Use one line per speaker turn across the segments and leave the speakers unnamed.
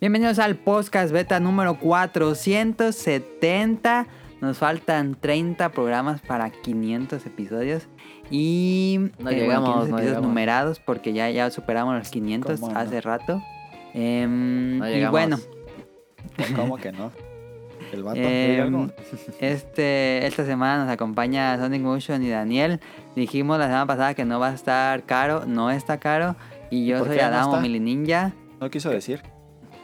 Bienvenidos al podcast beta número 470. Nos faltan 30 programas para 500 episodios. Y
No
eh, bueno,
llegamos,
500
no
episodios
llegamos.
numerados porque ya, ya superamos los 500
¿Cómo no?
hace rato. Em,
No
y
llegamos.
bueno,
¿Cómo que no? El vato
Em,
diga algo.
este, esta semana nos acompaña Sonic Motion y Daniel. Dijimos la semana pasada que no va a estar caro, no está caro. Y yo
por
soy
qué no
Adamo
está?
Mili Ninja.
No quiso decir.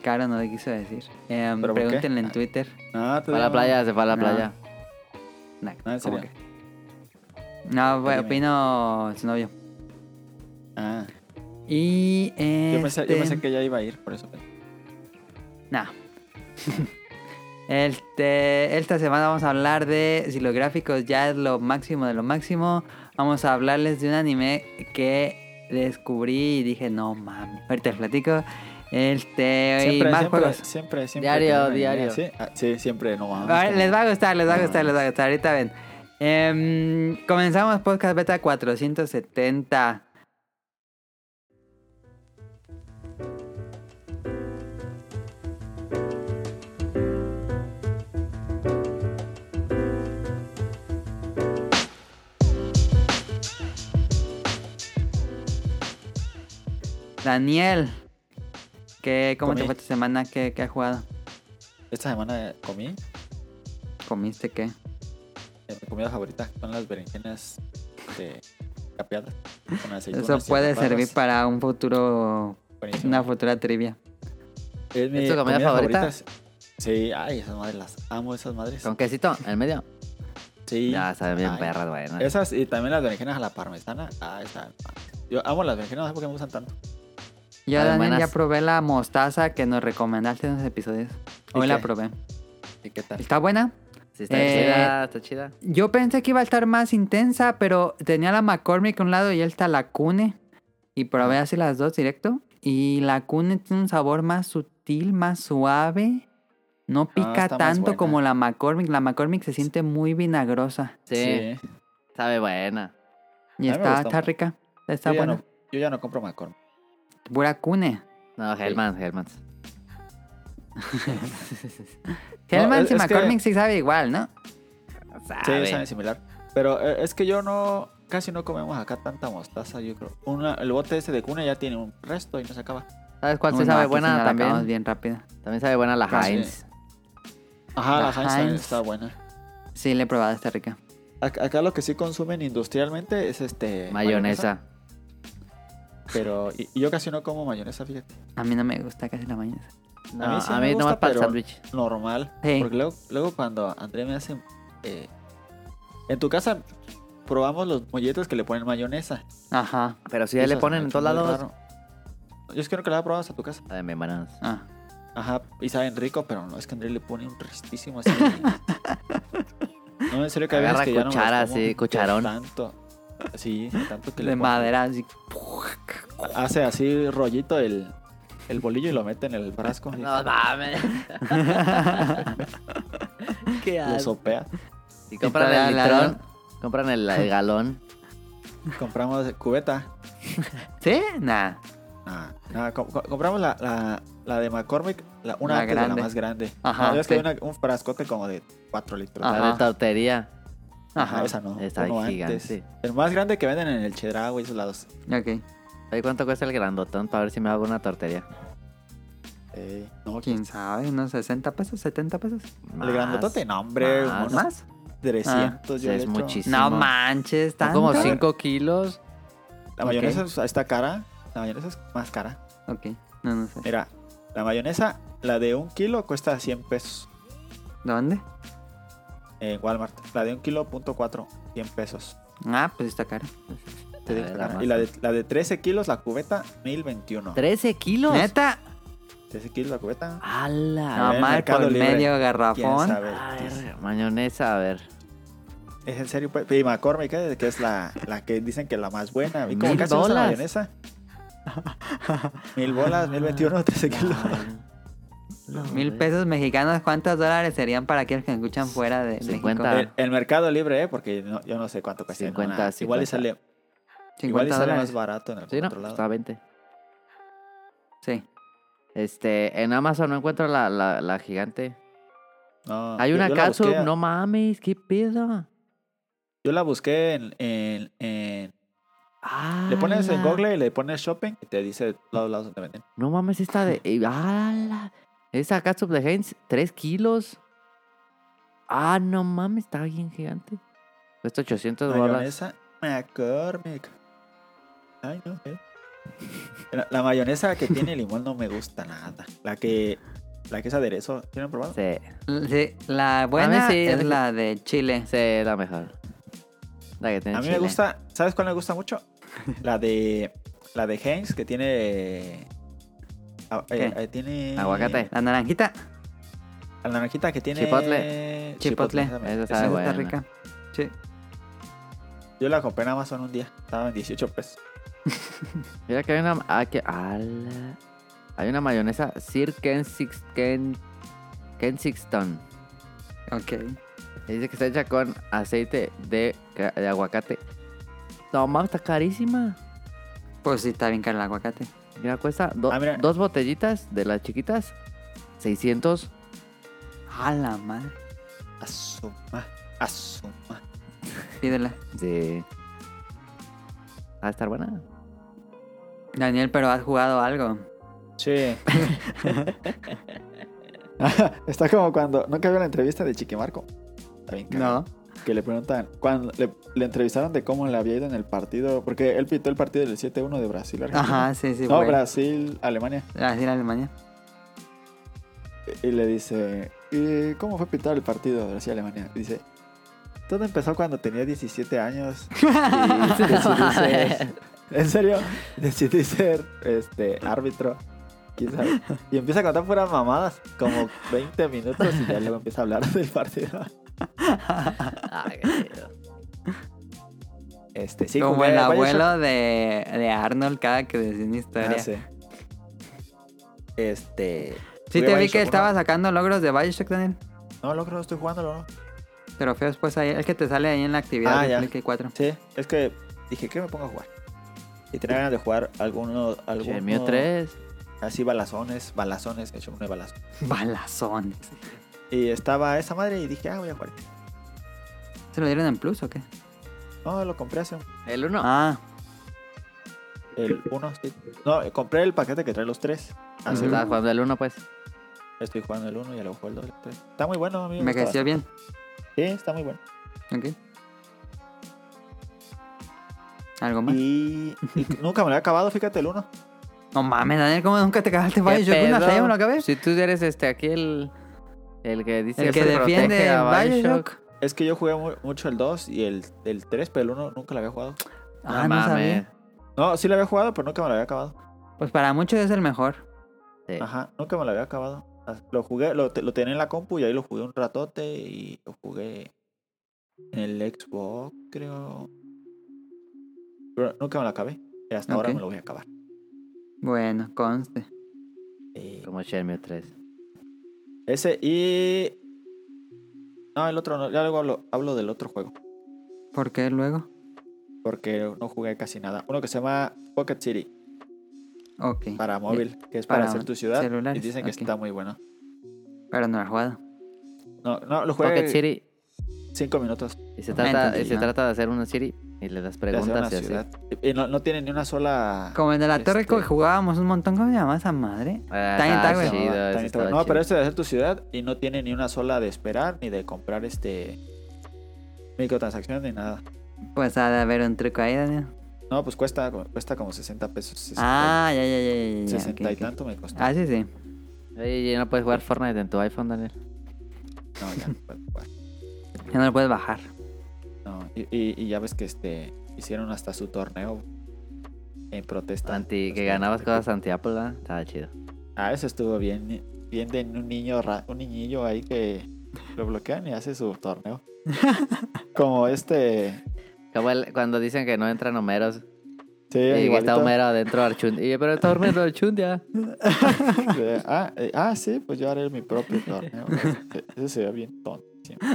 Caro no quiso decir. Em,
¿Pero por qué?
pregúntenle en Twitter.
Ah, te
Para la
digo.
playa, se fue a la
No.
playa.
Nah,
Ah, ¿en
¿cómo
serio?
que? No, bueno,
Dime.
opino su novio.
Ah,
Y. Este...
yo, pensé, yo pensé que ya iba a ir, por eso.
No. Este, esta semana vamos a hablar de si los gráficos ya es lo máximo de lo máximo. Vamos a hablarles de un anime que descubrí y dije, no mames. Ahorita les platico. Este, y
Siempre,
más
siempre,
juegos.
siempre, siempre.
Diario,
tengo una
diario.
idea, Sí, Ah, sí, siempre, no mames.
A ver,
que-
les va a gustar, les va a
Ah.
gustar, les va a gustar. Ahorita ven. Em, comenzamos podcast beta 470. Daniel, ¿qué, ¿cómo te
Comí.
fue esta semana? ¿Qué, qué has jugado?
Esta semana comí.
¿Comiste qué?
eh, mi comida favorita son las berenjenas de capeadas. Con
Eso puede servir para un futuro,
para
una futura trivia.
Es mi
¿Es tu comida favorita?
Sí, ay, esas madres, las amo esas madres.
¿Con quesito? ¿En medio?
Sí.
Ya, saben bien
Ay,
perras, güey. ¿no?
Esas y también las berenjenas a la parmesana. Ah, está. Yo amo las berenjenas, no sé por qué me gustan tanto.
Yo,
Saben
Daniel, ya
buenas.
probé la mostaza que nos recomendaste en los episodios. Hoy
¿Y
la
qué?
probé.
¿Y qué tal?
¿Está buena?
Sí, está
eh,
chida, está chida.
Yo pensé que iba a estar más intensa, pero tenía la McCormick a un lado y está la Cune. Y
Ah.
probé así las dos directo. Y la Cune tiene un sabor más sutil, más suave. No pica
Ah, está más
tanto
buena.
como la McCormick. La McCormick se siente muy vinagrosa.
Sí, sabe buena.
Y
A mí me
está,
gustó.
está rica. Está
yo, ya
buena.
no, yo ya no compro McCormick.
Pura Cune.
No, Hellmans, Hellmans.
Hellman
es-
y
es que-
McCormick sí sabe igual, ¿no?
Sabe.
Sí, saben similar. Pero eh, es que yo no. Casi no comemos acá tanta mostaza, yo creo. Una, el bote ese de cuna ya tiene un resto y no se acaba.
¿Sabes cuál
No,
sí
no,
sabe
aquí sí nos
buena
la acabamos
también?
bien rápido.
También sabe buena la
Ah, sí.
Heinz.
Ajá,
La
la, Heinz también
Heinz.
está buena.
Sí, le he probado, está rica.
Ac- Acá lo que sí consumen industrialmente es
Eh,
este.
Mayonesa.
Pero. Y, y yo casi no como mayonesa, fíjate.
A mí no me gusta casi la mayonesa.
No,
A
a
mí
mí,
sí me
nomás
gusta,
para el
pero-
sándwich.
Normal.
Sí.
Porque luego, luego cuando André me hace. eh, en tu casa probamos los molletes que le ponen mayonesa.
Ajá.
Pero si ya
Eso
le
se
ponen
me
en
hizo
todos
muy
lados.
raro. Yo es que nunca la he probado hasta tu casa.
Saben bien buenas.
Ah.
Ajá, y saben rico, pero no, es que André le pone un restísimo así. de- no, en serio que a veces
Agarra
que ya no me los
cuchara,
como
sí,
de
cucharón.
Tanto. Sí, de tanto
De
que le pone.
madera, así.
Hace así rollito el, el bolillo y lo mete en el frasco. y
No mames. Qué
lo
asco.
sopea.
Y compran el
la- la-
litrón. Compran el, el galón.
Compramos cubeta.
¿Sí? Nah.
Ah, ah, com- com- compramos la, la, la de McCormick, la, una
La
antes de
grande.
la más grande.
Ajá,
Ah, es
sí.
que hay una- un frascote como de 4 litros.
Ajá.
La de tortería.
Ajá,
Ajá.
esa no.
Ah, Está
uno
gigante.
antes. El más grande que venden en el Chedraui y esos lados.
Ok.
¿Sabes cuánto cuesta el grandotón? Para ver si me hago una tortería.
Eh, no,
¿Quién sabe? ¿Unos 60 pesos? ¿70 pesos?
Más.
El grandotote, no, hombre.
más. Ah,
unos
¿Más?
300, yo
Es
le echo.
muchísimo.
No manches,
Son
tanto.
como 5 kilos.
La mayonesa está cara. La mayonesa es más cara.
Ok. No, no sé.
Mira, la mayonesa, la de un kilo cuesta 100 pesos
¿Dónde?
en Walmart. La de un kilo, punto cuatro, 100 pesos.
Ah, pues está caro.
Te
A
digo
ver,
que está cara.
la
y la de, la de 13 kilos, la cubeta, 1021.
13 kilos.
¿Neta?
13 kilos la cubeta.
¡Hala!
No,
ver, en
mal
Mercado
por
Libre.
medio
Ah,
¿Quién
garrafón.
sabe?
Mayonesa, a ver.
Es en serio, pues. Y McCormick, ¿eh? que es la, la que dicen que es la más buena. ¿Y cómo
Mil
casi no usa
bolas.
mayonesa? Mil bolas, 1021, 13
Ah,
kilos.
No,
Mil
güey.
pesos mexicanos, ¿cuántos dólares serían para aquellos que escuchan fuera de
50.
México?
El, el mercado libre, ¿eh? Porque no- yo no sé cuánto cuesta. en
50,
una- Igual y
50.
sale, igual y
50
sale
dólares.
más barato en el
Sí, no,
otro lado.
está a 20.
Sí.
Este, en Amazon no encuentro la, la, la gigante.
No,
Hay
yo-
una
yo la
catsup,
busqué-
no mames, qué pedo.
Yo la busqué en... en- en-
Ah,
le pones en
la-
Google y le pones shopping y te dice los lados donde venden.
No mames, esta de. eh, ¡Ah! la- Esa catsup de Heinz, 3 kilos. Ah, no mames, está bien gigante. Cuesta 800 dólares.
Mayonesa McCormick. Ay, no, eh. La, la mayonesa que tiene limón no me gusta nada. La que, la que es aderezo, ¿sí la han probado?
Sí,
Sí, la buena
sí,
es
es-
la de Chile.
sí, es la mejor. La que tiene
A mí
chile.
me gusta, ¿sabes cuál me gusta mucho? La de la de Heinz que tiene ah, eh,
¿Qué?
eh, tiene
Aguacate.
La naranjita,
La naranjita que tiene
Chipotle.
Chipotle.
Esa
exactamente. Esa.
esa
sabe buena.
está rica. Sí.
Yo la compré en Amazon un día, estaba en 18 pesos.
Mira que hay una. Ah, que, ala. Hay una mayonesa Sir Kensix, Ken, Kensington.
Ok.
Dice que está hecha con aceite de, ca- de aguacate. No mames, está carísima.
Pues sí, está bien caro el aguacate.
Mira, cuesta do-
Ah, mira.
dos botellitas de las chiquitas. 600.
A la madre.
Asuma, asuma.
Pídela.
De... Va a estar buena.
Daniel, pero has jugado algo.
Sí. Está como cuando nunca vio la entrevista de Chiquimarco. Está bien cagado. que le preguntan, cuando le, le entrevistaron de cómo le había ido en el partido, porque él pitó el partido del 7-1 de Brasil. Argentina.
Ajá, sí, sí.
no,
fue.
Brasil, Alemania.
Así era Alemania.
Y le dice, "¿Y ¿cómo fue pitar el partido de Brasil, Alemania? Y dice, todo empezó cuando tenía 17 años. Y decidí ser, en serio, decidí ser este, árbitro. ¿Quién sabe? Y empieza a contar puras mamadas, como 20 minutos y ya luego empieza a hablar del partido.
Ay, qué chido.
Este, sí,
Como
jugué
el
Bioshock.
abuelo de, de Arnold cada que decía una historia.
Ah, sí. Este.
Sí,
jugué
te vi
Bioshock
que
uno.
estaba sacando logros de Bioshock, Daniel.
No, logro, no estoy jugándolo, ¿no?
Trofeos, pues ahí. El que te sale ahí en la actividad
Ah,
de
ya.
Play 4.
Sí, es que dije, ¿qué me pongo a jugar? Y tenía ganas de jugar alguno. alguno
El mío 3.
Así balazones, balazones, de hecho, uno de balazón.
Balazones.
Y estaba esa madre y dije, ah, voy a jugar.
¿Se lo dieron en plus o qué?
No, lo compré hace un-
El 1.
Ah,
el uno. sí. No, eh, compré el paquete que trae los tres. Hace
Ujú.
Ah, Estaba
un-
jugando el 1, pues.
Estoy jugando el uno y a lo mejor el dos. el tres. Está muy bueno, amigo.
me creció bien.
Sí, está muy bueno.
Ok. ¿Algo más?
Y, y nunca me lo he acabado, fíjate, el uno.
No mames, Daniel, ¿cómo nunca te cagaste
¿Qué
Bioshock? ¿Una
pedo?
vez me lo acabé?
Si tú eres este aquí el, el que dice
El que
se
defiende
protege a
Bioshock.
Es que yo jugué mu- mucho el 2 y el, el 3, pero el 1 nunca lo había jugado.
Ah, no
mames.
sabía.
No, sí lo había jugado, pero nunca me lo había acabado.
Pues para muchos es el mejor.
Sí.
Ajá, nunca me lo había acabado. As- Lo jugué, lo, te- lo tenía en la compu y ahí lo jugué un ratote y lo jugué en el Xbox, creo. Pero nunca me lo acabé. Y hasta ahora
Ok.
me lo voy a acabar.
Bueno, conste.
Eh,
Como Shenmue 3.
ese y... No, el otro no. Ya luego hablo, hablo del otro juego.
¿Por qué luego?
Porque no jugué casi nada. Uno que se llama Pocket City
Ok.
para móvil, que es para,
para
hacer tu ciudad.
celulares,
Y dicen que
ok.
está muy bueno.
Pero no lo he jugado.
No, no, lo
Pocket
jugué
City.
5 minutos.
Y se,
No
trata,
entendí,
y se
¿no?
trata de hacer una City. Y le das
de hacer
preguntas y
una
así.
ciudad. Y no, no tiene ni una sola.
Como el de la torre
Este-
que jugábamos un montón, ¿cómo se llamaba esa madre?
Ah,
Está bien,
estaba
está güey.
chido, ese
También está
estaba
bueno. No, pero
chido.
este de hacer tu ciudad y no tiene ni una sola de esperar, ni de comprar este microtransacciones, ni nada.
Pues ha de haber un truco ahí, Daniel.
No, pues cuesta, cuesta como 60 pesos. 60,
Ah, ya, ya, ya, ya, ya.
60
ok,
y
ok.
tanto me costó.
Ah, sí, sí.
Oye, ya no puedes jugar Fortnite en tu iPhone, Daniel.
No, ya, no puedo jugar.
Ya no lo puedes bajar.
No, y, y- y ya ves que este hicieron hasta su torneo en protesta.
Anti, que
Entonces,
ganabas cosas anti Apple, ¿verdad? Estaba chido.
Ah, eso estuvo bien. Bien de un niño, ra- un niñillo ahí que lo bloquean y hace su torneo. Como este.
Como el- cuando dicen que no entran Homeros.
Sí,
y que está
igualito.
Homero adentro de Archundia. Y yo, pero está Homero Archundia.
Eh, ah, eh, ah, sí, pues yo haré mi propio torneo. Eh, Eso se ve bien tonto. siempre.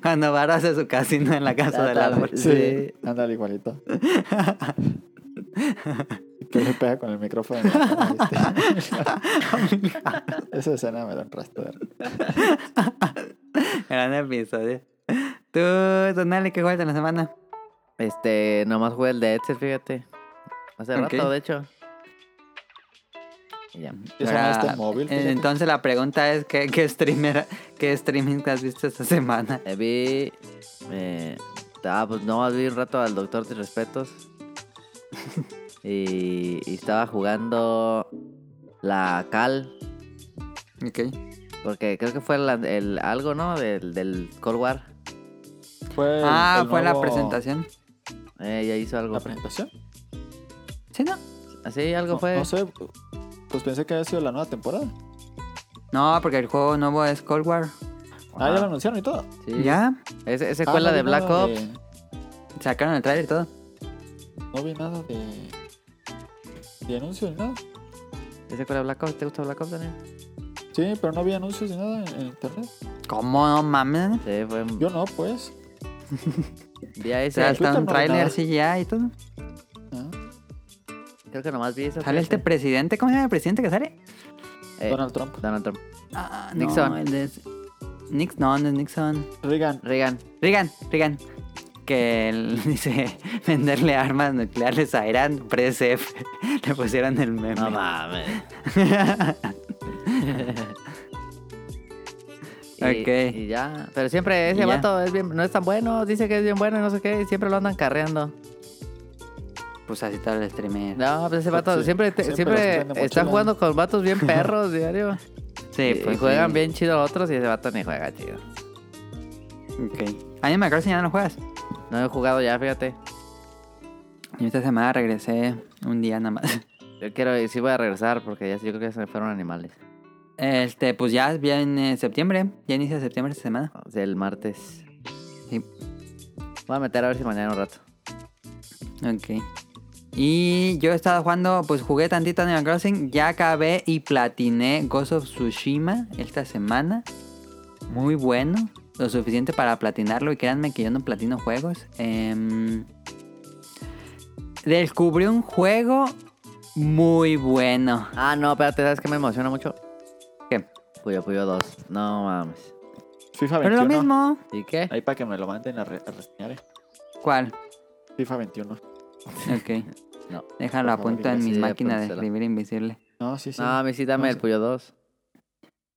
Cuando Varo hace su casino en la casa
Ah,
del
tal
árbol.
vez.
Sí, ándale igualito. que se pega con el micrófono. en la cara, ¿viste? este. Esa escena me da un rastro.
Gran episodio. Tú, Donale, ¿qué juegas en la semana?
Este, nomás jugué el de Excel, fíjate. Hace
Ok.
rato, de hecho. Y ya.
Yo
Ahora,
solo este móvil.
eh,
fíjate.
Entonces la pregunta es ¿qué, qué streamer, qué streaming has visto esta semana?
Eh, Vi. eh, ah, pues nomás vi un rato al Doctor Sin Respetos. y, y estaba jugando la Cal.
Ok.
Porque creo que fue la- el algo, ¿no? Del, del Cold War.
Fue el-
ah,
el
fue la
nuevo-
presentación.
Eh, Ella hizo algo.
¿La presentación?
¿Sí, no?
Así, algo
No,
fue.
no sé. Pues pensé que había sido la nueva temporada.
No, porque el juego nuevo es Cold War.
Ah, ya lo anunciaron y todo.
Sí.
¿Ya?
Ese, ese
Ah,
fue la
no
de
vi
Black
nada
Ops.
de-
Sacaron el trailer y todo.
No vi nada de. de anuncios ni nada.
Ese fue la de Black Ops. ¿Te gusta Black Ops, Daniel?
Sí, pero no vi anuncios ni nada en, en internet.
¿Cómo no mames?
Sí, fue.
Yo no, pues.
Vi a
O
ese.
sea,
Twitter
está un
no vi
trailer
nada.
así ya y todo.
Ah,
Creo que nomás vi eso.
¿Sale este
fíjate.
presidente? ¿Cómo se llama el presidente que sale?
Eh, Donald...
Donald Trump.
Trump.
Ah,
Nixon.
No, el de- Nix- no, no es Nixon.
Reagan.
Reagan.
Reagan, Reagan. Que él dice venderle armas nucleares a Irán, pre-SF. Le pusieron el meme.
No mames. Y,
Ok.
y ya. Pero siempre
Y
ese
ya.
vato es bien, no es tan bueno. Dice que es bien bueno y no sé qué. Y siempre lo andan carreando.
Pues así todo el streamer.
No, pues ese
Pues
vato
sí,
siempre, te-
siempre
siempre,
los prende mochila,
está
¿no?
jugando con vatos bien perros diario.
Sí,
y,
pues.
y juegan
sí.
bien chido otros y ese vato ni juega chido.
Ok. A mí me acuerdo si ya no lo juegas.
No he jugado ya, fíjate.
Yo esta semana regresé un día nada más.
Yo quiero, y sí voy a regresar porque ya, yo creo que ya se me fueron animales.
Este, pues ya viene septiembre. Ya inicia septiembre esta semana.
O sea, el martes.
Sí.
Voy a meter a ver si mañana un rato.
Ok. Y yo he estado jugando, pues jugué tantito Animal Crossing, ya acabé y platiné Ghost of Tsushima esta semana. Muy bueno, lo suficiente para platinarlo y créanme que yo no platino juegos. Em, descubrí un juego muy bueno.
Ah, no, espérate, ¿sabes qué me emociona mucho?
¿Qué?
Puyo Puyo 2. No mames.
FIFA 21.
Pero lo mismo.
¿Y qué?
Ahí para que me lo manden a, re a reseñar. eh.
¿Cuál?
FIFA 21.
Ok.
No.
Déjalo
Por favor,
apunto en
sí,
mi máquina de
apúntaselo.
escribir invisible.
No, sí, sí.
No, a mí sí dame
No
el
sé.
Puyo 2.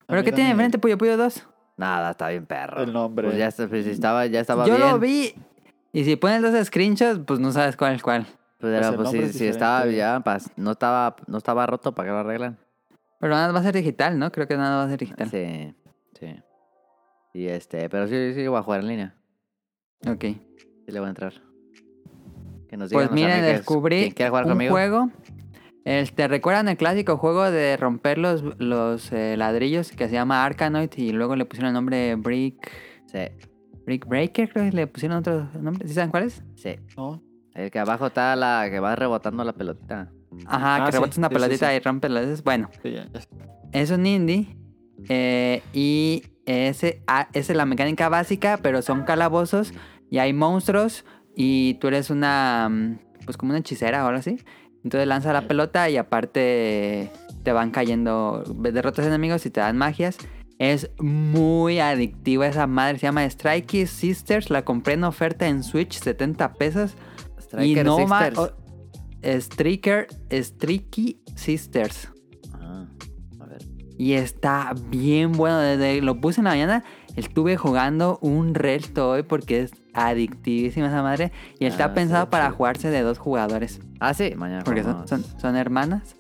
¿Pero qué tiene enfrente Puyo Puyo 2?
Nada, está bien perro.
El nombre.
Pues ya, está- pues estaba, ya estaba
Yo
bien.
lo vi. Y si pones los screenshots, pues no sabes cuál es cuál.
Pues,
Pues
era,
el
pues,
nombre
sí,
es
sí estaba
diferente.
ya, pas- no estaba, no estaba roto, ¿para qué lo arreglan?
Pero nada va a ser digital, ¿no? Creo que nada va a ser digital.
Sí, sí. Y este, pero sí, sí, voy a jugar en línea. Pues
Ok.
Sí le voy a entrar. Que nos
Pues
digan los
miren,
amigues,
descubrí
¿quién quiere jugar
un
conmigo?
juego. Este, ¿recuerdan el clásico juego de romper los, los eh, ladrillos que se llama Arkanoid y luego le pusieron el nombre Brick,
Sí,
Brick Breaker? Creo que le pusieron otro nombre. ¿Sí saben cuál es?
sí.
No.
El que abajo está la que va rebotando la pelotita.
Ajá,
Ah,
que
sí,
rebotas una
sí, sí,
pelotita
sí.
y rompes las... Bueno,
Sí, ya, ya.
Es un indie. eh, y ese, ah, esa es la mecánica básica, pero son calabozos y hay monstruos. Y tú eres una. mm, Pues como una hechicera ahora sí. Entonces lanza la pelota y aparte te van cayendo. Derrotas enemigos y te dan magias. Es muy adictiva esa madre. Se llama Strikey Sisters. La compré en oferta en Switch, 70 pesos.
Striker
y no más.
Sixers.
Striker, Strikey Sisters.
Ah, a ver.
Y está bien bueno. Desde que lo puse en la mañana, estuve jugando un resto hoy porque es adictivísima esa madre. Y está
Ah, sí,
pensado para
sí.
jugarse de dos jugadores.
Ah, sí, mañana.
Porque son,
jugamos.
son, son hermanas.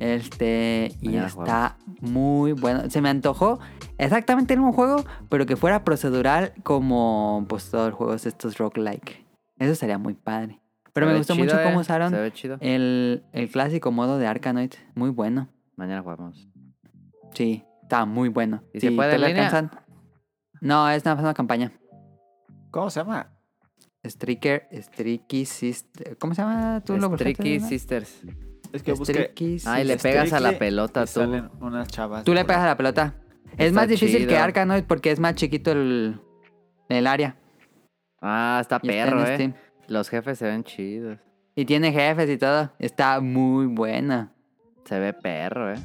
Este. Y
Mañana
está muy bueno. Se me antojó exactamente el mismo juego, pero que fuera procedural como pues todos los juegos estos roguelike. Eso estaría muy padre. Pero
Se
me
ve
gustó
chido,
mucho cómo
eh,
usaron
Se ve chido.
el, el clásico modo de Arkanoid. Muy bueno.
Mañana jugamos.
Sí, está muy bueno.
¿Y se puede en
todavía
línea?
alcanzan- No, es nada más una campaña.
¿Cómo se llama?
Striker, Striki Sister. ¿Cómo se llama? ¿Tú lo buscaste,
Tricky
¿verdad?
Sisters.
Es que busqué.
Striki
Ah, y le
Sister.
pegas a la
Strictly
pelota
y
tú.
salen unas chavas.
Tú le pegas a la pelota. Es
Está
más difícil que
chido.
Arkanoid porque es más chiquito el, el área.
Ah, está
Y está en
perro, eh.
Steam.
Los jefes se ven chidos.
Y tiene jefes y todo. Está muy buena.
Se ve perro, eh.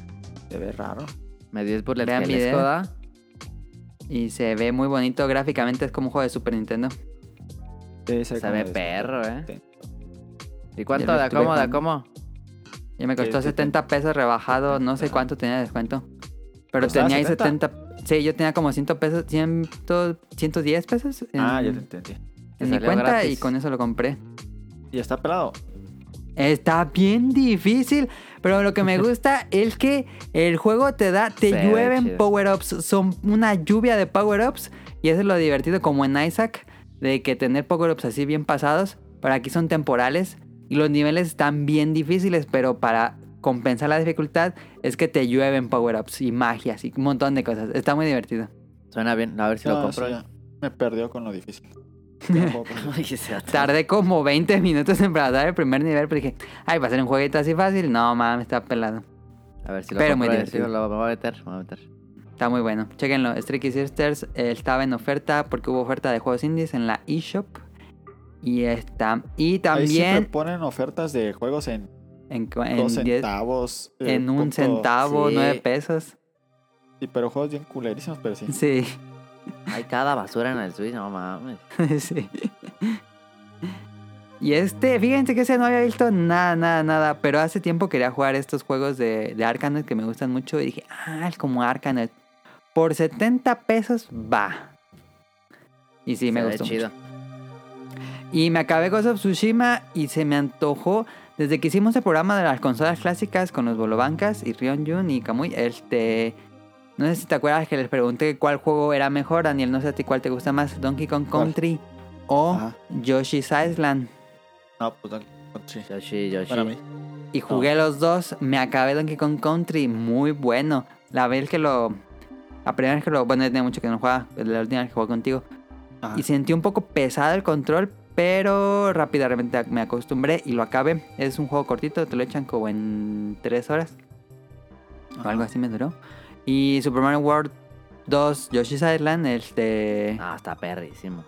Se ve raro.
Me dio es por el
Vean
esqueleto,
video.
¿da?
Y se ve muy bonito gráficamente. Es como un juego de Super Nintendo.
Sí,
Se
como
ve
de- este
perro, eh.
Sí.
¿Y cuánto?
lo
¿Da
estuve
cómo? ¿Da
jugando.
cómo?
Y me
Sí,
costó
sí,
70 pesos rebajado, no sé cuánto tenía de descuento. Pero
¿Costaba
tenía ahí
70?
70. Sí, yo tenía como 100 pesos, 100, 110 pesos en,
Ah, ya te entendí.
Te
en mi
salió
cuenta
gratis.
y con eso lo compré.
Y está pelado.
Está bien difícil, pero lo que me gusta es que el juego te da, te
Se ve
llueven
chido.
power-ups, son una lluvia de power-ups y eso es lo divertido como en Isaac, de que tener power-ups así bien pasados, pero aquí son temporales y los niveles están bien difíciles, pero para compensar la dificultad es que te llueven power-ups y magias y un montón de cosas, está muy divertido.
Suena bien, a ver si lo
No,
compro
Ah, sí,
yo.
Me perdió con lo difícil. Ya juego con-
Ay, que sea tarde.
Tardé como 20 minutos en pasar el primer nivel, pero dije, ay, va a ser un jueguito así fácil, no mames, está pelado.
A ver si lo
Pero
Pero
muy
compro. Muy
divertido.
lo voy a meter, me voy a meter.
Está muy bueno. Chequenlo. Streaky Sisters eh, estaba en oferta porque hubo oferta de juegos indies en la eShop. Y está. Y
Ahí siempre
también
ponen ofertas de juegos en
en, en
dos
diez-
centavos. eh,
en un
punto-
centavo,
Sí.
nueve pesos.
Sí, pero juegos bien culerísimos, pero sí.
Sí,
Hay cada basura en el Switch, no mames.
sí. Y este, fíjense que ese no había visto nada, nada, nada. Pero hace tiempo quería jugar estos juegos de, de Arcanet que me gustan mucho. Y dije, ah, es como Arcanet. Por 70 pesos va. Y sí, me
Se ve
gustó. mucho.
chido.
Y me acabé Ghost of Tsushima y se me antojó. Desde que hicimos el programa de las consolas clásicas con los Bolobancas y Ryonjun y Kamui, este. No sé si te acuerdas que les pregunté cuál juego era mejor, Daniel. No sé a ti cuál te gusta más, Donkey Kong
¿Cuál?
Country o
Ajá.
Yoshi's Island.
No, pues Donkey Kong, sí.
Yoshi, Yoshi.
Para mí.
Y jugué los dos. Me acabé Donkey Kong Country, muy bueno. La vez que lo. La primera vez que lo. Bueno, ya tenía mucho que no jugaba. La última vez que jugué contigo.
Ajá.
Ah.
Y sentí un poco pesado el control, pero rápidamente me acostumbré y lo acabé. Es un juego cortito, te lo echan como en 3 horas o
Ajá.
algo así me duró. Y Super Mario World 2 Yoshi's Island, este.
Ah, está perrísimo.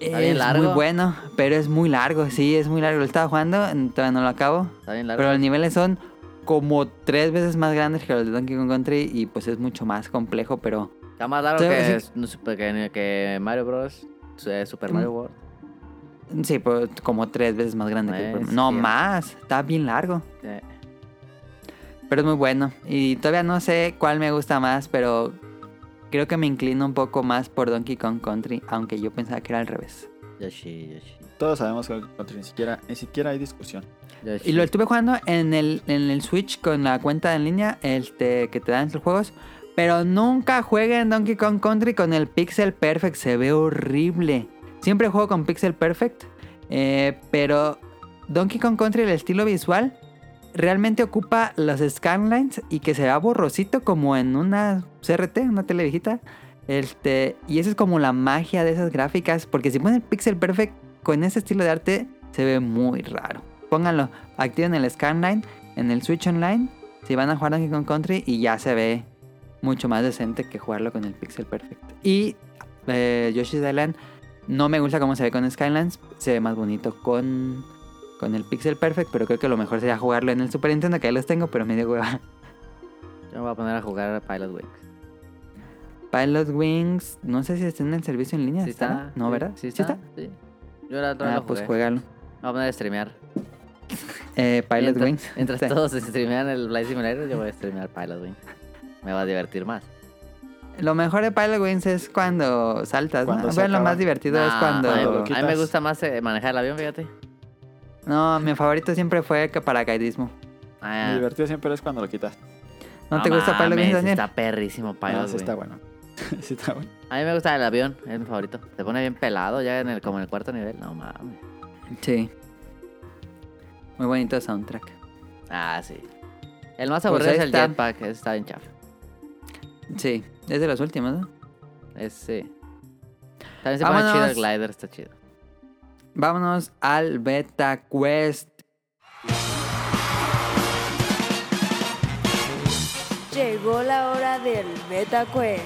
es
¿está bien largo?
muy bueno, pero es muy largo, sí, es muy largo. Lo estaba jugando, todavía no lo acabo.
Está bien largo.
Pero los niveles son como tres veces más grandes que los de Donkey Kong Country y pues es mucho más complejo, pero
Está más largo
Sí,
que,
sí.
no supe- que, que Mario Bros. eh, Super
Mm.
Mario World.
sí, pues como tres veces más grande. que el
Es
primer- no
cierto.
más, está bien largo.
Eh,
Pero es muy bueno. Y todavía no sé cuál me gusta más, pero creo que me inclino un poco más por Donkey Kong Country, aunque yo pensaba que era al revés.
Yoshi, Yoshi.
Todos sabemos que Donkey Kong Country ni siquiera, ni siquiera hay discusión.
Yoshi.
Y lo estuve jugando en el, en el Switch con la cuenta en línea este, que te dan los juegos. Pero nunca jueguen Donkey Kong Country con el Pixel Perfect, se ve horrible. Siempre juego con Pixel Perfect, eh, pero Donkey Kong Country, el estilo visual, realmente ocupa los scanlines y que se vea borrosito como en una CRT, una tele viejita. Este, y esa es como la magia de esas gráficas, porque si ponen Pixel Perfect con ese estilo de arte, se ve muy raro. Pónganlo, activen el scanline en el Switch Online, si van a jugar Donkey Kong Country y ya se ve mucho más decente que jugarlo con el Pixel Perfect. Y eh, Yoshi's Island no me gusta cómo se ve con Skylines, se ve más bonito con, con el Pixel Perfect, pero creo que lo mejor sería jugarlo en el Super Nintendo, que ahí los tengo, pero medio hueva.
Yo me voy a poner a jugar a Pilot Wings.
Pilot Wings, no sé si está en el servicio en línea.
¿Sí
¿estará?
está?
No,
sí,
¿verdad?
Sí está. Sí. Yo la otra vez
Ah,
lo
pues
jugué.
juégalo.
Me voy a poner a streamear.
Eh, Pilot
Mientras-
Wings.
Mientras
Sí.
todos streamean el Flight Simulator, yo voy a streamear Pilot Wings. Me va a divertir más.
Lo mejor de Pilot Wings es cuando saltas, ¿no?
Cuando se
Bueno, lo
acaba.
más divertido es
Nah,
cuando...
A mí,
Cuando lo
a mí me
quitas.
gusta más eh, manejar el avión, fíjate.
No, mi favorito siempre fue que paracaidismo.
Ah,
Lo divertido siempre es cuando lo quitas.
¿No, te gusta Pilot
mames,
Wings, Daniel?
Está perrísimo Pilot
Ah, sí
Wings.
está bueno. sí está bueno.
A mí me gusta el avión, es mi favorito. Se pone bien pelado ya en el, como en el cuarto nivel. No mames.
Sí. Muy bonito soundtrack.
Ah, sí. El más
Pues
aburrido
ahí
es el
está.
jetpack, ese está bien chafa.
Sí, es de los últimos, ¿no?
Ese. También se pone
Vámonos.
chido el glider, está chido.
Vámonos al Beta Quest.
Llegó la hora del Beta Quest.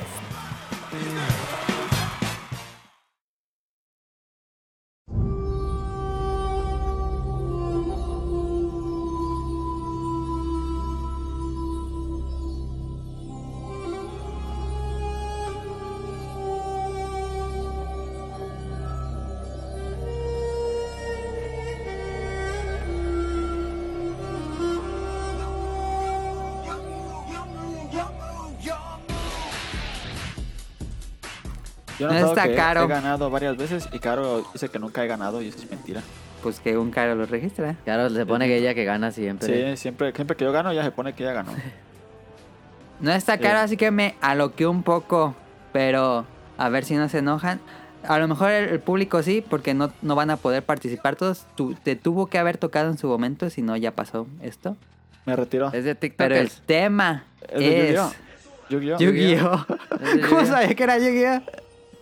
Yo
No
he notado
está
que
caro.
He ganado varias veces y Caro dice que nunca he ganado y eso es mentira.
Pues que un caro lo registra.
Claro, se pone que ella que gana siempre.
Sí, siempre, siempre que yo gano ya se pone que ya ganó.
No está
Sí.
caro, así que me aloqué un poco. Pero a ver si no se enojan. A lo mejor el, el público sí, porque no, no van a poder participar todos. Tu- te tuvo que haber tocado en su momento, si no ya pasó esto.
Me retiro.
Es de TikTok.
Pero el tema
Es de
es
Yu-Gi-Oh. Yu-Gi-Oh.
Yu-Gi-Oh.
Es de
¿Cómo
Yu-Gi-Oh.
sabía que era Yu-Gi-Oh?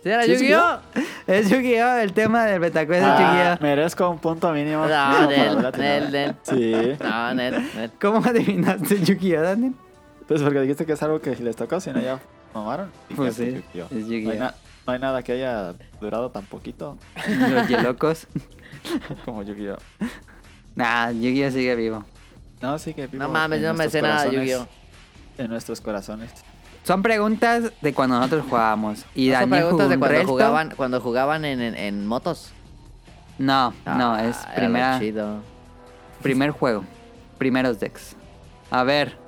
¿Sí era
¿Sí es
Yu-Gi-Oh?
Es Yu-Gi-Oh, el tema del Betacue es de
Ah,
Yu-Gi-Oh.
merezco un punto mínimo.
No,
para
Nel,
la tirada.
Nel, Nel.
Sí.
No, Nel, Nel.
¿Cómo adivinaste Yu-Gi-Oh, Daniel?
Pues porque dijiste que es algo que les tocó, si no ya mamaron. Y
Pues
que es
sí,
Yu-Gi-Oh.
es
No, hay
Yu-Gi-Oh.
na- no hay nada que haya durado tan poquito
Los Yelocos.
como Yu-Gi-Oh.
Nah, Yu-Gi-Oh sigue vivo.
No, sí que vivo
No mames,
en
yo no me
nuestros
sé nada de
corazones-
Yu-Gi-Oh.
En nuestros corazones.
Son preguntas de cuando nosotros jugábamos. Y
Son
Daniel jugó
preguntas de
un
cuando
resto.
jugaban, cuando jugaban en, en, en motos.
No, no, es
Ah, era lo
primera,
chido.
primer juego. Primeros decks. A ver.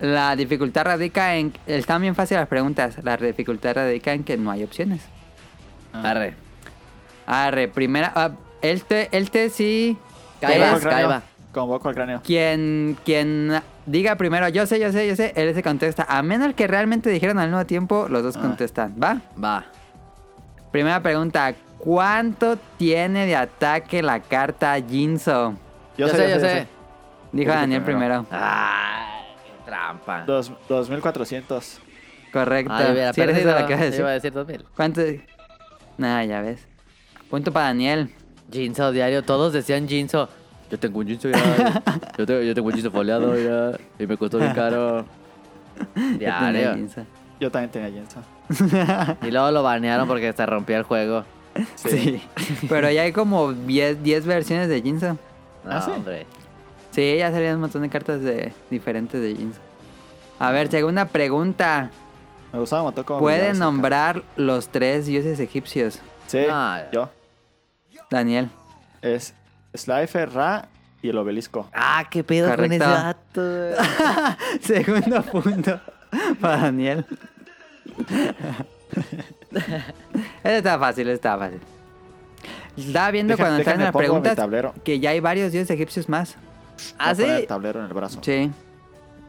La dificultad radica en. Están bien fáciles las preguntas. La dificultad radica en que no hay opciones.
Ah.
Arre.
Arre, primera. ah, este, este sí.
Caiba,
Convoco al cráneo.
caiba.
Convoco al cráneo.
Quien, quien diga primero, yo sé, yo sé, yo sé, él se contesta. A menos que realmente dijeron al mismo tiempo, los dos
Ah.
contestan, ¿va?
Va.
Primera pregunta, ¿cuánto tiene de ataque la carta Jinzo?
Yo, sé, yo sé.
Dijo
Yo dije
Daniel primero.
Ah, qué trampa.
Dos- 2400.
Correcto.
Ah, yo hubiera
Sí, era eso
perdido.
lo que iba a
Yo
decir.
iba a decir 2000.
¿Cuánto? Nada, ya ves. Punto para Daniel.
Jinzo diario, todos decían Jinzo. Yo tengo un Jinzo ya. yo, tengo, yo tengo un Jinzo foleado ya. Y me costó bien caro.
Ya tenía
Diario.
Jinzo.
Yo también tenía Jensa.
Y luego lo banearon porque se rompía el juego.
Sí. Pero ya hay como 10, 10 versiones de Jinzo.
No,
¿Ah, sí?
hombre.
Sí, ya salieron un montón de cartas de, diferentes de Jinzo. A ver, segunda pregunta.
Me gustaba Motoko.
Puede
olvidaba esa cara.
nombrar los tres dioses egipcios.
Sí,
Ah.
yo.
Daniel.
Es Slifer, Ra y el obelisco.
Ah, qué pedo con ese
Correcto.
dato. güey.
Segundo punto para Daniel. Este está fácil, está fácil. Estaba viendo
Deja-
cuando están
déjame
las
pongo mi
preguntas
tablero.
que ya hay varios dioses egipcios más.
¿Ah,
Voy a poner
sí?
el tablero en el brazo.
Sí.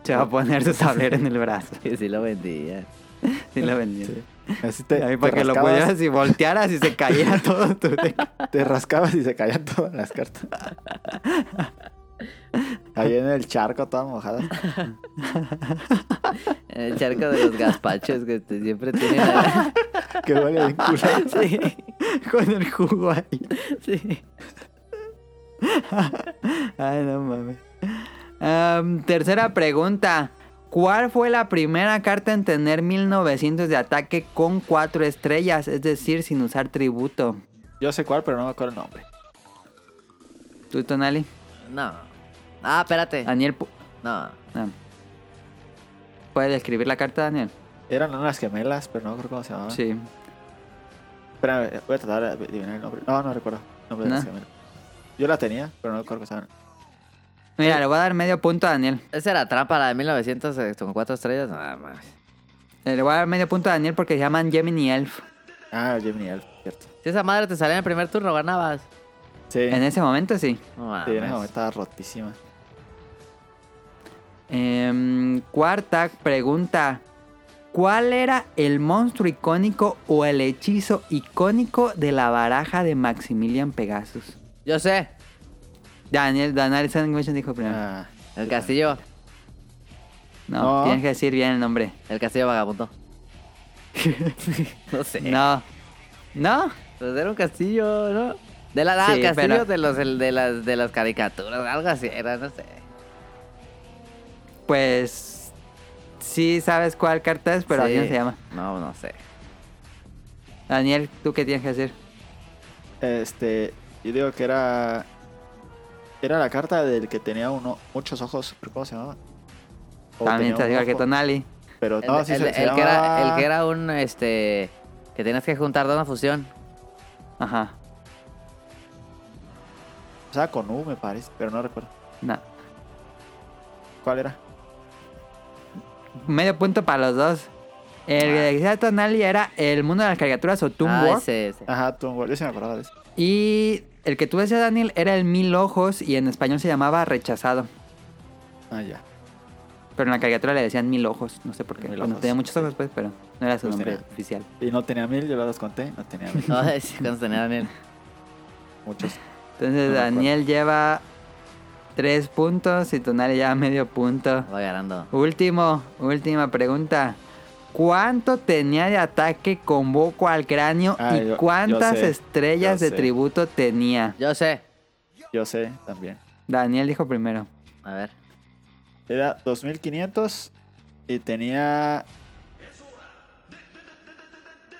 Se va a poner su tablero en el brazo.
Sí, sí lo vendía.
Sí, lo vendí.
Así te,
Ahí
te
para que lo
rascabas-
pudieras y voltearas y se cayera todo tu deck.
Te rascabas y se caían todas las cartas. Ahí en el charco, toda mojada.
En el charco de los gazpachos que te- siempre tienen. ahí.
Que huele bien culero.
Sí. Con el jugo ahí.
Sí.
Ay, no mames. Am, tercera pregunta. ¿Cuál fue la primera carta en tener 1900 de ataque con 4 estrellas? Es decir, sin usar tributo.
Yo sé cuál, pero no me acuerdo el nombre.
¿Tú, Tonali?
No. Ah, espérate.
Daniel. pu-
No.
ah. ¿Puede describir la carta, Daniel?
Eran unas gemelas, pero no recuerdo cómo se llamaban.
Sí.
Espérame, voy a tratar de adivinar el nombre. No, no recuerdo el nombre de
No.
las gemelas. Yo la tenía, pero no recuerdo cómo se llamaban.
Mira, le voy a dar medio punto a Daniel.
Esa era trampa, la de 1900 eh, con cuatro estrellas. No, mames.
Eh, Le voy a dar medio punto a Daniel porque se llaman Gemini Elf.
Ah, Gemini Elf, cierto.
Si esa madre te salía en el primer turno, ganabas.
Sí,
En ese momento, sí.
No
sí, en ese momento
Ah, mames.
estaba rotísima.
Em, cuarta pregunta. ¿Cuál era el monstruo icónico o el hechizo icónico de la baraja de Maximilian Pegasus?
Yo sé.
Daniel, Daniel Sandwich dijo primero.
Ah,
El castillo.
no,
no.
tienes que decir bien el nombre.
El castillo vagabundo. no
Eh.
sé.
No. ¿No?
Pues era un castillo, ¿no? De la, ah, el
Sí,
castillo
pero-
de los el de las de las caricaturas, algo así era, no sé.
Pues sí sabes cuál carta es, pero
Sí.
Daniel se llama.
No, no sé.
Daniel, ¿tú qué tienes que decir?
Este, yo digo que era. Era la carta del que tenía uno, muchos ojos, ¿cómo se llamaba? O
También te
tenía
digo
un
que
ojo,
Tonali.
Pero
El,
no, sí
el-
se, se
el que era,
llamaba-
el que era un este que tenías que juntar de una fusión.
Ajá.
Empezaba con U, me parece, pero no recuerdo.
No.
¿Cuál era?
Medio punto para los dos.
Ah.
El que decía Tonali era el mundo de las caricaturas o Toon
Ah,
World.
ese, ese.
Ajá, Toon World. Yo sí me acordaba de eso.
Y el que tú decías, Daniel, era el Mil Ojos y en español se llamaba Rechazado.
Ah, ya.
Pero en la caricatura le decían Mil Ojos, no sé por qué.
Mil
Bueno,
Ojos,
tenía muchos
sí.
ojos, pues, pero no era su
Pues
nombre
tenía.
oficial.
Y no tenía mil, yo los conté. No tenía mil.
No, ese cuando tenía Daniel.
Muchos.
Entonces
No me acuerdo.
Daniel lleva tres puntos y Tonali lleva medio punto.
Voy ganando.
Último, última pregunta. ¿Cuánto tenía de ataque con Boco al cráneo
Ah,
y
yo- yo
cuántas
sé,
estrellas
yo
de
sé.
tributo tenía?
Yo sé.
Yo sé también.
Daniel dijo primero.
A ver.
Era 2500 y tenía.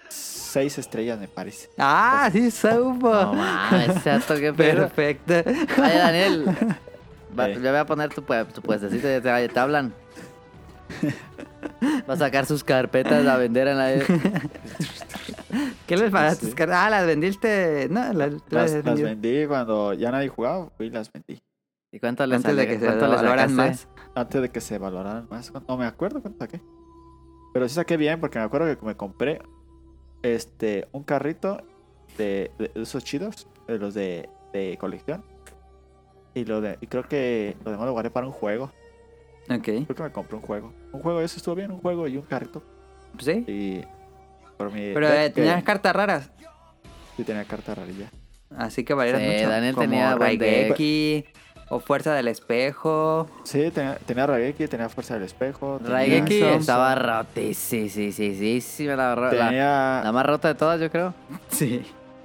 Seis estrellas, me parece.
Ah, sí supo.
No mames, ese dato, qué pedo.
Perfecto.
Vaya, Daniel. Va-
Eh.
Ya voy a poner tu, pue- tu puestecito, ya te, ya te hablan. Va a sacar sus carpetas a vender en la...
¿Qué les pagaste?
Sí.
Ah, las vendiste. No, las, tú las
Las,
has
las
vendido.
vendí cuando ya nadie jugaba, fui y las vendí.
¿Y cuánto le
Antes de
sale-
que se
cuánto le
valoraran
sacaste?
más.
Antes de que se valoraran más. No me acuerdo cuánto saqué. Pero sí saqué bien porque me acuerdo que me compré este un carrito de, de esos chidos, de los de, de colección. Y lo de, y creo que lo demás lo guardé para un juego.
Ok.
Creo que me compré un juego. Un juego, eso estuvo bien, un juego y un carrito.
Pues sí.
Y por mi
Pero
deck
eh, tenías
que-
cartas raras.
sí tenía carta rarilla.
Así que valieron
Sí,
mucho.
Daniel
Como
tenía buen deck.
Raigeki, o Fuerza del Espejo.
Sí, tenía, tenía Raigeki, tenía Fuerza del Espejo. tenía
Raigeki
Samsung.
estaba rotísima, sí, sí, sí, sí, sí, me la, ro- la-
Tenía,
la más rota de todas, yo creo.
Sí.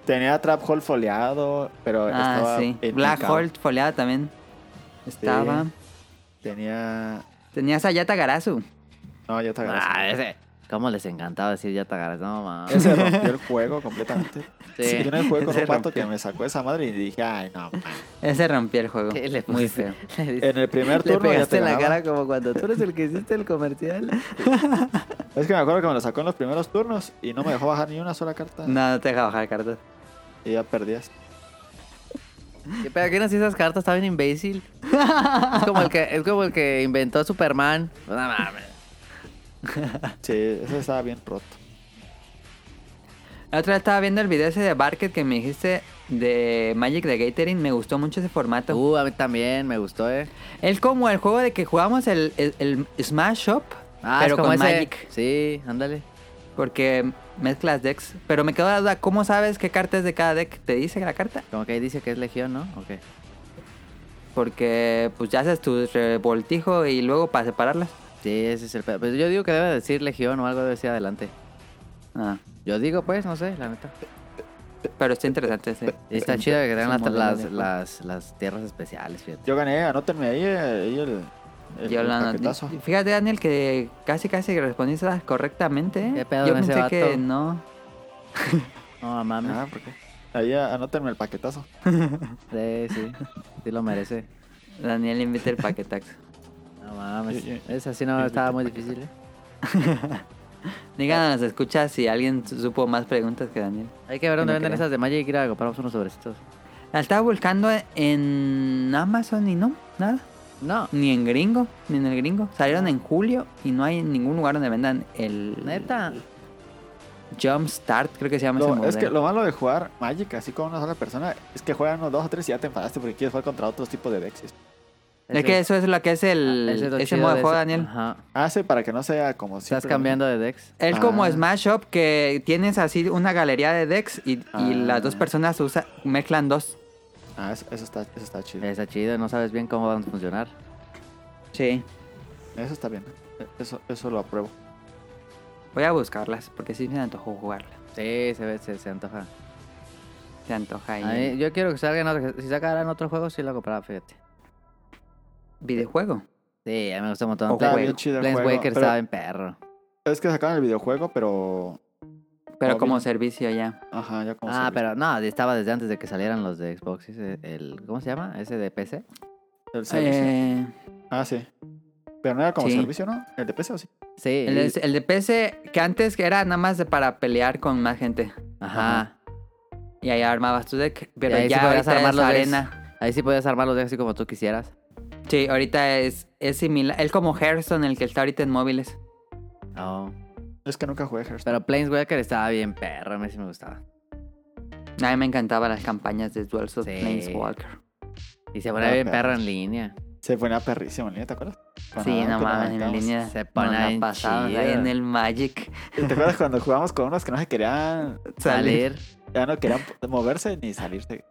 tenía Trap Hole foleado, pero
Ah,
estaba...
sí.
en
Black
picado.
Hole foleada también. Estaba.
Tenía...
Tenías a Yata Garasu.
No, ya te agradezco.
Ah, ese. ¿Cómo les encantaba decir ya te agarras? No, mames.
Ese rompió el juego completamente.
Sí.
Sí, Yo no jugué con
Ese
un pato
rompió.
que me sacó esa madre y dije, ay, no, man.
Ese rompió el juego.
¿Qué le
Muy
puse?
feo.
En el primer
Le
turno ya
pegaste
te
en la
ganaba.
cara como cuando tú eres el que hiciste el comercial.
Es que me acuerdo que me lo sacó en los primeros turnos y no me dejó bajar ni una sola carta.
No, no te deja bajar cartas.
Y ya perdías.
¿Qué pedo? ¿Quién hacía esas cartas? Está bien imbécil. Es como el que, es como el que inventó Superman. No mames.
Sí, ese estaba bien roto.
La otra vez estaba viendo el video ese de Barket que me dijiste de Magic the Gathering. Me gustó mucho ese formato.
Uh, a mí también me gustó, eh.
Es como el juego de que jugamos el, el- el Smash Up,
Ah, es
pero
como
con
ese-
Magic.
Sí, ándale.
Porque mezclas decks. Pero me quedó la duda, ¿cómo sabes qué carta es de cada deck? ¿Te dice la carta?
Como que ahí dice que es Legión, ¿no? Ok.
Porque pues ya haces tu revoltijo y luego para separarlas.
Sí, ese es el pedo. Pues yo digo que debe decir Legión o algo debe decir adelante.
Ah,
Yo digo, pues, no sé, la neta.
pero está interesante ese.
Y Está chido que
Es un
tengan las,
modelo de
las,
juego.
las, las tierras especiales, fíjate.
Yo gané, anótenme ahí, eh, ahí el, el,
Yo
el
la anoté.
paquetazo.
Fíjate, Daniel, que casi casi respondiste correctamente. ¿eh?
¿Qué pedo
Yo
con ese
pensé que
vato?
no.
No, mames.
Ah, ¿por qué? Ahí ah, anótenme el paquetazo.
Sí, sí. Sí lo merece.
Daniel invita el paquetax.
No mames.
Yo- yo-
Esa sí no
yo-
estaba
yo-
muy difícil, ¿eh?
Díganos, escucha si alguien supo más preguntas que Daniel.
Hay que ver dónde
no
venden
creo.
esas de Magic y ir a comprarnos unos sobrecitos.
La estaba buscando en Amazon y no, nada.
No.
Ni en gringo, ni en el gringo. Salieron en julio y no hay ningún lugar donde vendan el.
Neta.
Jump Start, creo que se llama
Lo-
ese modelo.
es que lo malo de jugar Magic así con una sola persona es que juegan unos dos o tres y ya te enfadaste porque quieres jugar contra otros tipos de decks.
Es que eso es lo que es el.
Ah, Ese es lo
ese
chido
modo de
de
juego,
ese-
Daniel.
Ajá.
Hace para que no sea como si.
Estás cambiando de decks.
Es como
Ah.
Smash Up que tienes así una galería de decks y, y
Ah.
las dos personas usa, mezclan dos.
Ah, eso, eso está, eso está
Eh.
chido.
Está chido, no sabes bien cómo van a funcionar.
Sí.
Eso está bien. Eso, eso lo apruebo.
Voy a buscarlas porque sí me antojó jugarla.
Sí, se ve, se, se antoja.
Se antoja ahí.
A mí- yo quiero que salga en otro, si sacaran otro juego, sí lo compraba, fíjate.
Videojuego.
Sí, a mí me gusta un montón.
O
Plan-
juego.
Chido el
Planeswalker
juego, pero-
estaba en perro.
Es que sacaron el videojuego, pero.
Pero
Móvil.
como servicio ya.
Ajá, ya como.
Ah,
servicio.
pero no, estaba desde antes de que salieran los de Xbox. ese- el, ¿Cómo se llama? ¿Ese de PC?
El servicio.
Eh,
Ah, sí. Pero no era como
Sí.
servicio, ¿no? El de PC o sí.
Sí.
el,
y-
de- el de PC que antes que era nada más de para pelear con más gente.
Ajá.
Y ahí armabas tu deck. Pero
Y ahí sí
ya
podías
ahorita
armar
es
los decks.
arena.
Ahí sí podías armar los decks así como tú quisieras.
Sí, ahorita es, es similar. Es como Hearthstone el que está ahorita en móviles.
Oh.
Es que nunca jugué Hearthstone.
Pero Planeswalker estaba bien perro, a mí sí me gustaba.
A mí me encantaban las campañas de Duels of
Sí.
Planeswalker.
Y se pone
Ah,
bien
perro.
perro en línea.
Se fue una perrísima en línea, ¿te acuerdas? Cuando-
Sí, no
cuando
mames, en
aventamos-
línea.
se
nos
pone
la
bien
pasamos ahí
chido.
en el Magic.
¿Te acuerdas cuando jugamos con unos que no se querían,
Salir.
Salir.
ya no querían moverse ni salirse?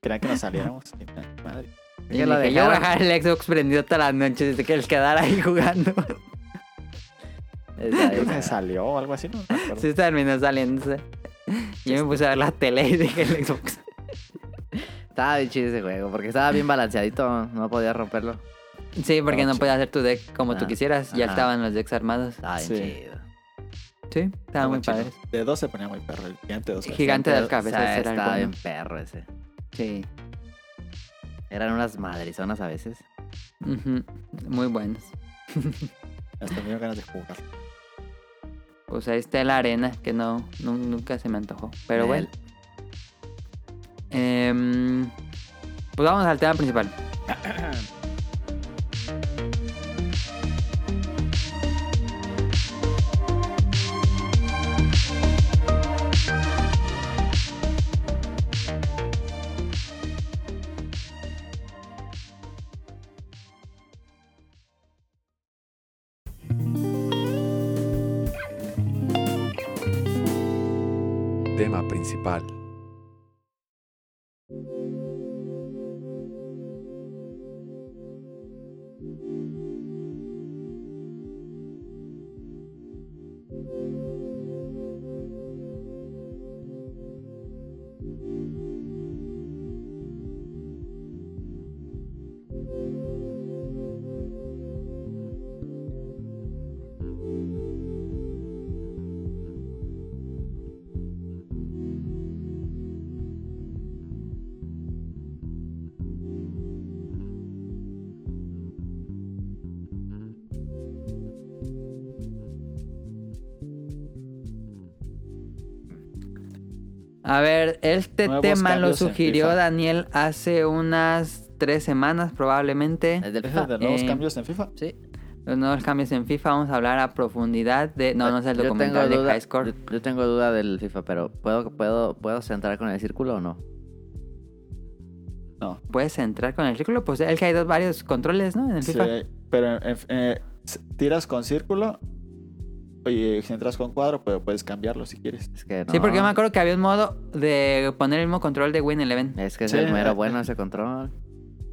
Querían que nos saliéramos. Y, madre.
Y
Que lo
dije, yo voy a
dejaron.
dejar el Xbox prendido toda la noche desde que él quedara ahí jugando.
Está
Creo
bien
que se
perro.
salió o algo así, no me acuerdo.
Sí, terminó saliéndose. Yo me puse a ver la tele y dejé el Xbox.
Estaba bien chido ese juego, porque estaba bien balanceadito, no podía romperlo.
Sí, porque no
Estaba chido.
podías hacer tu deck como tú
Ah,
quisieras. Ya
ajá.
estaban los decks armados.
Estaba bien
Sí.
chido.
Sí, estaban muy
chido.
padres.
De dos se ponía muy perro, el gigante de dos.
Gigante. de
Pero,
Alcabezas
o sea,
era el
Estaba
bueno.
bien perro ese.
Sí.
Eran unas madrizonas a veces.
Ujú, Muy buenos.
Hasta me dieron ganas de jugar.
Pues ahí está la arena, que no, nu- nunca se me antojó. Pero
Nel.
bueno. Em, pues vamos al tema principal.
Tema principal.
A ver, este
Nuevos
tema lo
cambios en
sugirió
FIFA.
Daniel hace unas tres semanas probablemente.
Es del
¿Es el
FIFA.
de nuevos
Eh,
cambios en FIFA?
Sí.
Los nuevos cambios en FIFA, vamos a hablar a profundidad de... No, no es el
Yo
documental de
tengo duda-
High Score.
Yo, yo tengo duda del FIFA, pero ¿puedo, puedo, ¿puedo centrar con el círculo o no?
Puedes entrar con el círculo, pues el que hay dos- varios controles, ¿no? En el FIFA.
Sí, pero en- en- eh, s- tiras con círculo y eh, si entras con cuadro, pues puedes cambiarlo si quieres.
Es que no.
Sí, porque yo me acuerdo que había un modo de poner el mismo control de Win Eleven.
Es que es
Sí.
el mero bueno ese control.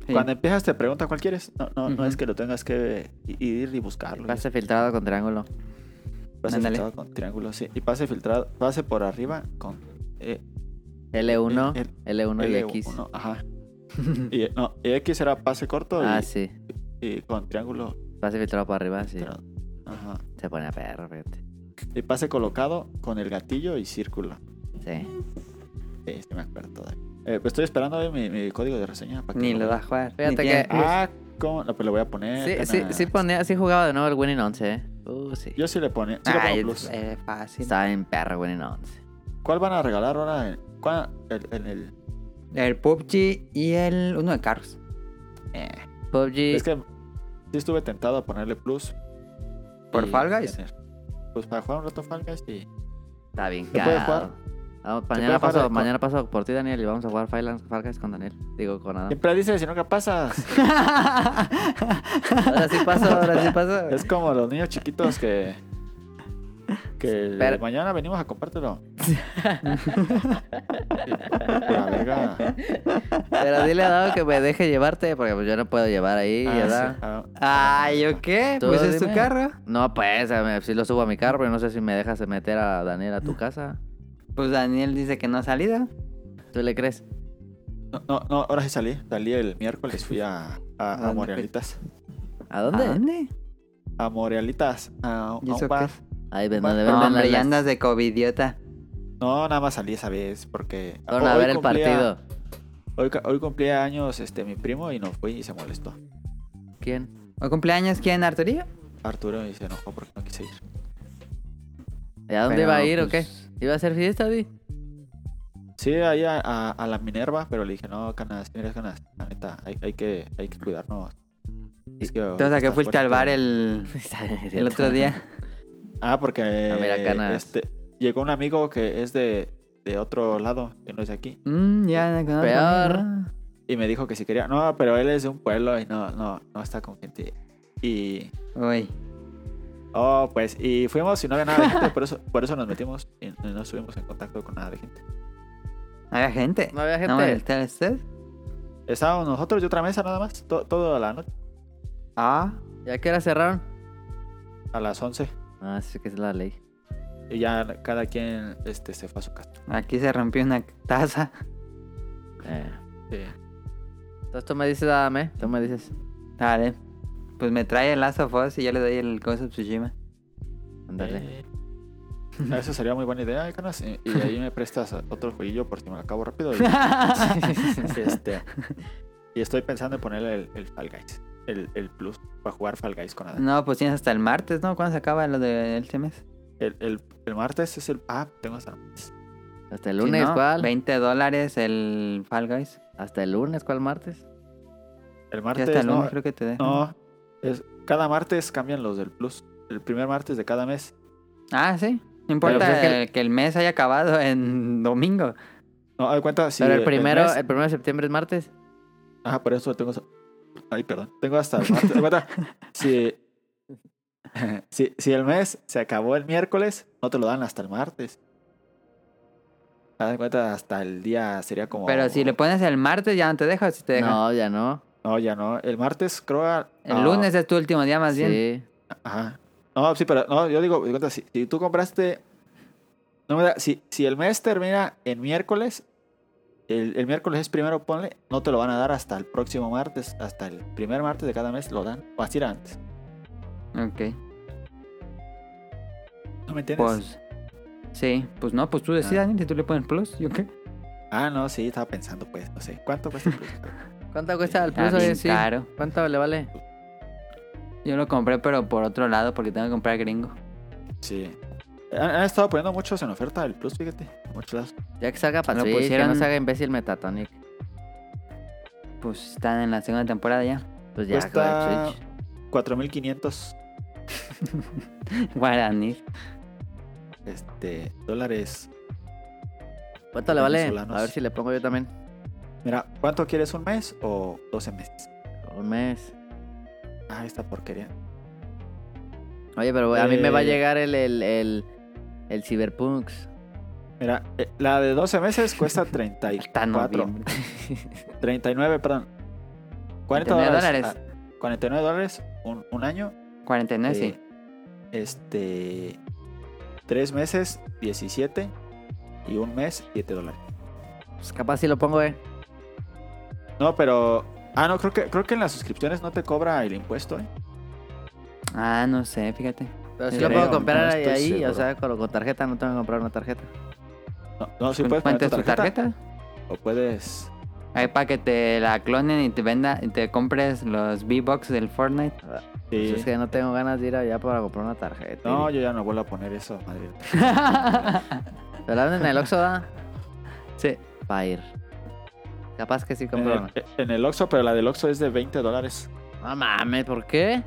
Sí.
Cuando empiezas te pregunta cuál quieres. No, no, no
Ujú.
es que lo tengas que i- ir y buscarlo.
Pase filtrado con triángulo.
Pase
Ándale.
filtrado con triángulo, sí. Y pase filtrado, pase por arriba con eh,
L1,
El-
L1 y
L1,
X.
Ajá. y, no, y X era pase corto y,
Ah, sí.
y con triángulo.
Pase filtrado para arriba, sí.
pero- ajá.
Se pone a perro, fíjate.
Y pase colocado con el gatillo y círculo.
Sí.
Sí, sí me acuerdo todavía. Eh, pues estoy esperando eh, mi, mi código de reseña. para que
Ni
lo
lo
vea.
da a jugar.
Fíjate
ni
que-
tiene plus.
Ah, ¿cómo? No, pues le voy a poner.
Sí,
pena.
sí, sí, ponía, sí jugaba de nuevo el Winning 11, ¿eh? Uh, sí.
Yo sí le ponía. Sí le
ah,
pongo
Ay,
plus.
eh, fácil.
Estaba en perro Winning 11.
¿Cuál van a regalar ahora? en- ¿Cuál? El, el- el-
El PUBG y el uno de carros.
PUBG.
Es que sí estuve tentado a ponerle plus.
¿Por
y
Fall Guys?
tener- Pues para jugar un rato Fall Guys y.
Está bien
¿Se puede
cagado. Ah,
puede
mañana,
jugar
paso,
con-
mañana paso por ti, Daniel, y vamos a jugar Final Guys con Daniel. Digo, con Adam.
Siempre dices si nunca pasas.
Ahora sí paso, ahora sí paso.
es como los niños chiquitos que. Que
Pero-
mañana venimos a compártelo. La verga.
Pero dile a Dado que me deje llevarte, porque pues yo no puedo llevar ahí,
Ah,
¿verdad?
sí, ah,
Ay, ¿yo qué?
Tú
Pues es tu
dime.
carro.
No, pues, a ver, si lo subo a mi carro, pero no sé si me dejas meter a Daniel a tu casa.
Pues Daniel dice que no ha salido.
¿Tú le crees?
no, no, no, ahora sí salí. Salí el miércoles, fui a, a, a
Ah,
Morealitas.
¿A dónde?
¿A dónde?
A Morealitas. A, a
¿Y eso
un
qué?
bar.
Ahí ven,
No,
donde
No,
venden
hombre, ya
las-
andas de covidiota.
No, nada más salí esa vez porque
Fueron a
hoy
ver el
cumplía-
partido.
Hoy, ca- hoy cumplía años este mi primo y no fue y se molestó.
¿Quién?
¿O cumpleaños quién, Arturillo?
Arturo y se enojó porque no quise ir.
¿Y a dónde
Pero,
iba a ir o qué?
pues,
¿Iba a hacer fiesta, Di?
Sí, ahí a, a- a la Minerva, pero le dije, no, canas, mira, canas, la neta, hay, hay que, hay que cuidarnos. Es que
Entonces, ¿a qué
está
fuiste al bar
fuerte.
el, el otro día?
Ah, porque
Americanas.
este, llegó un amigo que es de, de otro lado, que no es de aquí,
Mm, ya no conozco,
Peor.
¿no?
y me dijo que si quería. No, pero él es de un pueblo y no, no, no está con gente. Y.
Uy.
Oh, pues, y fuimos y no había nada de gente, por eso, por eso nos metimos y no no estuvimos en contacto con nada de gente.
Había gente.
No había gente.
¿No molestar a usted?
Estábamos nosotros y otra mesa nada más, to- toda la noche,
Ah.
¿Ya que hora cerraron?
a las 11.
Ah, sí que es la ley.
Y ya cada quien este, se fue a su casa.
Aquí se rompió una taza.
Eh,
Sí.
Entonces tú me dices, dame, tú me dices.
Dale. Pues me trae el Last of Us y yo le doy el Ghost of Tsushima.
Ándale.
Eh, Eso sería muy buena idea, Icanas. Y, y ahí me prestas otro jueguillo por si me lo acabo rápido. Y, este, y estoy pensando en ponerle el, el Fall Guys, el, el Plus, para jugar Fall Guys con Adán.
No, pues tienes hasta el martes, ¿no? ¿Cuándo se acaba lo de este mes?
El, el, el martes es el. Ah, tengo hasta el martes.
Hasta el
Si
lunes,
no,
¿cuál?
20 dólares el Fall Guys.
Hasta el lunes, ¿cuál martes?
El
Ya
martes.
hasta el
no,
lunes creo que te dejan.
no, es- cada martes cambian los del Plus. El primer martes de cada mes.
Ah, sí. No importa
pues es que
el- que el mes haya acabado en domingo.
No, hay cuenta. Si
Pero el primero, el,
mes-
primero de septiembre es martes.
Ah, por eso tengo. Ay, perdón. Tengo hasta el martes. Aguanta. Si, si, si el mes se acabó el miércoles, no te lo dan hasta el martes. Haz de cuenta, hasta el día sería como.
Pero si le pones el martes ya no te deja o si te deja.
No, ya no.
No, ya no. El martes, creo. a-
El
a-
lunes es tu último día más bien.
Sí.
Ajá. No, sí, pero no, yo digo, de cuenta, si, si tú compraste. No me da. Si, si el mes termina en miércoles, el, el miércoles es primero, ponle, no te lo van a dar hasta el próximo martes. Hasta el primer martes de cada mes lo dan. O así era antes.
Ok.
¿No me entiendes?
Pues. Sí, pues no, pues tú
Ah.
decidas, Daniel, si tú le pones plus, ¿yo qué?
Ah, no, sí, estaba pensando, pues, no sé. ¿Cuánto cuesta el Plus?
¿Cuánto cuesta el
Ah,
plus hoy
bien
en sí?
caro.
¿Cuánto le vale?
Yo lo compré, pero por otro lado, porque tengo que comprar gringo.
sí. Han, han estado poniendo muchos en oferta el Plus, fíjate. Muchos lados.
Ya que salga para
Lo
Switch, que no pues,
pusieron-
se haga imbécil Metatonic.
Pues están en la segunda temporada ya.
Pues ya,
Cuesta-
con el Switch.
4.500
Guaraní.
este, dólares.
¿Cuánto le vale?
venezolanos.
A ver si le pongo yo también.
Mira, ¿cuánto quieres un mes o 12 meses?
Un mes.
Ah, esta porquería.
Oye, pero a mí me va a
Eh.
llegar el, el, el, el Cyberpunks.
Mira, eh, la de 12 meses cuesta
Hasta
34.
noviembre.
39, perdón. 40
49
dólares.
dólares.
ah, 49 dólares un, un año.
49, Ah,
Eh,
sí.
Este. Tres meses, 17. Y un mes, 7 dólares.
Pues capaz si lo pongo, eh.
No, pero. Ah, no, creo que, creo que en las suscripciones no te cobra el impuesto, ¿eh?
Ah, no sé, fíjate.
Pero si
Sí,
lo
creo,
puedo comprar
no
ahí,
estoy
ahí, o
seguro.
sea, con, con tarjeta, no tengo que comprar una tarjeta.
No, no sí
¿Cu-
puedes poner
¿Cuánto
tu
es tu
tarjeta,
Pues, tarjeta?
O puedes.
Ahí para que te la clonen y te venda y te compres los V-Bucks del Fortnite.
Sí.
Pues es que no tengo ganas de ir allá para comprar una tarjeta.
No, yo ya no vuelvo a poner eso, madre.
¿Te la venden en el Oxxo, da?
sí.
Para ir. Capaz que sí
En
compro
el,
una.
en el Oxxo, pero la del Oxxo es de 20 dólares.
No mames, ¿por qué?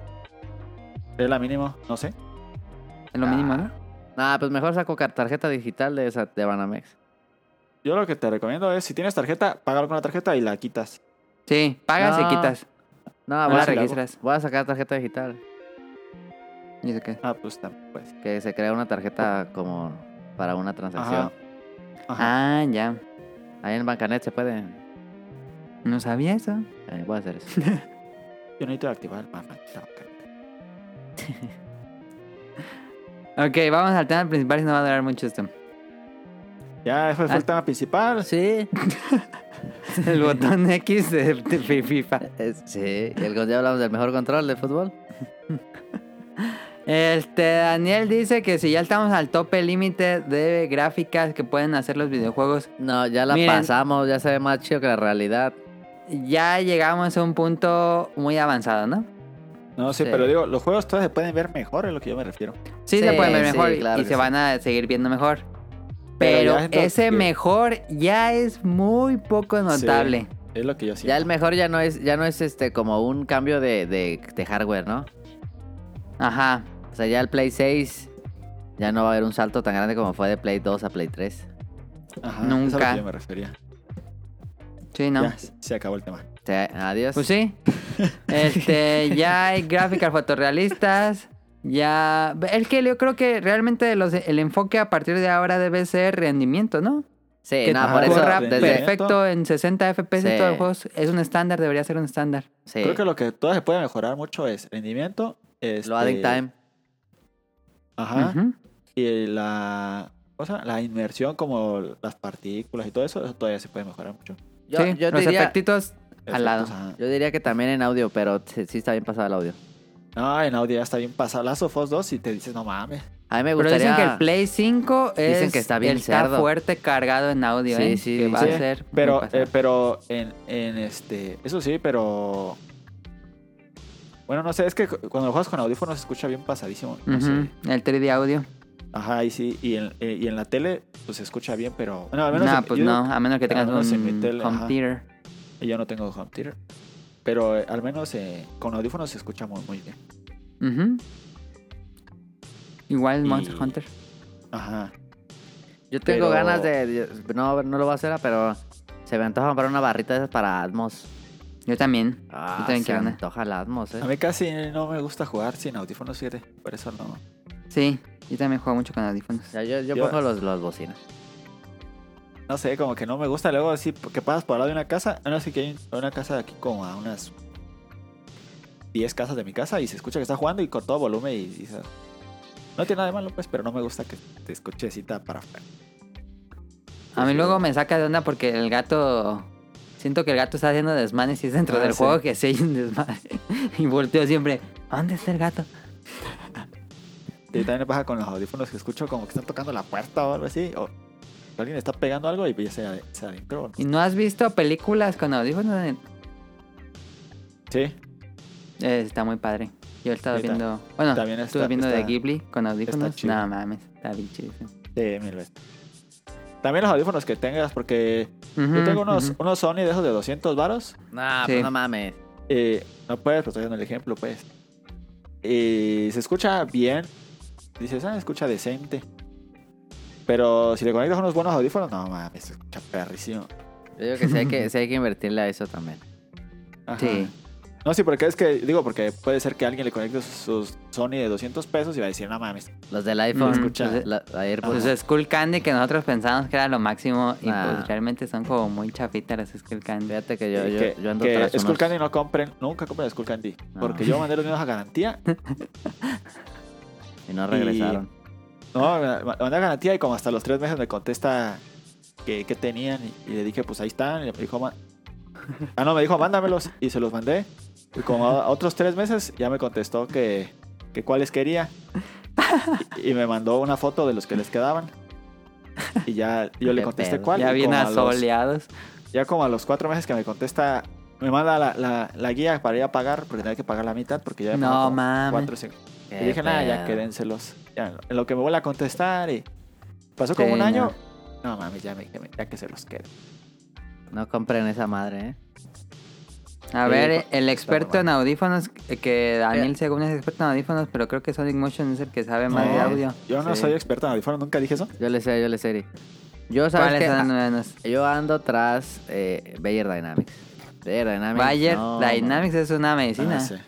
Es la mínimo, no sé.
Es lo mínimo, ¿no?
Nah, pues mejor saco car- tarjeta digital de esa de Banamex.
Yo lo que te recomiendo es, si tienes tarjeta, págalo con la tarjeta y la quitas.
Sí, pagas
No.
y quitas.
No,
No
voy,
la
a, sacar-
registras.
voy a sacar tarjeta digital.
¿Y eso qué?
Ah, pues también, pues.
Que se crea una tarjeta como para una transacción.
Ajá. Ajá.
Ah, ya.
Ahí en Bancanet se puede.
No sabía eso.
Eh, voy a hacer eso.
Yo necesito activar el mapa. Está ok.
Ok, vamos al tema principal si no va a durar mucho esto.
Ya, ese fue el
Ah.
tema principal.
sí.
El botón X de de FIFA.
Es- sí. Y el, ya hablamos del mejor control de fútbol.
Este, Daniel dice que si ya estamos al tope límite de gráficas que pueden hacer los videojuegos,
No, ya la
Miren.
pasamos, ya se ve más chido que la realidad.
ya llegamos a un punto muy avanzado, ¿no?
No, sí,
Sí.
pero digo, los juegos todavía se pueden ver mejor, es lo que yo me refiero.
Sí,
Sí,
se pueden ver
sí,
mejor y-
claro
y
que
se
sí.
van a seguir viendo mejor.
Pero
Pero,
ya entonces-
ese mejor ya es muy poco notable.
Es lo que yo siento.
Ya el mejor ya no es, ya no es este como un cambio de, de, de hardware, ¿no?
Ajá.
O sea, ya el Play 6 Ya no va a haber un salto tan grande como fue de Play 2 a Play 3.
Ajá,
Nunca.
Es a lo que yo me refería.
Sí, ¿no?
Ya, se acabó el tema.
O sea, adiós.
Pues sí. Este, ya hay gráficas fotorrealistas. Ya. Es que yo creo que realmente los- el enfoque a partir de ahora debe ser rendimiento, ¿no?
Sí,
que
no,
Ajá,
por eso.
corra
desde-
perfecto en 60 FPS
Sí.
en todos los juegos. Es un estándar, debería ser un estándar.
sí,
Creo que lo que todavía se puede mejorar mucho es rendimiento, este,
loading time. Ah,
Ajá.
Ujú.
Y la, o sea, la inmersión como las partículas y todo eso, eso todavía se puede mejorar mucho.
Yo,
Sí,
yo
los
diría,
efectitos al lado.
Efectos, ajá.
yo diría que también en audio, pero sí, sí está bien pasado el audio.
No, en audio ya está bien pasado. Last of Us 2 y te dices, no mames.
A mí me
Pero dicen
gustaría.
que el Play 5 es,
Dicen que está bien
está
cerdo.
fuerte cargado en audio,
Sí,
¿eh?
sí,
que va
sí.
a ser muy
Pero,
pasado.
eh, pero en, en este, eso sí, pero... Bueno, no sé, es que cu- cuando juegas con audífonos se escucha bien pasadísimo. No sé.
Ujú, El 3D audio.
Ajá, ahí sí. Y en, eh, y en la tele, pues se escucha bien, pero... Bueno, al
No,
menos en-
pues
yo digo
no, a menos que
al
tengas
menos en mi
un
tele,
home
ajá.
theater.
que Yo no tengo home theater. Pero eh, al menos eh, con audífonos se escucha muy, muy bien.
Ujú. Igual
Y-
Monster Hunter.
Ajá.
Yo tengo
pero-
ganas de. de- No, no lo voy a hacer, pero se me antoja comprar una barrita de esas para Atmos.
Yo también.
Ah,
Yo también
se
quiero
me
una.
antoja la Atmos, eh.
A mí casi no me gusta jugar sin audífonos, fíjate. Por eso no.
Sí, yo también juego mucho con audífonos.
Ya, yo yo
Yo-
pongo los, los bocinas.
No sé, como que no me gusta. Luego así que pasas por al lado de una casa. Ah, No sé que hay una casa de aquí como a unas 10 casas de mi casa y se escucha que está jugando y con todo volumen y, y se- No tiene nada de malo, pues, pero no me gusta que te escuche cita para afuera.
A mí luego me saca de onda porque el gato... Siento que el gato está haciendo desmanes y es dentro
Ah,
del
sí.
juego que se oye un desmane. y volteo siempre, ¿dónde está el gato?
Y también me pasa con los audífonos que escucho como que están tocando la puerta o algo así. O que alguien está pegando algo y ya se, se adentró.
¿Y no has visto películas con audífonos? Daniel?
Sí,
Eh, está muy padre. Yo he estado
Sí, ta-
viendo... Bueno,
también
estuve
está-
viendo de
está-
Ghibli con audífonos.
chido.
No mames, está bien chido.
sí, mil veces. También los audífonos que tengas, porque
Mm,
yo tengo unos, unos Sony de esos de 200 varos
Nah,
Sí.
pues no mames.
Eh, no puedes, pero estoy dando el ejemplo, pues. Eh, se escucha bien. Dices, ah, escucha decente. Pero si le conectas unos buenos audífonos, no mames, se escucha perrísimo.
Yo digo que sí hay que, sí hay que invertirle a eso también.
Ajá.
Sí.
No, sí, porque es que, digo, porque puede ser que alguien le conecte sus, sus Sony de 200 pesos y va a decir, no mames.
Los del iPhone,
escucha.
los- la, la AirPods.
Pues Skull Candy que nosotros pensábamos que era lo máximo y
Nah.
pues realmente son como muy chapitas las Skull Candy.
Fíjate que yo,
Y
yo,
Ah. que
yo ando
que
tras unos- Ah.
Skullcandy no compren, nunca compren Skullcandy.
No.
Porque yo mandé los míos a garantía.
y no regresaron.
No, me- me mandé a garantía y como hasta los tres meses me contesta que, que tenían y, y le dije, pues ahí están. Y me dijo, "Ma- ah, no, me dijo, mándamelos. Y se los mandé. Y como a a otros tres meses ya me contestó que, que cuáles quería. Y, y me mandó una foto de los que les quedaban. Y ya yo le
Qué
contesté
pedo.
cuál.
Ya
y
bien
como a los-
asoleados.
ya como a los cuatro meses que me contesta, me manda la, la- la guía para ir a pagar, porque tenía que pagar la mitad porque ya... he
No
pagado como
mames.
cuatro o cinco.
Qué
Y dije, nada, ya
pedo.
quédenselos. Ya, en lo que me vuelva a contestar y pasó como
Sí,
un año. No, mames, ya, me- ya me- ya que se los quede.
No compren esa madre, ¿eh?
A
Sí, pues,
ver,
está
el
muy
experto en
bueno.
audífonos, eh, que Daniel según es experto en audífonos, pero creo que Sonic Motion es el que sabe más de
No,
audio.
Yo no
Sí.
soy experto en audífonos, nunca dije eso.
Yo le sé, yo le sé. Eri. Yo, ¿sabes
¿Cuáles
qué?
son
Ah,
buenos?
Yo ando tras eh, Bayer Dynamics. Bayer Dynamics.
Bayer
no,
Dynamics es una medicina.
Ah, sí.
no.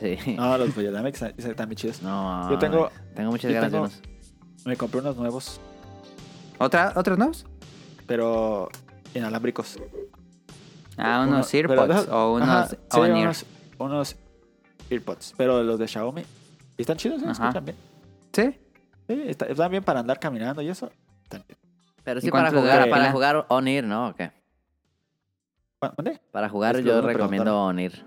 Sí.
No, los Dynamics están bien chidos.
No.
Ah. Yo tengo-
Tengo muchas
yo
ganas
tengo-
de unos.
Me compré unos nuevos,
¿Otra, ¿Otros nuevos?
pero inalámbricos.
Ah,
Uno-
unos
pero de
earpods
esos-
o
ajá,
unos
sí,
on-ear.
unos, unos earpods, pero los de Xiaomi. Y están chidos, ¿eh?
Ajá.
escuchan bien.
¿Sí?
Sí, está- están bien para andar caminando y eso. Están bien.
Pero
¿Y
sí para
cuánto
jugar,
dura?
para jugar Onir, ¿no? ¿O qué?
¿Cu- ¿Dónde?
Para jugar
Es que
yo
lo me
recomiendo Onir.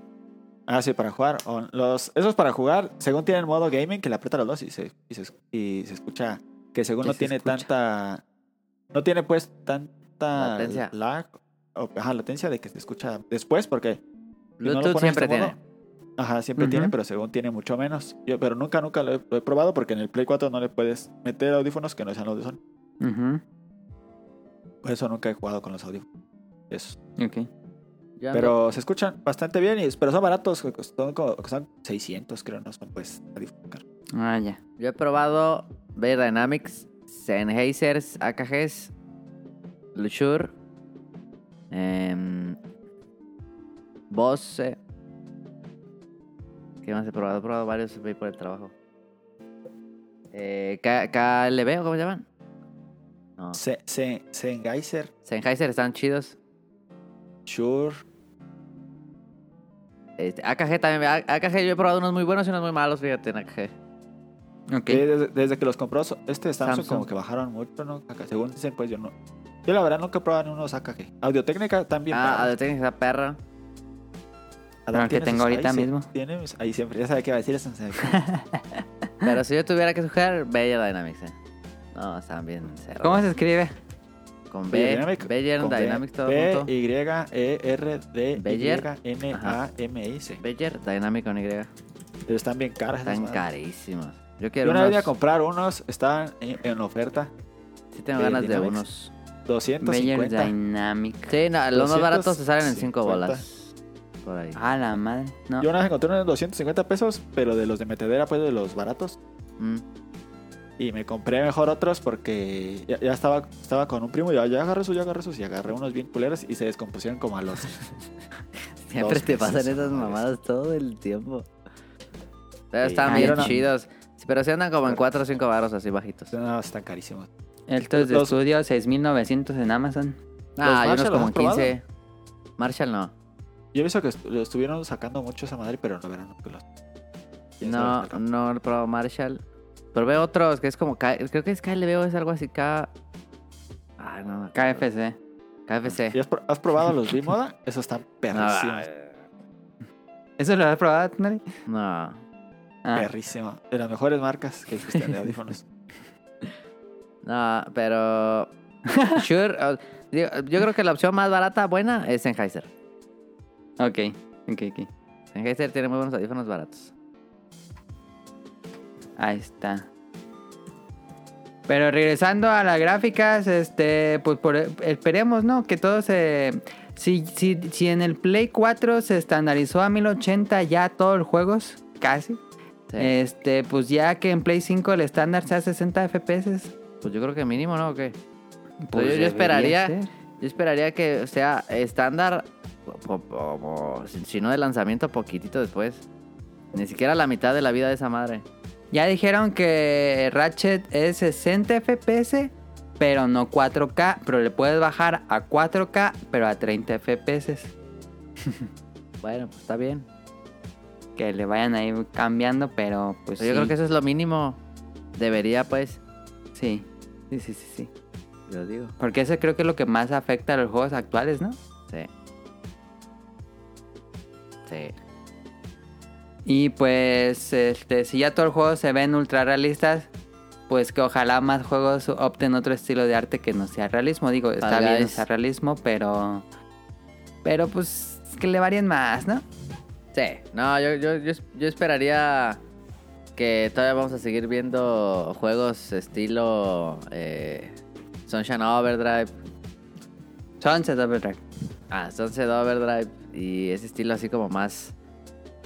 Ah, sí, para jugar. O Los, esos para jugar, según tienen modo gaming, que le aprieta los dos y se, y se, y se escucha. Que según
¿Qué
no
se
tiene
escucha?
tanta. No tiene pues tanta.
Latencia.
Lag. O, ajá, latencia de que se escucha después, porque. si no lo
Bluetooth
pones
siempre
en modo-
tiene.
Ajá, siempre
Ujú.
tiene, pero según tiene mucho menos. Yo, pero nunca, nunca lo he, lo he probado porque en el Play 4 no le puedes meter audífonos que no sean los de Sony.
Ujú,
Por eso nunca he jugado con los audífonos. Eso.
ok.
Yo ando-
Pero se escuchan bastante bien, y, pero son baratos. Son como, son 600, creo, no son pues audífonos caros.
Ah, ya.
Yo he probado Bay Dynamics, Sennheisers, AKGs, Luchur, em, Bose. ¿Qué más he probado? He probado varios ahí por el trabajo. Eh, K- KLB, ¿o cómo se llaman? No.
Se, se, Sennheiser,
Sennheiser están chidos.
Shure,
Este, AKG también. A- AKG yo he probado unos muy buenos y unos muy malos, fíjate, en AKG.
Ok.
que desde, desde que los compró so- este Samsung,
Samsung.
como que bajaron mucho, ¿no? Acá, según dicen, pues yo no. Yo la verdad nunca probé unos AKG. Audio-Técnica también.
Ah,
para-
Audio Técnica está perra.
Adán
el que
tiene
tengo
sus-
ahorita
ahí sí-
mismo.
tiene mis- ahí siempre, ya sabe qué va a decir eso.
Pero si yo tuviera que escoger, Bayer Dynamics, eh. No, están bien cerrados.
¿Cómo se escribe?
Con B, Bayer Dynamics todo junto.
B, Y, E, R, D,
Bayer.
Y, N, A,
Ajá.
M, I, C.
Bayer Dynamic con Y.
Pero están bien caras. esas
Están
madres.
carísimos. Yo
Yo
quiero
una vez voy a
unos...
comprar unos, estaban en, en oferta.
Sí tengo
Bayer
ganas de
Dynamics.
unos.
Bayer
250.
Dynamic.
Sí, no, los más baratos te salen en
250.
5 bolas. Por ahí.
A Ah, la madre. No.
Yo una vez encontré unos 250 pesos, pero de los de metedera, pues de los baratos.
Mm.
Y me compré mejor otros porque ya, ya estaba, estaba con un primo. Yo, ya agarré sus, ya agarré sus. Y agarré unos bien culeros y se descompusieron como a los.
Siempre
Dos
te pasan
veces,
esas
madres.
mamadas todo el tiempo. Pero
Sí.
están
Ah,
bien
eran-
chidos. Sí, Pero se andan como en 4 o 5 baros así bajitos.
no, están carísimos.
Estos de
Los-
estudio, 6900 en Amazon.
Ah, hay
Marshall
unos
los
como
has
en 15. Marshall no.
Yo he visto que est- lo estuvieron sacando mucho esa madre, pero no verán que los. quién sabe
No,
los sacan.
no he probado Marshall. Probé otros que es como. K- Creo que es KLB o es algo así. K. Ah, no. no.
KFC.
¿Y
KFC.
has, pro- has probado los Bimoda? Esos están
No,
perrísimos.
¿Eso lo has probado, Nari?
no.
Ah,
Perrísimos. De las mejores marcas que existen de audífonos.
No, pero. Sure. o- digo, Yo creo que la opción más barata, buena, es Sennheiser.
ok. Ok, ok.
Sennheiser tiene muy buenos audífonos baratos.
Ahí está. Pero regresando a las gráficas, este, pues por- esperemos, ¿no? Que todo se... Si, si, si en el Play 4 se estandarizó a 1080 ya todos los juegos, casi.
Sí.
Este, pues ya que en Play 5 el estándar sea 60 FPS.
Pues yo creo que mínimo, ¿no? ¿O qué?
pues
yo- yo
debería
esperaría-
ser.
Yo esperaría que sea estándar, po- po- po- si si no de lanzamiento, poquitito después. Ni siquiera la mitad de la vida de esa madre.
Ya dijeron que Ratchet es 60 FPS, pero no 4K. Pero le puedes bajar a 4K, pero a 30 FPS.
Bueno, pues está bien.
Que le vayan a ir cambiando, pero pues.
Yo creo que eso es lo mínimo. Debería, pues.
sí. Sí, sí, sí, sí.
Yo digo.
Porque eso creo que es lo que más afecta a los juegos actuales, ¿no?
Sí. Sí.
Y pues, este, si ya todos los juegos se ven ultra realistas, pues que ojalá más juegos opten otro estilo de arte que no sea realismo. Digo, está
Fall
bien
Guys.
usar realismo, pero. Pero pues que le varíen más, ¿no?
Sí. No, yo, yo, yo, yo esperaría que todavía vamos a seguir viendo juegos estilo eh, Sunshine Overdrive.
Sunset Overdrive.
Ah, Sunset Overdrive y ese estilo así como más...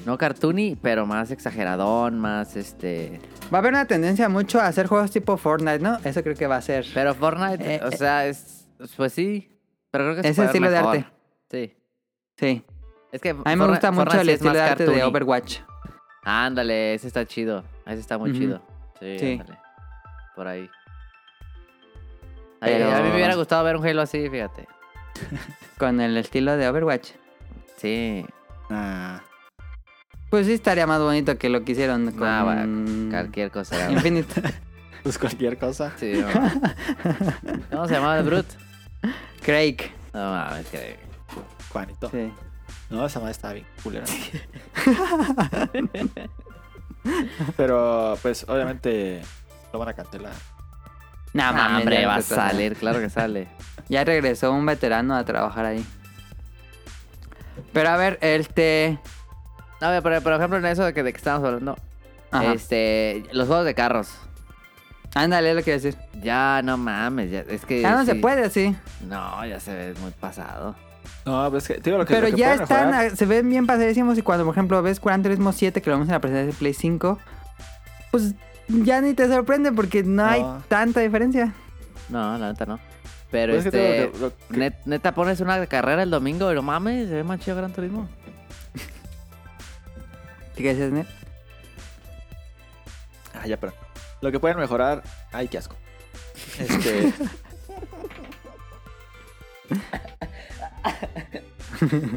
No cartoony, pero más exageradón, más este...
Va a haber una tendencia mucho a hacer juegos tipo Fortnite, ¿no? Eso creo que va a ser.
Pero Fortnite,
Eh,
o
eh.
sea, es... Pues sí, pero creo que se
Ese
puede ver
estilo de
mejor.
arte.
Sí.
Sí.
Es que
A mí me gusta mucho el estilo de arte de
Overwatch.
Overwatch.
Ándale, ese está chido. Ese está muy
Ujú.
chido. Sí,
Sí.
ándale. Por ahí. Ay,
Pero-
A mí me hubiera gustado ver un Halo así, fíjate.
Con el estilo de Overwatch.
Sí.
Nah.
Pues sí estaría más bonito que lo que hicieron con
Nah,
Mm.
Cualquier cosa. era-
Infinite.
Pues cualquier cosa.
Sí, no mames. ¿Cómo se llamaba el Brute?
Craig.
No mames, que...
Juanito.
Sí.
No, esa madre estaba bien culera. Pero, pues, obviamente lo van a cancelar.
Nah, mames,
Ah, hombre,
ya
va a
empezó.
salir, claro que sale.
Ya regresó un veterano a trabajar ahí. Pero a ver, este.
No, pero por ejemplo, en eso de que, de que estábamos hablando,
Ajá.
este, los juegos de carros.
Ándale, lo que decir.
Ya, no mames, ya, es que...
Ya no se
sí.
puede así.
No, ya se ve muy pasado.
No, pero es que, te digo lo que
Pero
lo que
ya
pueden
están,
mejorar-
a- se ven bien pasadísimos y cuando por ejemplo ves Gran Turismo 7 que lo vemos en la presentación de Play 5, pues ya ni te sorprende porque no, hay
No.
tanta diferencia.
No, la neta no. Pero
Pues es que
este.
te- lo- lo- que-
net- neta, pones una carrera el domingo y no mames, se ve más chido Gran Turismo.
¿Qué dices, Ned?
Ah, ya, pero. Lo que pueden mejorar. Ay, qué asco. Este.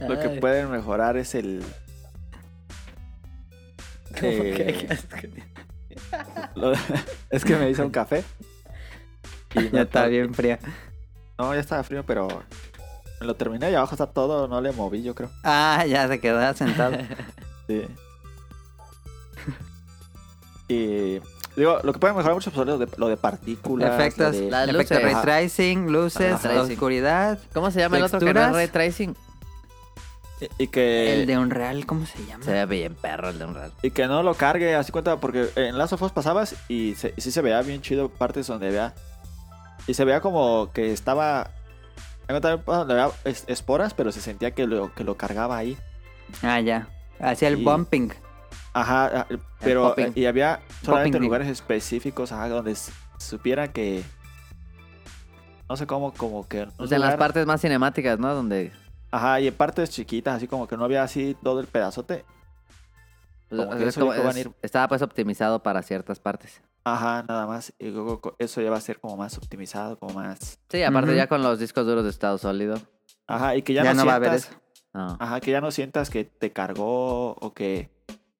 lo que pueden mejorar es el. Eh, lo- es que me hice un café. Y
Ya
no-
está bien fría.
No, ya estaba frío, pero. me Lo terminé y abajo está todo, no le moví, yo creo.
Ah, ya se quedó sentado.
Sí. Y. Digo, lo que pueden mejorar mucho pues, es lo de, lo de partículas. lo
efectos,
de-
Las
efectos
luces.
ray tracing, luces,
Ajá. Tracing.
oscuridad.
¿Cómo se llama el otro que no es
Texturas.
ray tracing?
Y- Y
Eh,
que.
el de Unreal, ¿cómo se llama?
Se ve bien perro el de Unreal.
Y que no lo cargue, así cuenta, porque en Last of Us pasabas y, se- y sí se veía bien chido partes donde vea. Y se veía como que estaba. haz de cuenta, Donde había es- esporas, pero se sentía que lo, que lo cargaba ahí.
Ah, ya. Hacía el
Sí.
bumping.
Ajá, ah, pero.
popping.
Y había solamente
Popping, digo.
lugares específicos ajá, donde s- supiera que. No sé cómo, como que. un
O sea, en las
lugar-
partes más cinemáticas, ¿no? Donde.
Ajá, y en partes chiquitas, así como que no había así todo el pedazote.
pues,
Como que
es
eso
como-
dijo, van a
es-
ir-
estaba pues optimizado para ciertas partes.
Ajá, nada más. Y luego co- eso ya va a ser como más optimizado, como más.
Sí, aparte
Ujú.
ya con los discos duros de estado sólido.
Ajá, y que ya,
Ya, no, va a haber
sientas-
eso.
No.
Ajá, que ya no sientas que te cargó o que,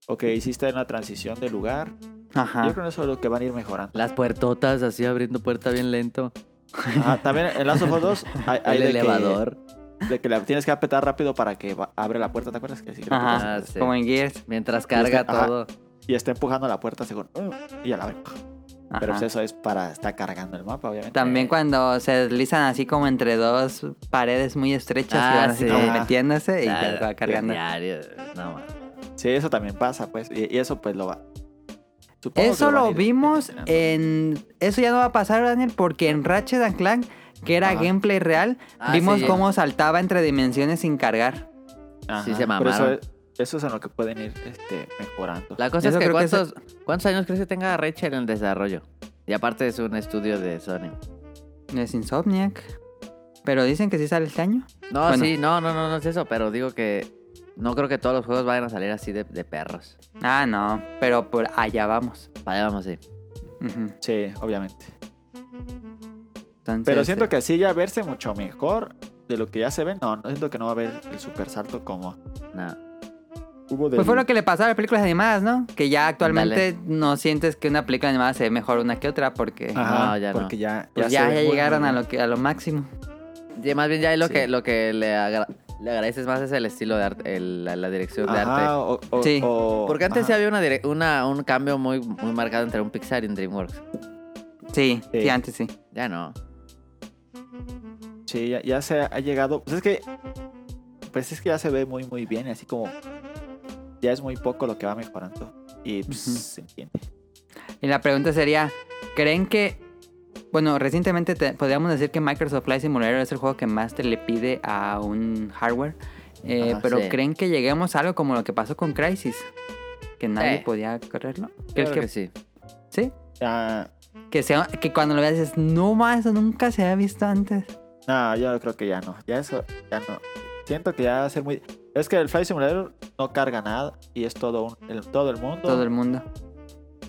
o que hiciste una transición de lugar. Yo
Ajá.
creo que eso es lo que van a ir mejorando.
Las puertotas así abriendo puerta bien lento.
Ajá, también en Last of Us 2 hay, hay
El
de
elevador.
Que, de que la tienes que apretar rápido para que va- abre la puerta, ¿te acuerdas? Que sí que la
Ajá.
apretas.
Ah, sí.
Como en Gears.
Mientras
Y
carga
está- ajá.
todo.
Y está empujando la puerta según... "Mm", Y ya la abre.
Ajá.
Pero pues eso es para estar cargando el mapa, obviamente.
También cuando se deslizan así como entre dos paredes muy estrechas
Ah,
y van así
sí.
como
Ajá.
metiéndose y ya
Ah,
e va cargando.
diario, no, man.
Sí, eso también pasa, pues. Y, y eso pues lo va... supongo que
Eso
van a
lo
ir
vimos eh,
evolucionando.
en... Eso ya no va a pasar, Daniel, porque en Ratchet and Clank, que era
Ajá.
gameplay real,
Ah,
vimos
sí.
cómo saltaba entre dimensiones sin cargar.
Ajá,
sí se
por
mamaron.
Eso, es- eso es en lo que pueden ir este, mejorando.
La cosa
Eso
es que
creo que
¿cuántos, cuántos años crees que tenga Rachel en desarrollo? Y aparte es un estudio de Sony.
No es Insomniac. Pero dicen que sí sale este año.
No,
Bueno.
sí, no, no, no, no es eso, pero digo que no creo que todos los juegos vayan a salir así de, de perros.
Ah, no. Pero por allá vamos.
Vale, vamos así.
Ujú.
Sí, obviamente.
Entonces,
Pero siento
eh,
que así ya verse mucho mejor de lo que ya se ve. No, no siento que no va a haber el super salto como
No.
hubo de.
Pues fue lo que le pasó a las películas animadas, ¿no? Que ya actualmente no sientes que una película animada se ve mejor una que otra porque
Ajá,
No, ya no.
porque Ah, ya,
pues,
se
ya,
ve
ya
muy
llegaron
bien.
a lo que a lo máximo.
Y más bien ya ahí lo
Sí.
que lo que le, agra- le agradeces más es el estilo de arte, el- la, la dirección de
Ajá,
arte.
o, o-
Sí.
o-
Porque antes
ajá.
sí había una, dire- una- un cambio muy, muy marcado entre un Pixar y un DreamWorks.
Sí, sí,
Sí.
antes sí.
Ya no.
Sí, ya, ya se ha llegado. Pues es que. Pues es que ya se ve muy, muy bien. Así como. Ya es muy poco lo que va mejorando. Y pues,
Ujú.
se entiende.
Y la pregunta sería, ¿creen que bueno, recientemente te- podríamos decir que Microsoft Flight Simulator es el juego que más te le pide a un hardware, eh,
Ajá,
pero
sí.
¿creen que lleguemos a algo como lo que pasó con Crisis? Que nadie
Sí.
podía correrlo. ¿Crees
Creo que, sí.
sí?
Ya.
Que sea que cuando lo veas dices, "No más, eso nunca se había visto antes."
No, yo creo que ya no. Ya eso. Ya no. Siento que ya va a ser muy. Es que el Flight Simulator no carga nada. Y es todo, un, el- todo el mundo.
Todo el mundo.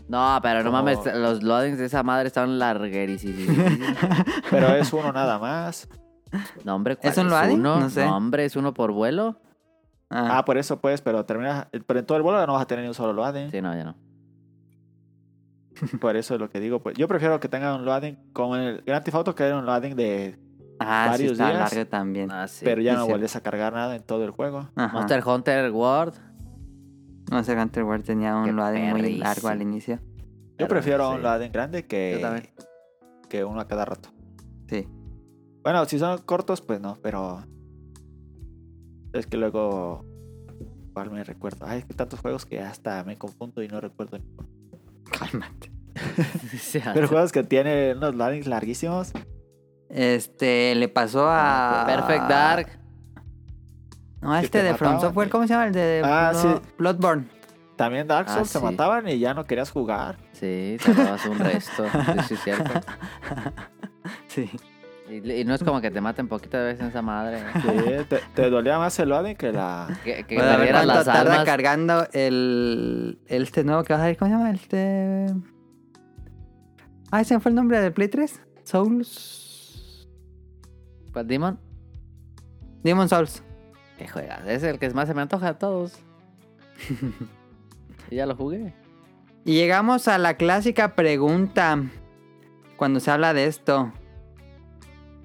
No, pero no
Como-
mames, los loadings de esa madre estaban larguerísimos.
Pero es uno nada más.
No, hombre, ¿cuál
¿Es un loading?
uno?
No sé.
No, hombre, es uno por vuelo.
Ah,
Ah, por eso pues, pero terminas. Pero en todo el vuelo no vas a tener ni un solo loading.
Sí, no, ya no.
Por eso es lo que digo. Pues yo prefiero que tenga un loading como en el Grand Theft Auto, que era un loading de.
ah, sí
varios
está
días,
largo también.
Ah, sí.
pero ya
sí,
no
sí.
vuelves a cargar nada en todo el juego.
Ajá.
Monster Hunter World.
No sé, Hunter World tenía
Qué
un loading muy
perrísimo.
largo al inicio.
Yo
Pero,
prefiero
sí.
un loading grande
Yo también.
que, que uno a cada rato.
Sí.
Bueno, si son cortos, pues no, pero. Es que luego. ¿Cuál me recuerdo? Ay, es que tantos juegos que hasta me confundo y no recuerdo. ninguno.
Cálmate.
Ah, Sí,
Pero juegos que tienen unos loadings larguísimos.
Este, le pasó a...
Perfect Dark.
No,
que
este
te
de From
mataban,
Software,
que-
¿cómo se llama? El de
Ah,
Blo-
sí.
Bloodborne.
También Dark
Ah,
Souls se
sí.
mataban y ya no querías jugar.
Sí, sacabas un resto. Sí, sí, cierto.
Sí.
Y, y no es como que te maten poquita vez en esa madre. ¿eh?
Sí, te, te dolía más el Odin que la.
Que, que
Bueno, a ver
perdieras
cuánto
las
tarda
almas.
cargando el, el este nuevo que va a salir. ¿Cómo se llama? Este... Ah, ese fue el nombre del Play 3. Souls.
¿Cuál Demon?
Demon Souls.
¿Qué juegas? Es el que más se me antoja de todos. y ya lo jugué.
Y llegamos a la clásica pregunta cuando se habla de esto.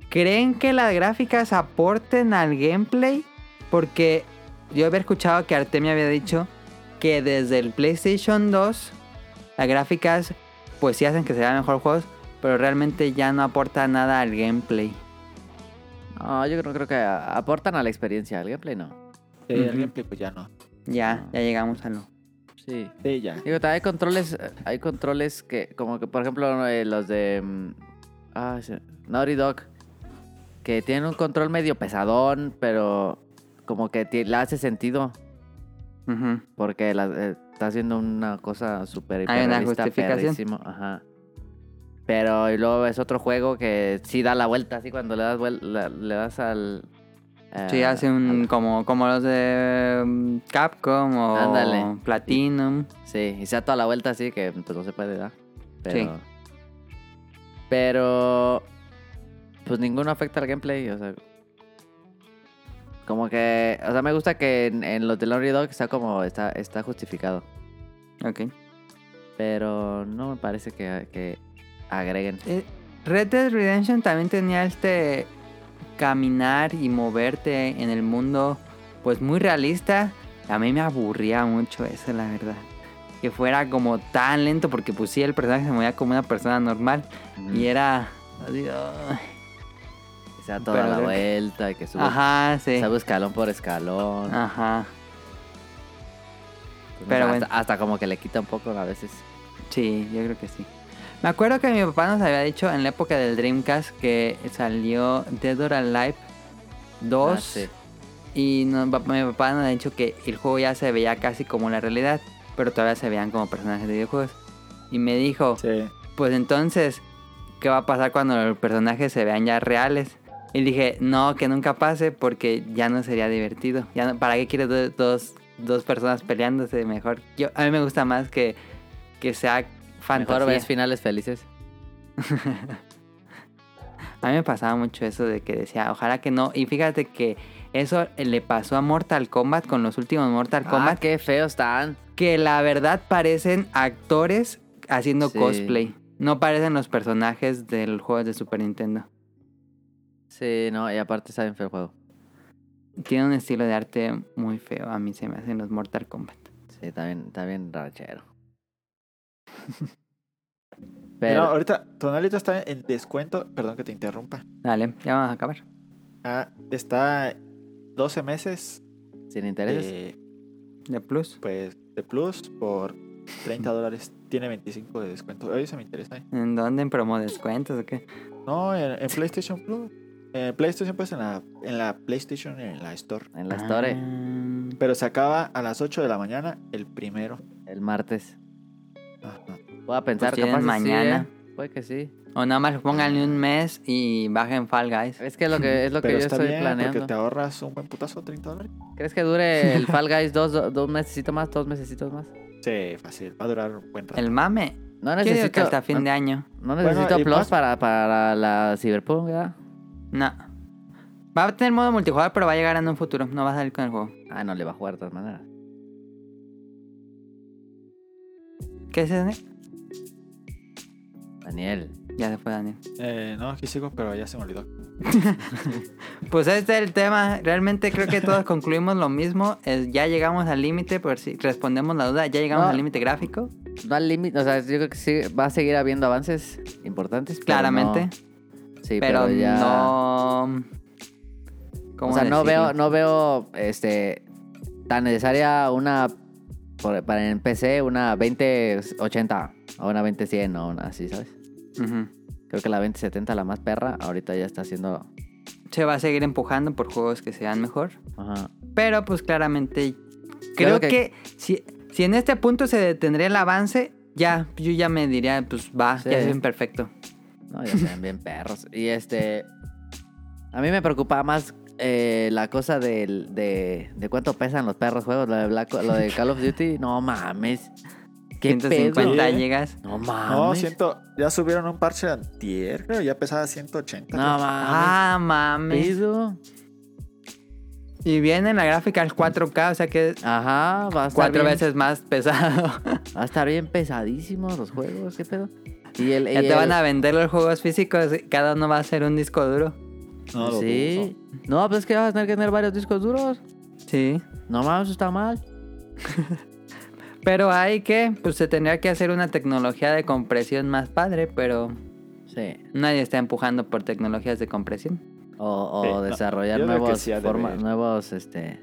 ¿Creen que las gráficas aporten al gameplay? Porque yo había escuchado que Artemia había dicho que desde el PlayStation 2 las gráficas pues sí hacen que se vean mejor juegos, pero realmente ya no aporta nada al gameplay.
No, yo creo, creo que a- aportan a la experiencia. Al gameplay no.
Sí,
Ujú.
el gameplay, pues ya no.
Ya, ya llegamos a lo.
Sí.
Sí, ya.
Digo, también hay controles, eh, hay controles que, como que, por ejemplo, eh, los de mm, ah, se- Naughty Dog, que tienen un control medio pesadón, pero como que ti- le hace sentido,
Ujú.
porque la- eh, está haciendo una cosa súper
Hay una
hiperrealista,
justificación.
perrísimo, Ajá. Pero y luego es otro juego que sí da la vuelta, así cuando le das, vuel- la- le das al... eh,
Sí, hace un
al-
como, como los de mm, Capcom o
Ándale.
Platinum.
Sí, y sea toda la vuelta así que pues no se puede dar. Pero.
Sí.
Pero. Pues ninguno afecta al gameplay, o sea. Como que. O sea, me gusta que en, en los de Lonely Dog está como. Está, está justificado.
Ok.
Pero no me parece que, que agreguen.
Eh, Red Dead Redemption también tenía este caminar y moverte en el mundo, pues muy realista. A mí me aburría mucho eso, la verdad. Que fuera como tan lento, porque pues sí, el personaje se movía como una persona normal.
Mm.
Y era... así, ay.
Que sea toda
pero
la
creo que-
vuelta y que suba.
Ajá, sí.
sabe escalón por escalón.
Ajá,
Pues, no
pero
sé,
bueno.
hasta, hasta como que le quita un poco a veces.
sí, yo creo que sí. Me acuerdo que mi papá nos había dicho en la época del Dreamcast que salió Dead or Alive 2.
Ah, sí.
Y no- mi papá- mi papá nos ha dicho que el juego ya se veía casi como la realidad, pero todavía se veían como personajes de videojuegos. Y me dijo,
Sí.
pues entonces, ¿qué va a pasar cuando los personajes se vean ya reales? Y dije, no, que nunca pase porque ya no sería divertido. Ya no- ¿Para qué quieres do- dos, dos personas peleándose mejor? Yo, a mí me gusta más que, que sea
Mejor
fantasía.
ves finales felices.
A mí me pasaba mucho eso de que decía, ojalá que no. Y fíjate que eso le pasó a Mortal Kombat con los últimos Mortal Kombat.
Ah, qué feos están.
que la verdad parecen actores haciendo
Sí.
cosplay. No parecen los personajes del juego de Super Nintendo.
Sí, no, y aparte está bien feo el juego.
Tiene un estilo de arte muy feo. A mí se me hacen los Mortal Kombat.
Sí, también, está bien ranchero.
Mira,
Pero,
ahorita Tonalito está en descuento. Perdón que te interrumpa.
Dale, ya vamos a acabar.
Ah, está 12 meses
sin
eh,
intereses.
de,
De plus.
pues, de Plus por 30 dólares. Tiene 25 de descuento. Oye, se me interesa. ¿eh?
¿En dónde? ¿En promo descuentos o qué?
No, en, en PlayStation Plus. En PlayStation, pues en la, en la PlayStation, en la Store.
En la Store,
Ah,
Pero se acaba a las 8 de la mañana el primero.
el martes.
Ajá.
Voy a pensar
tienen
capaz que sí,
Pues mañana.
¿eh? Puede que sí.
O nada más pónganle un mes y bajen Fall Guys.
Es que es lo que, es lo que
Pero
yo
está
estoy
bien
planeando.
porque te ahorras un buen putazo, 30 dólares.
¿Crees que dure el Fall Guys dos, do- dos mesecitos más, dos mesecitos más?
Sí, fácil. Va a durar un buen rato.
El mame.
No
Yo digo que
necesito,
hasta fin
no,
de año.
no
Bueno,
necesito
y
plus
pas-
para, para la Cyberpunk, ¿verdad?
No. Va a tener modo multijugador, pero va a llegar en un futuro. No va a salir con el juego.
Ah, no le va a jugar de todas maneras.
¿Qué es ese?
Daniel.
Ya se fue Daniel.
Eh, no, aquí sigo, pero ya se me olvidó.
Pues este es el tema. Realmente creo que todos concluimos lo mismo. Es, ya llegamos al límite, por si respondemos la duda, ya llegamos
No.
al límite gráfico.
No al límite, o sea, yo creo que sí va a seguir habiendo avances importantes. pero
Claramente.
no- sí,
pero
pero, ya.
no. ¿Cómo
o sea,
decirlo?
no veo, no veo este, tan necesaria una. por- para en PC, una 2080 o una 20100 o una así, ¿sabes?
Ujú.
Creo que la 2070, la más perra, ahorita ya está haciendo.
Se va a seguir empujando por juegos que sean mejor.
Ajá.
Pero pues claramente. Creo
Creo
que,
que-
si, Si en este punto se detendría el avance, ya, yo ya me diría, pues va,
Sí.
ya es bien perfecto.
No, ya sean bien perros. Y este. A mí me preocupaba más eh, la cosa del, de, de cuánto pesan los perros juegos. Lo de, Black- lo de Call of Duty, no mames. ¿Qué pedo?
150
pedo?
llegas.
No
No,
mames.
siento, ya subieron un parche de antier, creo, ya pesaba 180.
No,
creo.
mames.
Ah, mames.
Pido.
Y viene la gráfica al 4K, o sea que es
Ajá, va a estar.
cuatro
bien,
veces más pesado.
Va a estar bien pesadísimo los juegos, qué pedo. Y el,
ya
y
te van
el-
a vender los juegos físicos, cada uno va a ser un disco duro.
No, lo
sí. No, pues es que vas a tener que tener varios discos duros.
Sí.
No mames, eso está mal.
Pero hay que, pues se tendría que hacer una tecnología de compresión más padre, pero
Sí.
nadie está empujando por tecnologías de compresión.
O, o
Sí, no,
desarrollar
yo creo que
nuevos
sí ha de
forma-
haber.
nuevos, este.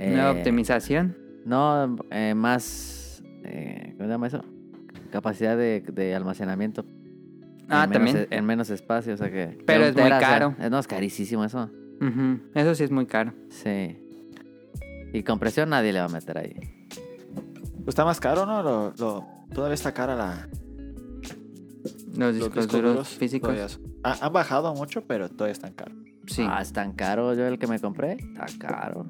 eh,
Nueva optimización.
No, eh, más. eh, ¿Cómo se llama eso? Capacidad de, de almacenamiento.
Ah,
En menos- e,
también.
en menos espacio, o sea que. que
Pero
un
es muy
o sea,
caro.
eh, no, es carísimo eso.
Ujú, Eso sí es muy caro.
Sí. Y compresión nadie le va a meter ahí.
Pues Está más caro, ¿no? Lo, lo- todavía está cara la,
Los
los
discos,
discos
duros,
duros
físicos.
todavía son- ha- han bajado mucho, pero todavía están caros.
Sí.
Ah, es tan caro yo el que me compré. Está caro.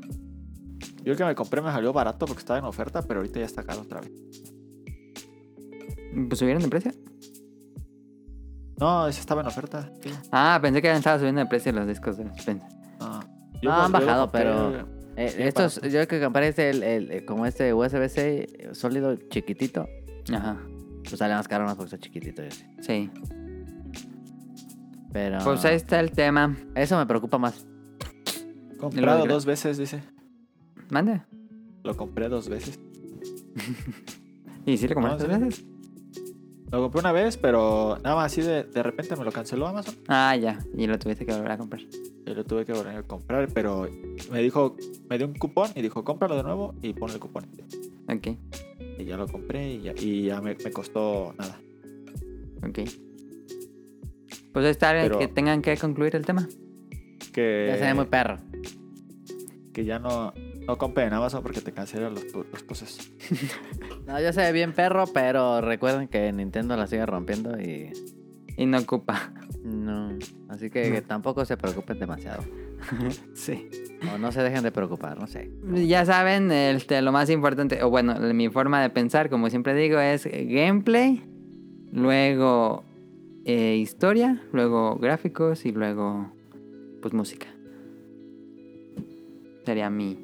Yo el que me compré me salió barato porque estaba en oferta, pero ahorita ya está caro otra vez.
Pues subieron de precio.
No, ese estaba en oferta. sí.
Ah, pensé que habían estado subiendo de precio los discos duros. Pensé.
No,
No, Ah, han
lo
bajado,
compré-
pero- Eh,
Bien
estos, yo el que compré es el, el- eh, como este USB-C sólido chiquitito.
Ajá.
Pues sale más caro más porque está chiquitito. Yo sé.
Sí.
Pero.
Pues ahí está el tema.
Eso me preocupa más.
Comprado
gra-
dos veces, dice.
Mande.
Lo compré dos veces.
¿Y si le compraste
No, sí.
veces?
Lo compré una vez, pero nada más así de, de repente me lo canceló Amazon.
Ah, ya. Y lo tuviste que volver a comprar.
Y lo tuve que volver a comprar, pero me dijo, me dio un cupón y dijo, cómpralo de nuevo y pon el cupón.
Ok,
Y ya lo compré y ya, y ya me, me costó nada.
ok. Pues ahí está el
Pero-
que tengan que concluir el tema.
Que
Ya
Eh.
se ve muy perro.
que ya no, no compren en Amazon porque te cancelan los, pu- los cosas.
No, ya se ve bien perro, pero recuerden que Nintendo la sigue rompiendo y.
Y no ocupa.
No. Así que, que tampoco se preocupen demasiado.
Sí.
O no se dejen de preocupar, no sé.
Ya saben, este, lo más importante, o bueno, mi forma de pensar, como siempre digo, es gameplay, luego eh, historia, luego gráficos y luego, pues, música. Sería mi...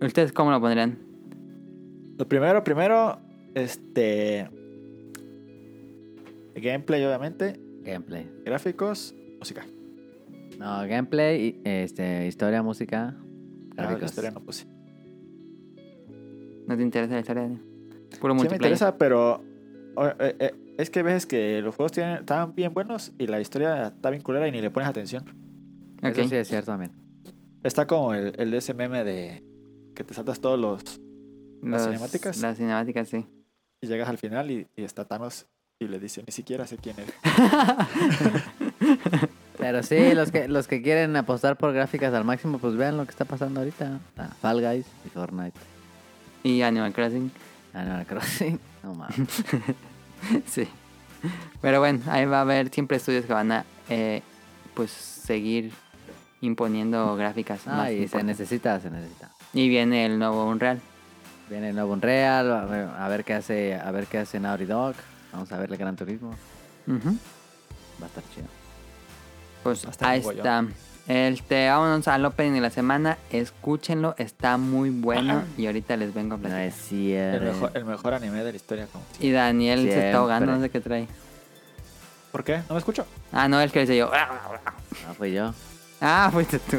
¿Ustedes cómo lo pondrían?
Lo primero, primero, este. Gameplay, obviamente.
Gameplay.
Gráficos, música.
No, gameplay, y, este, historia, música,
Ah, la
gráficos.
historia no puse. Sí
¿No te interesa la historia? Puro
me
multiplayer.
interesa, pero. o- eh, eh, es que ves que los juegos tienen, están bien buenos y la historia está bien culera y ni le pones atención.
Ok.
Eso sí es cierto también.
Está como el, el de ese meme de que te saltas todos los. ¿Las
Los-
cinemáticas?
Las cinemáticas, sí.
y llegas al final y, y está Thanos y le dice, ni siquiera sé quién eres.
Pero sí, los que, los que quieren apostar por gráficas al máximo, pues vean lo que está pasando ahorita. Ah, Fall Guys y Fortnite.
Y Animal Crossing,
Animal Crossing. No mames.
sí. Pero bueno, ahí va a haber siempre estudios que van a eh, pues seguir imponiendo gráficas más.
Ay, Ah, se
importantes.
necesita, se necesita.
Y viene el nuevo Unreal.
Viene el nuevo Unreal, a ver, a ver qué hace, a ver qué hace Naughty Dog. Vamos a ver el Gran Turismo.
Ujú.
Va a estar chido.
Pues
Hasta
ahí
luego, yo.
está. Este, vámonos al Open de la semana. Escúchenlo, está muy bueno. Y ahorita les vengo a
No
platicar.
es
El
cierto.
mejor, el mejor anime de la historia. Como...
Y Daniel se está ahogando,
Siempre.
no sé qué trae.
¿Por qué? ¿No me escucho?
Ah, no, el que dice yo.
No fui yo.
Ah, fuiste tú.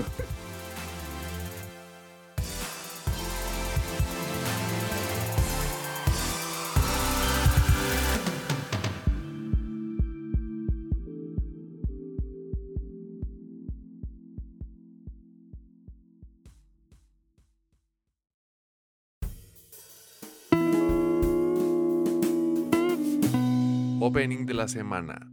Opening de la semana.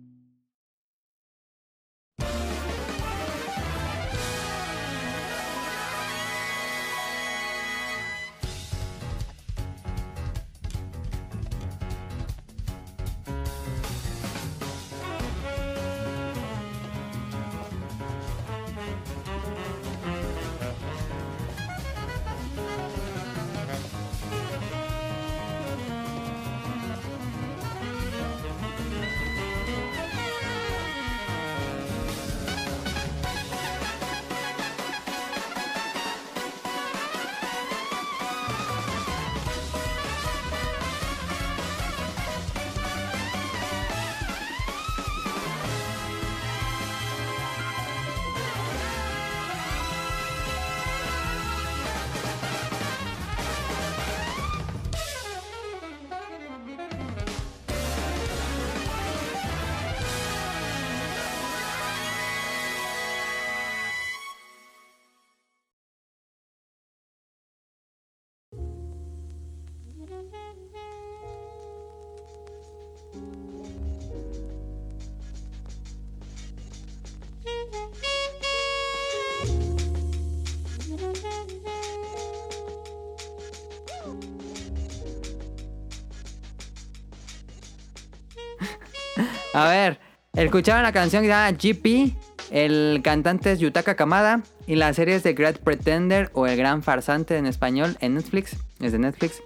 A ver, escucharon la canción que se llama GP, el cantante es Yutaka Kamada y la serie es The Great Pretender o El Gran Farsante en español en Netflix. Es de Netflix.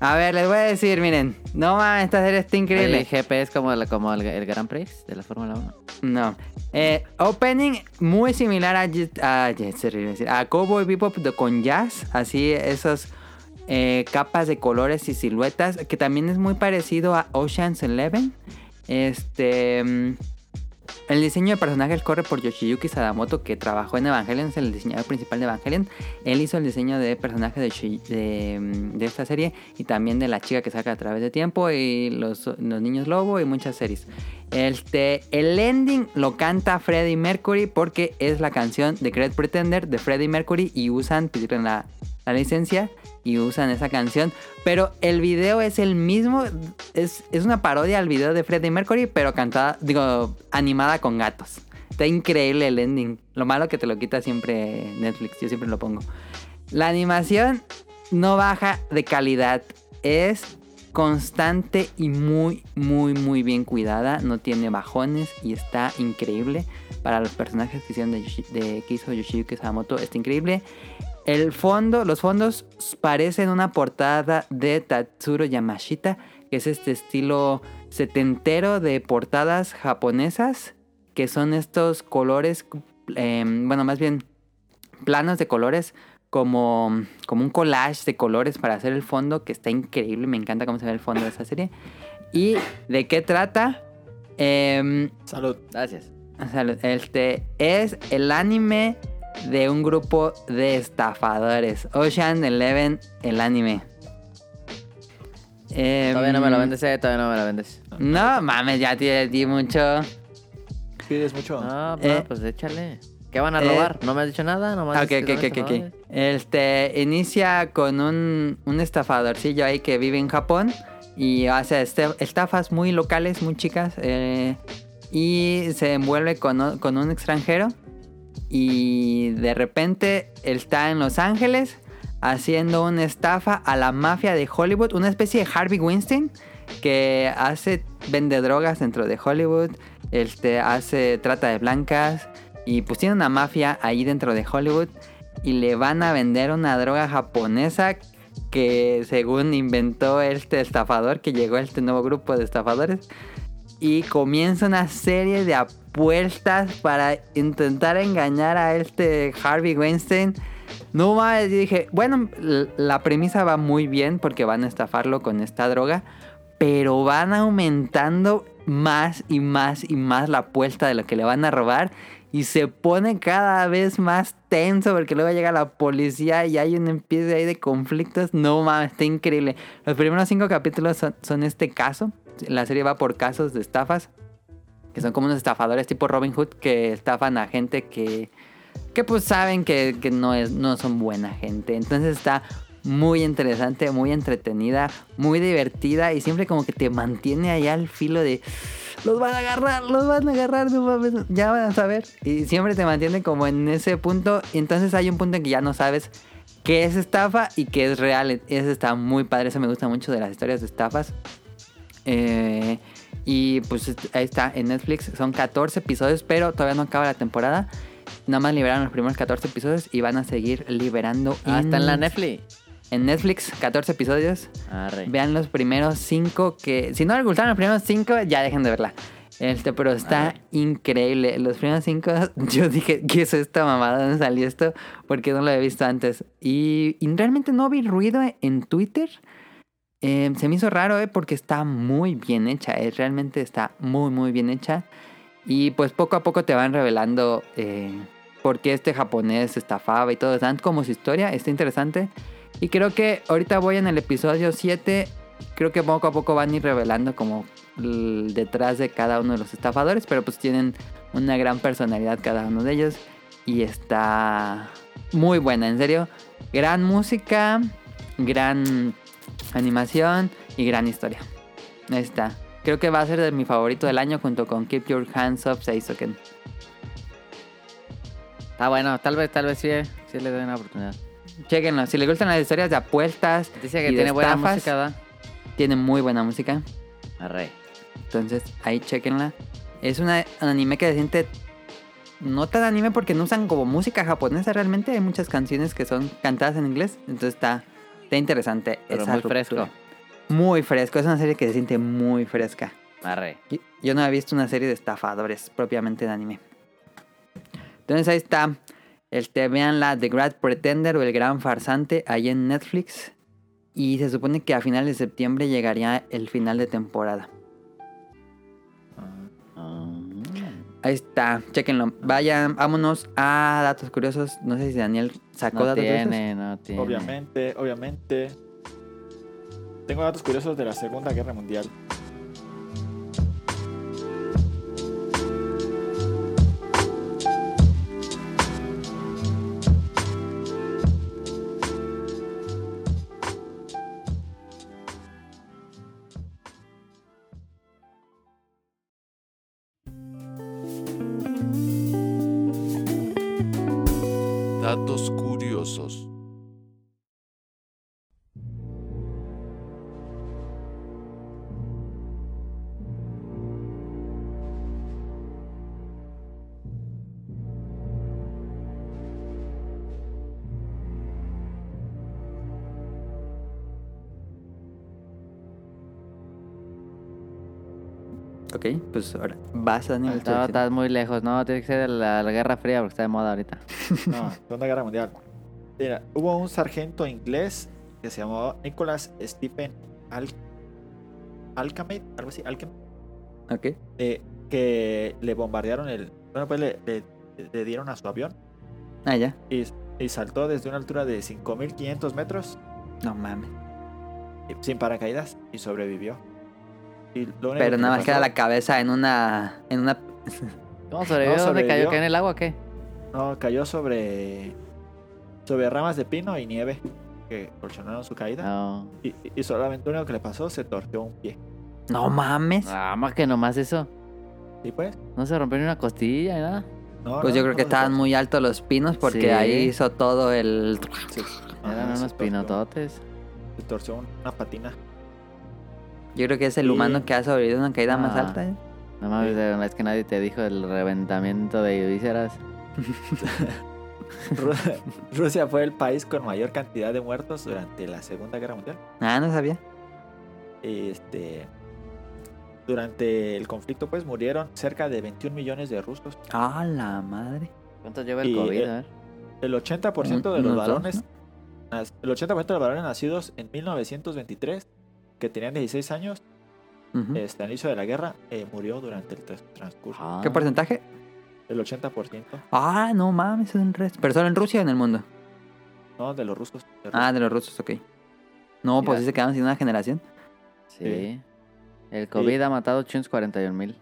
A ver, les voy a decir, miren, no mames, esta serie está increíble.
El GP es como, el- como el, el Grand Prix de la Fórmula 1.
No. Eh, opening muy similar a, Jet- a Jet Set, iba a decir, a Cowboy Bebop de- con jazz. Así esas eh, capas de colores y siluetas. Que también es muy parecido a Ocean's Eleven. Este. mm, El diseño de personajes corre por Yoshiyuki Sadamoto, que trabajó en Evangelion, es el diseñador principal de Evangelion. Él hizo el diseño de personajes de, Shi- de, mm, de esta serie y también de la chica que saca a través de tiempo y los, los niños lobo y muchas series. Este, el ending lo canta Freddie Mercury porque es la canción de Great Pretender de Freddie Mercury y usan, pidieron la, la licencia y usan esa canción. Pero el video es el mismo, es, es una parodia al video de Freddie Mercury, pero cantada, digo, animada con gatos. Está increíble el ending. Lo malo que te lo quita siempre Netflix, yo siempre lo pongo. La animación no baja de calidad. Es constante y muy, muy, muy bien cuidada. No tiene bajones y está increíble. Para los personajes que, hicieron de Yoshi- de, que hizo Yoshiyuki Sakamoto, está increíble. El fondo, los fondos parecen una portada de Tatsuro Yamashita, que es este estilo setentero de portadas japonesas, que son estos colores, em, bueno, más bien planos de colores como, como un collage de colores para hacer el fondo, que está increíble, me encanta cómo se ve el fondo de esa serie. ¿Y de qué trata? Em,
Salud.
Gracias.
o sea, este es el anime de un grupo de estafadores. Ocean Eleven, el anime. Em,
Todavía no me lo vendes, eh, todavía no me lo vendes.
No mames, ya te di mucho.
¿Pides mucho?
No, no,
Eh.
pues échale. ¿Qué van a
Eh.
robar? ¿No me has dicho nada? ¿No me has
Ah, Ok,
dicho
ok,
dónde
ok,
se
ok.
roban?
Este inicia con un, un estafadorcillo ahí que vive en Japón y hace este- estafas muy locales, muy chicas. eh, y se envuelve con, o- con un extranjero. Y de repente está en Los Ángeles haciendo una estafa a la mafia de Hollywood, una especie de Harvey Weinstein que hace vende drogas dentro de Hollywood, este hace trata de blancas y pues tiene una mafia ahí dentro de Hollywood y le van a vender una droga japonesa que según inventó este estafador que llegó a este nuevo grupo de estafadores y comienza una serie de apuestas para intentar engañar a este Harvey Weinstein. No mames, yo dije, bueno, l- la premisa va muy bien porque van a estafarlo con esta droga, pero van aumentando más y más y más la apuesta de lo que le van a robar y se pone cada vez más tenso porque luego llega la policía y hay un empiece ahí de conflictos. No mames, está increíble. Los primeros cinco capítulos son, son este caso. La serie va por casos de estafas, que son como unos estafadores tipo Robin Hood que estafan a gente que, que pues saben que, que no, es, no son buena gente. Entonces está muy interesante, muy entretenida, muy divertida y siempre como que te mantiene allá al filo de los van a agarrar, los van a agarrar, no mames, ya van a saber. Y siempre te mantiene como en ese punto. Y entonces hay un punto en que ya no sabes qué es estafa y qué es real. Eso está muy padre, eso me gusta mucho de las historias de estafas. Eh, y pues est- ahí está en Netflix. Son 14 episodios, pero todavía no acaba la temporada. Nada más liberaron los primeros 14 episodios y van a seguir liberando.
Ah, está en la
ins-
Netflix.
En Netflix, 14 episodios.
Arre.
Vean los primeros cinco que... Si no les gustaron los primeros cinco, ya dejen de verla. Este, pero está
Ay.
increíble. Los primeros cinco, yo dije, ¿qué es esta mamada? ¿Dónde salió esto? Porque no lo había visto antes. Y, y realmente no vi ruido en Twitter. Eh, se me hizo raro, eh, porque está muy bien hecha. eh. Realmente está muy, muy bien hecha. Y pues poco a poco te van revelando eh, por qué este japonés estafaba y todo. Dan como su historia, está interesante. Y creo que ahorita voy en el episodio 7. Creo que poco a poco van a ir revelando como el detrás de cada uno de los estafadores, pero pues tienen una gran personalidad cada uno de ellos. Y está muy buena, en serio. Gran música, gran animación y gran historia. Ahí está. Creo que va a ser de mi favorito del año junto con Keep Your Hands Up Seisoken.
Está Ah, bueno, tal vez, tal vez sí, eh, sí le doy una oportunidad.
Chequenlo, si les gustan las historias de apuestas,
Dice
Y
que
de
tiene buena
estafas.
música, ¿verdad?
tienen muy buena música.
Arre.
Entonces, ahí chequenla. Es una, un anime que se siente no tan anime porque no usan como música japonesa realmente. Hay muchas canciones que son cantadas en inglés. Entonces está, está interesante.
Pero
esa
muy
ruptura.
fresco.
Muy fresco. Es una serie que se siente muy fresca.
Arre.
Yo- Yo no había visto una serie de estafadores propiamente de anime. Entonces ahí está. Este, vean la The Great Pretender o El Gran Farsante ahí en Netflix. Y se supone que a finales de septiembre llegaría el final de temporada. Ahí está, chequenlo. Vayan, vámonos a datos curiosos. No sé si Daniel sacó
No
datos curiosos.
tiene, no tiene.
Obviamente, obviamente. Tengo datos curiosos de la Segunda Guerra Mundial.
Datos curiosos.
Ok, pues ahora vas, Daniel.
No, estás muy lejos. No, tiene que ser de la, la Guerra Fría porque está de moda ahorita.
No, Segunda Guerra Mundial. Mira, hubo un sargento inglés que se llamó Nicholas Stephen Al Alcamet, algo así, Alchem-
Ok.
eh, que le bombardearon el. Bueno, pues le, le- le dieron a su avión
Ah, ya.
y, y saltó desde una altura de 5500 metros
No mames.
eh, sin paracaídas y sobrevivió. Y lo único que
Pero
le
nada más
pasó-
queda la cabeza en una. En una.
¿Cómo sobrevivió?
No,
¿Dónde
sobrevivió.
cayó? ¿Cayó en el agua o qué?
No, cayó sobre. sobre ramas de pino y nieve que colchonaron su caída.
Ah.
No.
Y, y solamente lo único que le pasó se torció un pie.
No mames.
Ah, más que nomás eso.
Y pues,
No se rompió ni una costilla ni nada.
no.
Pues
no,
yo creo que
no, no,
estaban muy altos los pinos porque
Sí.
ahí hizo todo el...
sí. Ajá,
Eran
Ah, se
unos
torció-
pinototes.
Se torció una patina.
Yo creo que es el
Sí.
humano que ha sobrevivido a una caída más
Ah.
alta. ¿eh?
No mames,
Sí.
de verdad es que nadie te dijo el reventamiento de vísceras.
Ru- Rusia fue el país con mayor cantidad de muertos durante la Segunda Guerra Mundial.
Ah, no sabía.
Este. Durante el conflicto, pues murieron cerca de 21 millones de rusos.
Ah, la madre.
¿Cuánto lleva el
Y,
COVID?
eh,
A ver.
El 80% de
Un-
los
unos dos,
varones. nas- El 80% de los varones nacidos en 1923, que tenían 16 años,
Ujú.
este, al inicio de la guerra, eh, murió durante el tras- transcurso.
Ah.
¿Qué porcentaje?
El 80%,
Ah, no mames, es un resto. ¿Pero solo en Rusia o en el mundo?
¿no? De los rusos. de
Ah, de los rusos, ok. No, pues
Mira.
sí se quedaron sin una generación.
Sí. El COVID ha matado 841 mil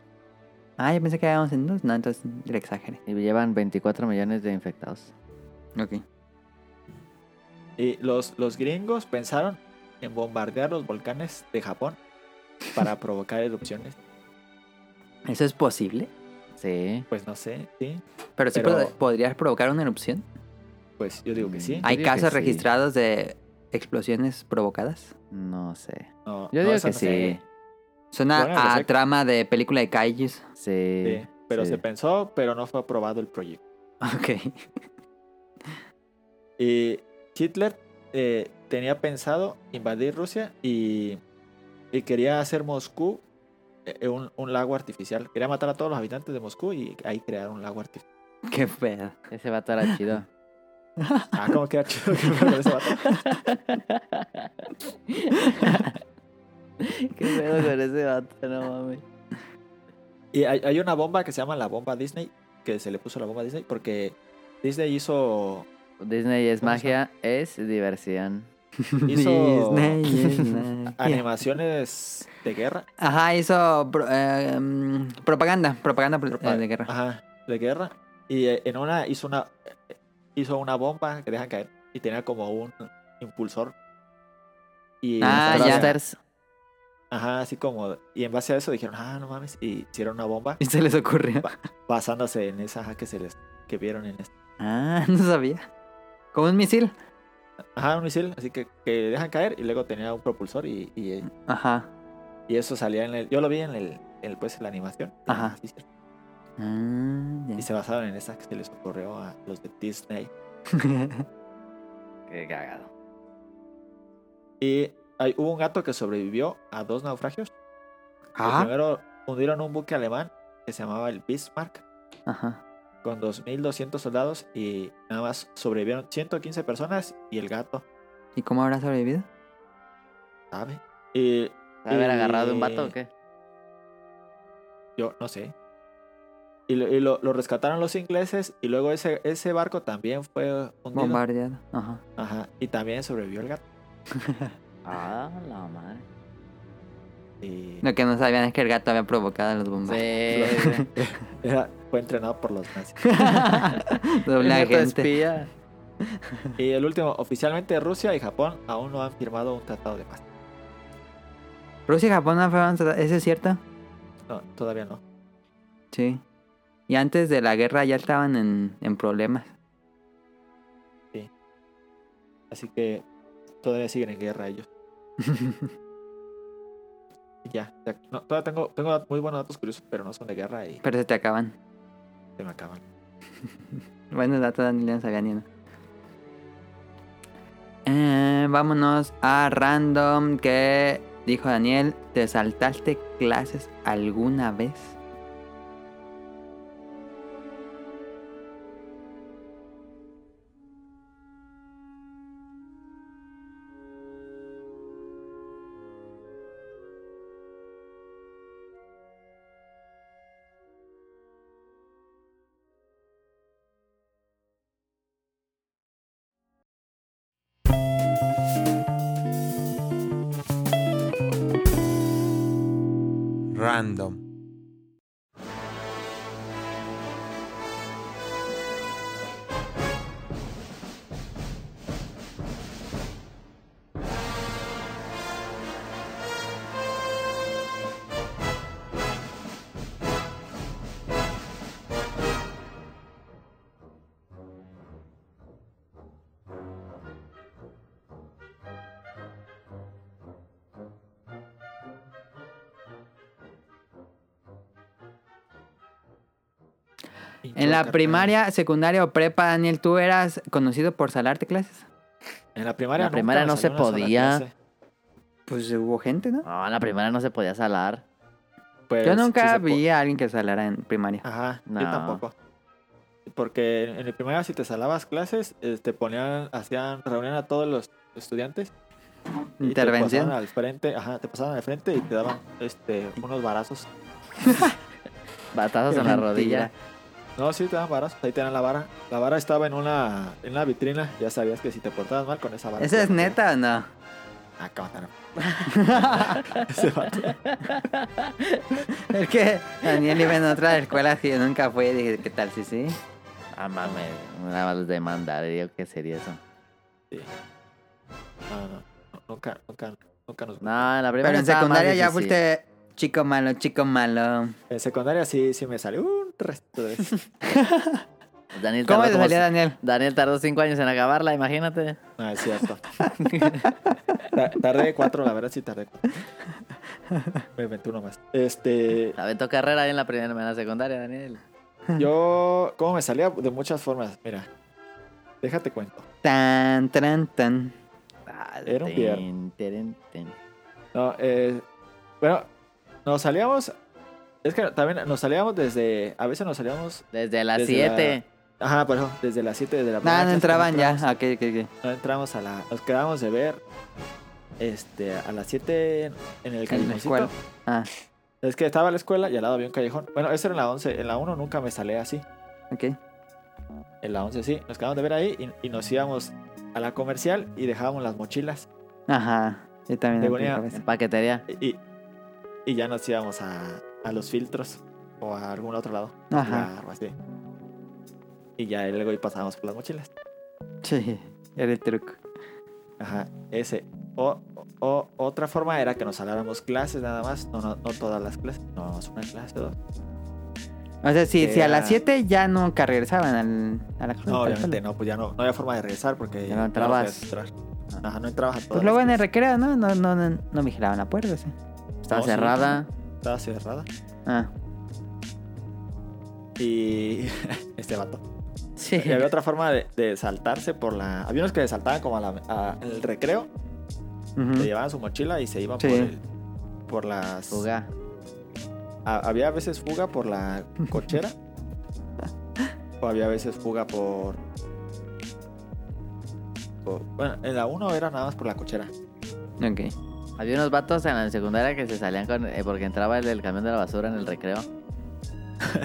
Ah, yo pensé que quedábamos en dos. No, entonces le exageré.
y llevan 24 millones de infectados.
Ok.
Y los, los gringos pensaron en bombardear los volcanes de Japón para provocar erupciones.
¿Eso es posible?
Sí.
Pues no sé, sí.
¿Pero sí
Pero-
pod- podría provocar una erupción?
Pues yo digo que sí.
Yo
¿Hay
digo que
casos
sí.
registrados de explosiones provocadas?
No sé.
No,
Yo
no,
digo
esa
que
no
sí.
sé.
Suena
Bueno,
a
los ex-
trama de película de kaijus.
Sí.
Sí, Pero
sí.
se pensó, pero no fue aprobado el proyecto.
Ok.
Y Hitler eh, tenía pensado invadir Rusia y, y quería hacer Moscú eh, un, un lago artificial. Quería matar a todos los habitantes de Moscú y ahí crear un lago artificial.
Qué pedo.
Ese vato era chido.
Ah, cómo queda chido que me parece, vato.
Qué pedo con ese vato, no mames.
Y hay, hay una bomba que se llama la bomba Disney, que se le puso la bomba Disney porque Disney hizo...
Disney es
¿Cómo se
magia, es diversión.
Hizo-
Disney, Disney.
Animaciones de guerra.
Ajá, hizo pro- eh, mm, propaganda, propaganda pro- eh, de guerra.
Ajá, de guerra. Y eh, en una hizo una eh, hizo una bomba que dejan caer y tenía como un impulsor. Y en
Ah,
base a-
ya.
Thrusters.
Ajá, así como. Y en base a eso dijeron, ah, no mames. Y hicieron una bomba
Y se les ocurrió.
basándose en esa ajá, que se les que vieron en esta.
Ah, no sabía. Como un misil.
Ajá, un misil, así que, que dejan caer y luego tenía un propulsor y, y,
Ajá.
Y eso salía en el. Yo lo vi en el, en el, pues, en la animación.
Ajá.
Sí, sí.
Ah,
Y se basaron en esa que se les ocurrió a los de Disney.
ya.
Qué cagado.
Y hay, hubo un gato que sobrevivió a dos naufragios. El
Ah,
primero hundieron un buque alemán que se llamaba el Bismarck
Ajá.
con 2.200 soldados y nada más sobrevivieron 115 personas y el gato,
¿Y cómo habrá sobrevivido?
¿sabe? Y
¿Haber
Y-
agarrado un vato o qué?
yo no sé. Y lo, y lo- lo rescataron los ingleses y luego ese, ese barco también fue hundido.
Bombardeado. Ajá.
Ajá, y también sobrevivió el gato.
Ah, la madre.
Y
Lo que no sabían es que el gato había provocado los bombardeos.
Sí. sí.
era- fue entrenado por los nazis.
Doble
El gato
agente.
espía.
y el último, oficialmente Rusia y Japón aún no han firmado un tratado de paz.
Rusia y Japón no fueron tratados- ¿Eso es cierto?
No, todavía no.
Sí. Y antes de la guerra ya estaban en, en problemas.
Así que todavía siguen en guerra ellos. Y ya, ya, no, todavía tengo, tengo muy buenos datos curiosos, pero no son de guerra y
Pero se te acaban.
se me acaban.
Bueno, dato Dani no sabía ni uno. Eh, vámonos a random que dijo Daniel, ¿te saltaste clases alguna vez?
Random.
En la
Yo, carnal,
primaria, secundaria o prepa, Daniel, ¿tú eras conocido por salarte clases?
En la primaria,
La
nunca
primaria
me
no
salió
se
una sola
podía.
clase.
Pues
eh,
hubo gente, ¿no?
No, en la primera no se podía salar.
Pues,
Yo
sí
nunca
se po-
vi a alguien que salara en primaria.
Ajá, yo
No.
tampoco. Porque en en la primaria si te salabas clases, eh, te ponían, hacían, reunían a todos los estudiantes. y Te
Intervención.
pasaban al frente, ajá, te pasaban al frente y te daban este unos barazos.
Batazos en la rodilla.
No, sí, te daban varas. Ahí te dan la vara. La vara estaba en una, en una vitrina. Ya sabías que si te portabas mal con esa vara.
¿Eso
te
es
metían.
neta o no?
Ah, cabrón. Ese vato.
Es que Daniel iba en otra escuela así, yo nunca fue y dije, ¿qué tal? Sí, sí.
Ah, mames. Me daba los demandar. Yo qué sería eso.
No, no, no, Nunca, nunca, nunca nos.
No, en la primera
Pero en
estaba más
secundaria ya
difícil.
fuiste chico malo, chico malo.
En secundaria sí, sí me salió un resto de veces.
Daniel
¿Cómo
tardó
te
como
salía
c-
Daniel?
Daniel tardó cinco años en acabarla, imagínate.
No, es cierto. Ta- tardé cuatro, la verdad sí tardé cuatro. Me inventé uno más. Este,
Aventó carrera ahí en la primera en la secundaria, Daniel.
yo, ¿cómo me salía? De muchas formas. Mira, déjate cuento.
Tan, tran, tan.
Ah,
Era un
tin,
pier.
tin, tin.
No, eh, bueno, nos salíamos. Es que también nos salíamos desde. A veces nos salíamos.
Desde las
Desde
7.
Ajá, por eso, desde las 7 de
Nada,
la primera
no
clase,
entraban ya.
entramos-
Ah, ok, ok, ok.
No entramos a la. Nos quedábamos de ver. Este, a las 7 en
En
el
la
callejoncito.
escuela. Ah,
Es que estaba la escuela y al lado había un callejón. Bueno, eso era en la 11. En la 1 nunca me salí así.
ok.
En la 11 sí. Nos quedábamos de ver ahí y, y nos íbamos a la comercial y dejábamos las mochilas.
Ajá. Yo también.
Te
no
ponía-
tengo cabeza.
En paquetería.
Y, y- y ya nos íbamos a, a los filtros o a algún otro lado. a
Ajá.
jugar o así. Y ya luego y pasábamos por las mochilas.
Sí, era el truco.
Ajá, ese. O, o- otra forma era que nos saláramos clases nada más, no, no, no todas las clases, no más una clase o dos.
O sea, si, si a
Era-
las 7 ya nunca regresaban al, a la
No,
al-
obviamente no, pues ya no, no había forma de regresar porque
Ya no entrabas.
podías entrar. Ajá, no entrabas a todas
Pues luego
las
en el
clases.
recreo, ¿no? No, no, no, no vigilaban la puerta, sí.
Estaba
No, sí.
cerrada.
Estaba cerrada.
Ah,
Y este vato.
sí.
Y había otra forma de, de saltarse por la. Había unos que saltaban como a la- a- en el recreo, que
Ujú.
llevaban su mochila y se iban
Sí.
por, el- por las.
Fuga.
a- Ah, había a veces fuga por la cochera. o había a veces fuga por. por- bueno, en la 1 era nada más por la cochera.
Ok.
Había unos vatos en la secundaria que se salían con. eh, porque entraba el del camión de la basura en el recreo.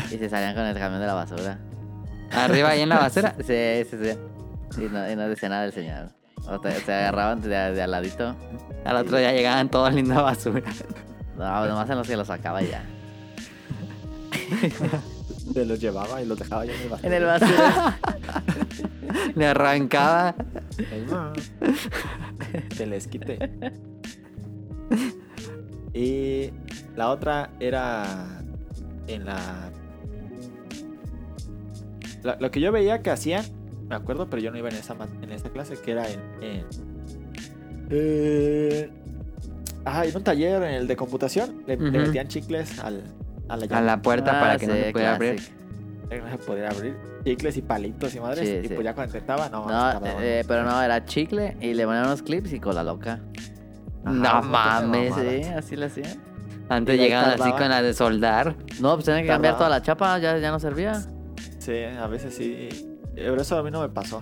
y se salían con el camión de la basura.
Arriba ahí en la basura.
Sí, sí, sí. Y no, y no decía nada el señor. O te, se agarraban de, de al ladito.
Al otro día llegaban todos linda basura.
No, nomás en los que lo sacaba y ya.
Se los llevaba y los dejaba yo en el
En
basurero.
el basura.
Le arrancaba.
Ahí va. Te les quité. Y la otra era en la... la- Lo que yo veía que hacían, me acuerdo, pero yo no iba en esa, ma- en esa clase, que era en... en eh, ah, en un taller, en el de computación, le, le
Ujú.
metían chicles al, a la
A
llave.
la puerta para
Ah,
que no
sí,
se pudiera abrir.
classic.
que No se podía abrir. Chicles y palitos y madres.
Sí,
y
sí.
pues ya cuando intentaba, no.
No,
estaba-
eh, pero no, era chicle y le ponían unos clips y cola loca.
Ajá,
no
un montón de
mames.
mamadas.
Sí, así lo hacían.
Antes
Y ahí
llegaban así
tardaba.
con la de soldar.
No, pues tenían que cambiar
Tardaba.
toda la chapa, ya, ya no servía.
Sí, a veces sí. Pero eso a mí no me pasó.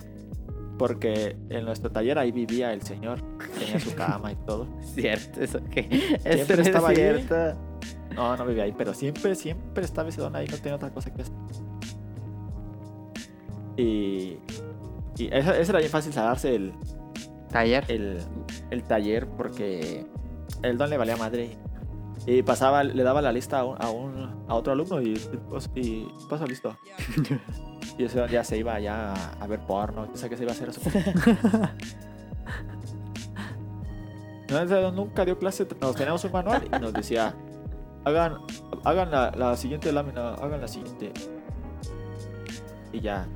Porque en nuestro taller ahí vivía el señor. Tenía su cama y todo.
Cierto, eso que. Eso
Siempre
Este no es
estaba ahí.
cierto.
No, no vivía ahí, pero siempre, siempre estaba ese don ahí. No tenía otra cosa que hacer. Y. Y eso, eso era bien fácil salarse el,
Taller.
el, el taller porque el don le valía madre. Y pasaba, le daba la lista a, un, a, un- a otro alumno y, y, y paso listo. Y eso ya se iba ya a- a ver porno, o sea que se iba a hacer eso. No, ese don nunca dio clase, nos teníamos un manual y nos decía, hagan, hagan la, la siguiente lámina, hagan la siguiente. Y ya.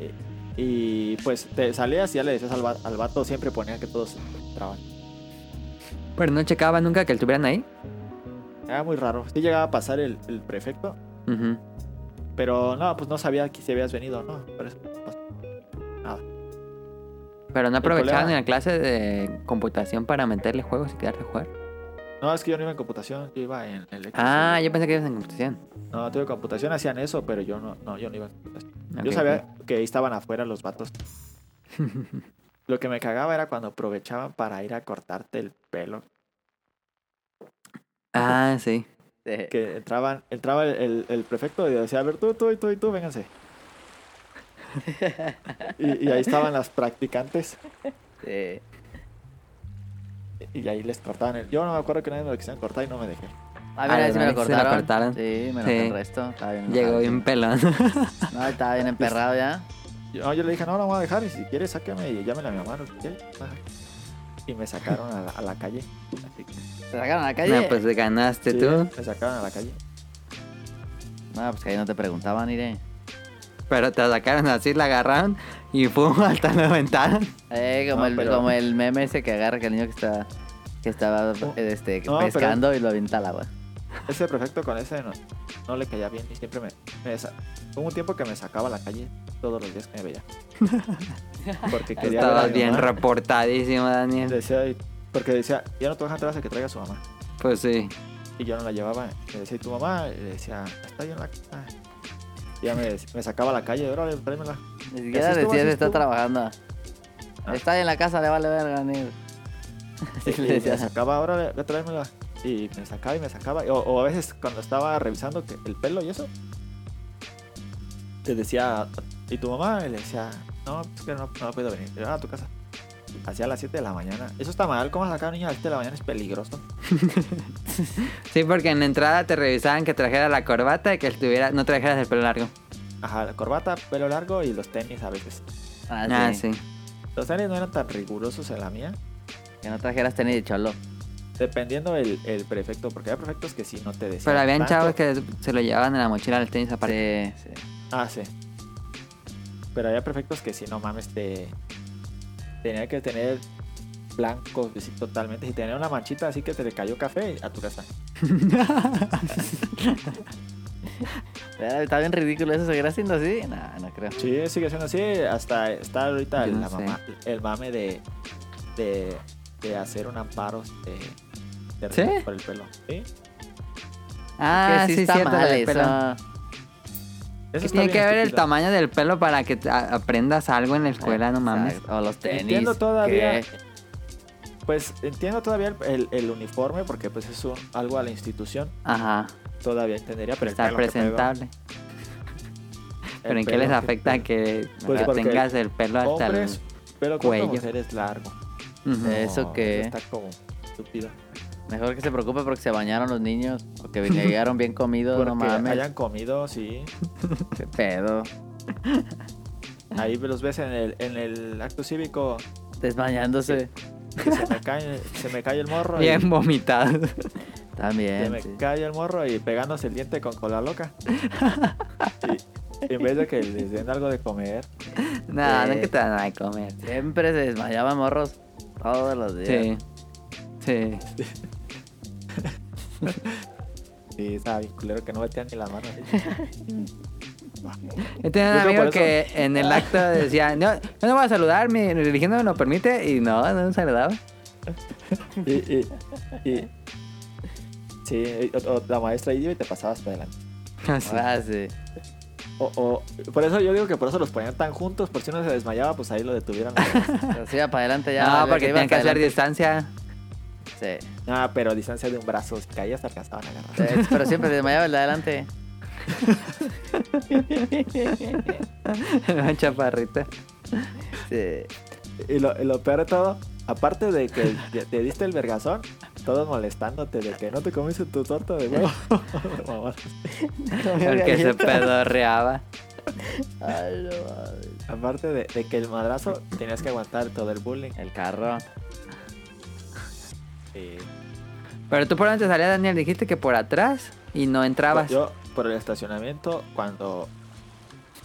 Eh, Y, pues te salías y ya le decías al, va- al vato, siempre ponía que todos entraban.
Pero no checaba nunca que estuvieran ahí.
Era muy raro. Sí llegaba a pasar el, el prefecto,
Ujú.
pero no, pues no sabía que si habías venido o no. Por eso no pasó.
Pero no aprovechaban
problema-
en la clase de computación para meterle juegos y quedarse a jugar.
No, es que yo no iba en computación, yo iba en electricidad.
Ah, yo pensé que ibas en computación.
No, tuve computación, hacían eso, pero yo no, no, yo no iba en computación.
Ok,
yo
ok.
sabía que ahí estaban afuera los vatos. Lo que me cagaba era cuando aprovechaban para ir a cortarte el pelo.
Ah, sí.
Sí.
Que entraban, entraba el, el- el prefecto y decía, a ver, tú, tú y tú y tú, vénganse. y, y ahí estaban las practicantes
Sí.
y ahí les cortaban el... Yo no me acuerdo que nadie me lo quisieran cortar y no me dejé.
A mí una
Ah,
vez me lo
se la
cortaron.
cortaron.
Sí, me lo
Sí.
el resto. Estaba bien
Llegó
enojado.
bien pelón.
No, estaba bien emperrado ya.
Yo, no, yo le dije, no, no voy a dejar y si quieres sáqueme y llámela a mi mamá. no sé qué". Y me sacaron a la, a la calle. Así que-
Te sacaron a la calle.
no, pues ganaste
Sí,
tú.
Me sacaron a la calle.
No, pues que ahí no te preguntaban, iré.
Pero te sacaron así, la agarraron y pum, hasta la aventaron.
Eh, como,
No,
el,
pero-
como el meme ese que agarra que el niño que está que estaba
No.
eh, este,
No, pero-
pescando y lo avienta al agua.
Ese prefecto con ese no, no le caía bien y siempre me... me sa- Hubo un tiempo que me sacaba a la calle todos los días que me veía. Porque quería ver a
Estabas
mi
bien
mamá.
reportadísimo, Daniel.
Decía, "Y- porque decía, ya no te vas a entrar hasta que traiga a su mamá.
Pues sí.
Y yo no la llevaba. Le decía, ¿y tu mamá? Y le decía, está yo en la casa. Y ya me, dec- me sacaba a la calle, órale, tráemela.
Ni siquiera
así
decías
estuvo, así
está
estuvo.
trabajando.
Ah.
Está ahí en la casa, le vale verga, ni. Sí,
Y
le
me
decía.
sacaba, órale, ve a traérmela. Y me sacaba y me sacaba. O, o a veces cuando estaba revisando que- el pelo y eso, te decía, ¿y tu mamá? Y le decía, no, es que no, no puedo venir. Y yo, "Ah, a tu casa. Hacia las 7 de la mañana. Eso está mal. ¿Cómo sacar a un niño a las 7 de la mañana? Es peligroso.
Sí, porque en la entrada te revisaban que trajera la corbata y que estuviera, no trajeras el pelo largo.
Ajá, la corbata, pelo largo y los tenis a veces.
Ah, sí.
Ah, sí.
Los tenis no eran tan rigurosos en la mía.
Que no trajeras tenis de cholo.
Dependiendo el, el prefecto, porque había prefectos que sí no te decían.
Pero habían
tanto.
chavos que se lo llevaban en la mochila al tenis aparte.
Sí, sí.
Ah, sí. Pero había prefectos que sí, no mames, te... Tenía que tener blancos, así totalmente. Si tenía una manchita así que te le cayó café a tu casa.
Pero Está bien ridículo eso, ¿seguirá siendo así? No, no creo.
Sí, sigue siendo así. Hasta está ahorita
Yo no
la
sé.
mamá- el mame de, de, de hacer un amparo de, de
¿Sí?
rico por el pelo. ¿Sí?
Ah,
Que
sí,
está
cierto,
mal
del
eso.
pelo.
Eso
Que
está
tiene
bien
que ver el
estúpido.
tamaño del pelo para que a- aprendas algo en la escuela, no mames.
Exacto, O los tenis.
Entiendo todavía.
¿qué?
Pues entiendo todavía el, el- el uniforme porque pues es un, algo a la institución.
Ajá,
Todavía entendería, pero el
está
pelo que pedo,
presentable.
el
Pero ¿en qué
pelo
les afecta
pedo.
que,
Pues
que
porque
tengas el pelo hasta el...
hombres, pero cuello.
cuello.
mujeres largo. pues,
Ujú.
Eh, ¿Eso qué?
Está como estúpido.
Mejor que se preocupe porque se bañaron los niños. O que llegaron bien comidos,
Porque
no mames.
hayan comido, sí.
Qué pedo.
Ahí los ves en el, en el acto cívico.
Desbañándose.
que se me cae, se me cae el morro. y-
Bien vomitado.
Se
También.
me
sí.
cae el morro y pegándose el diente con cola loca. Y en vez de que les den algo de comer.
Nada, no
Sí.
que te dan nada de comer.
Siempre se desmayaban morros. Todos los días.
Sí. Sí.
Sí, estaba bien culero que no metían ni la mano.
Yo tenía un
Yo creo
amigo
por
que en el acto decía, no, yo no voy a saludar, mi religión no me lo permite, y no, no me saludaba.
Y, y, y- sí, y- o- o la maestra iba y te pasabas para adelante.
Así.
Ah, sí.
O, o- por eso yo digo que por eso los ponían tan juntos, por si uno se desmayaba, pues ahí lo detuvieran.
Así iba para adelante ya.
no,
valió,
porque
iba
tenían que
para
hacer distancia.
adelante. Sí.
Ah, pero a distancia de un brazo, si caías te alcanzaban a agarrar.
Sí, Pero siempre se desmayaba el de adelante.
Una chaparrita.
Sí.
Y lo, y lo peor de todo, aparte de que te, te diste el vergazón, todos molestándote de que no te comiste tu torta de huevo. Mamá.
Porque se pedorreaba.
Ay, no mames.
Aparte de, de que el madrazo tenías que aguantar todo el bullying.
El carro.
Y-
Pero tú por dónde salías, Daniel, dijiste que por atrás y no entrabas.
Yo por el estacionamiento cuando...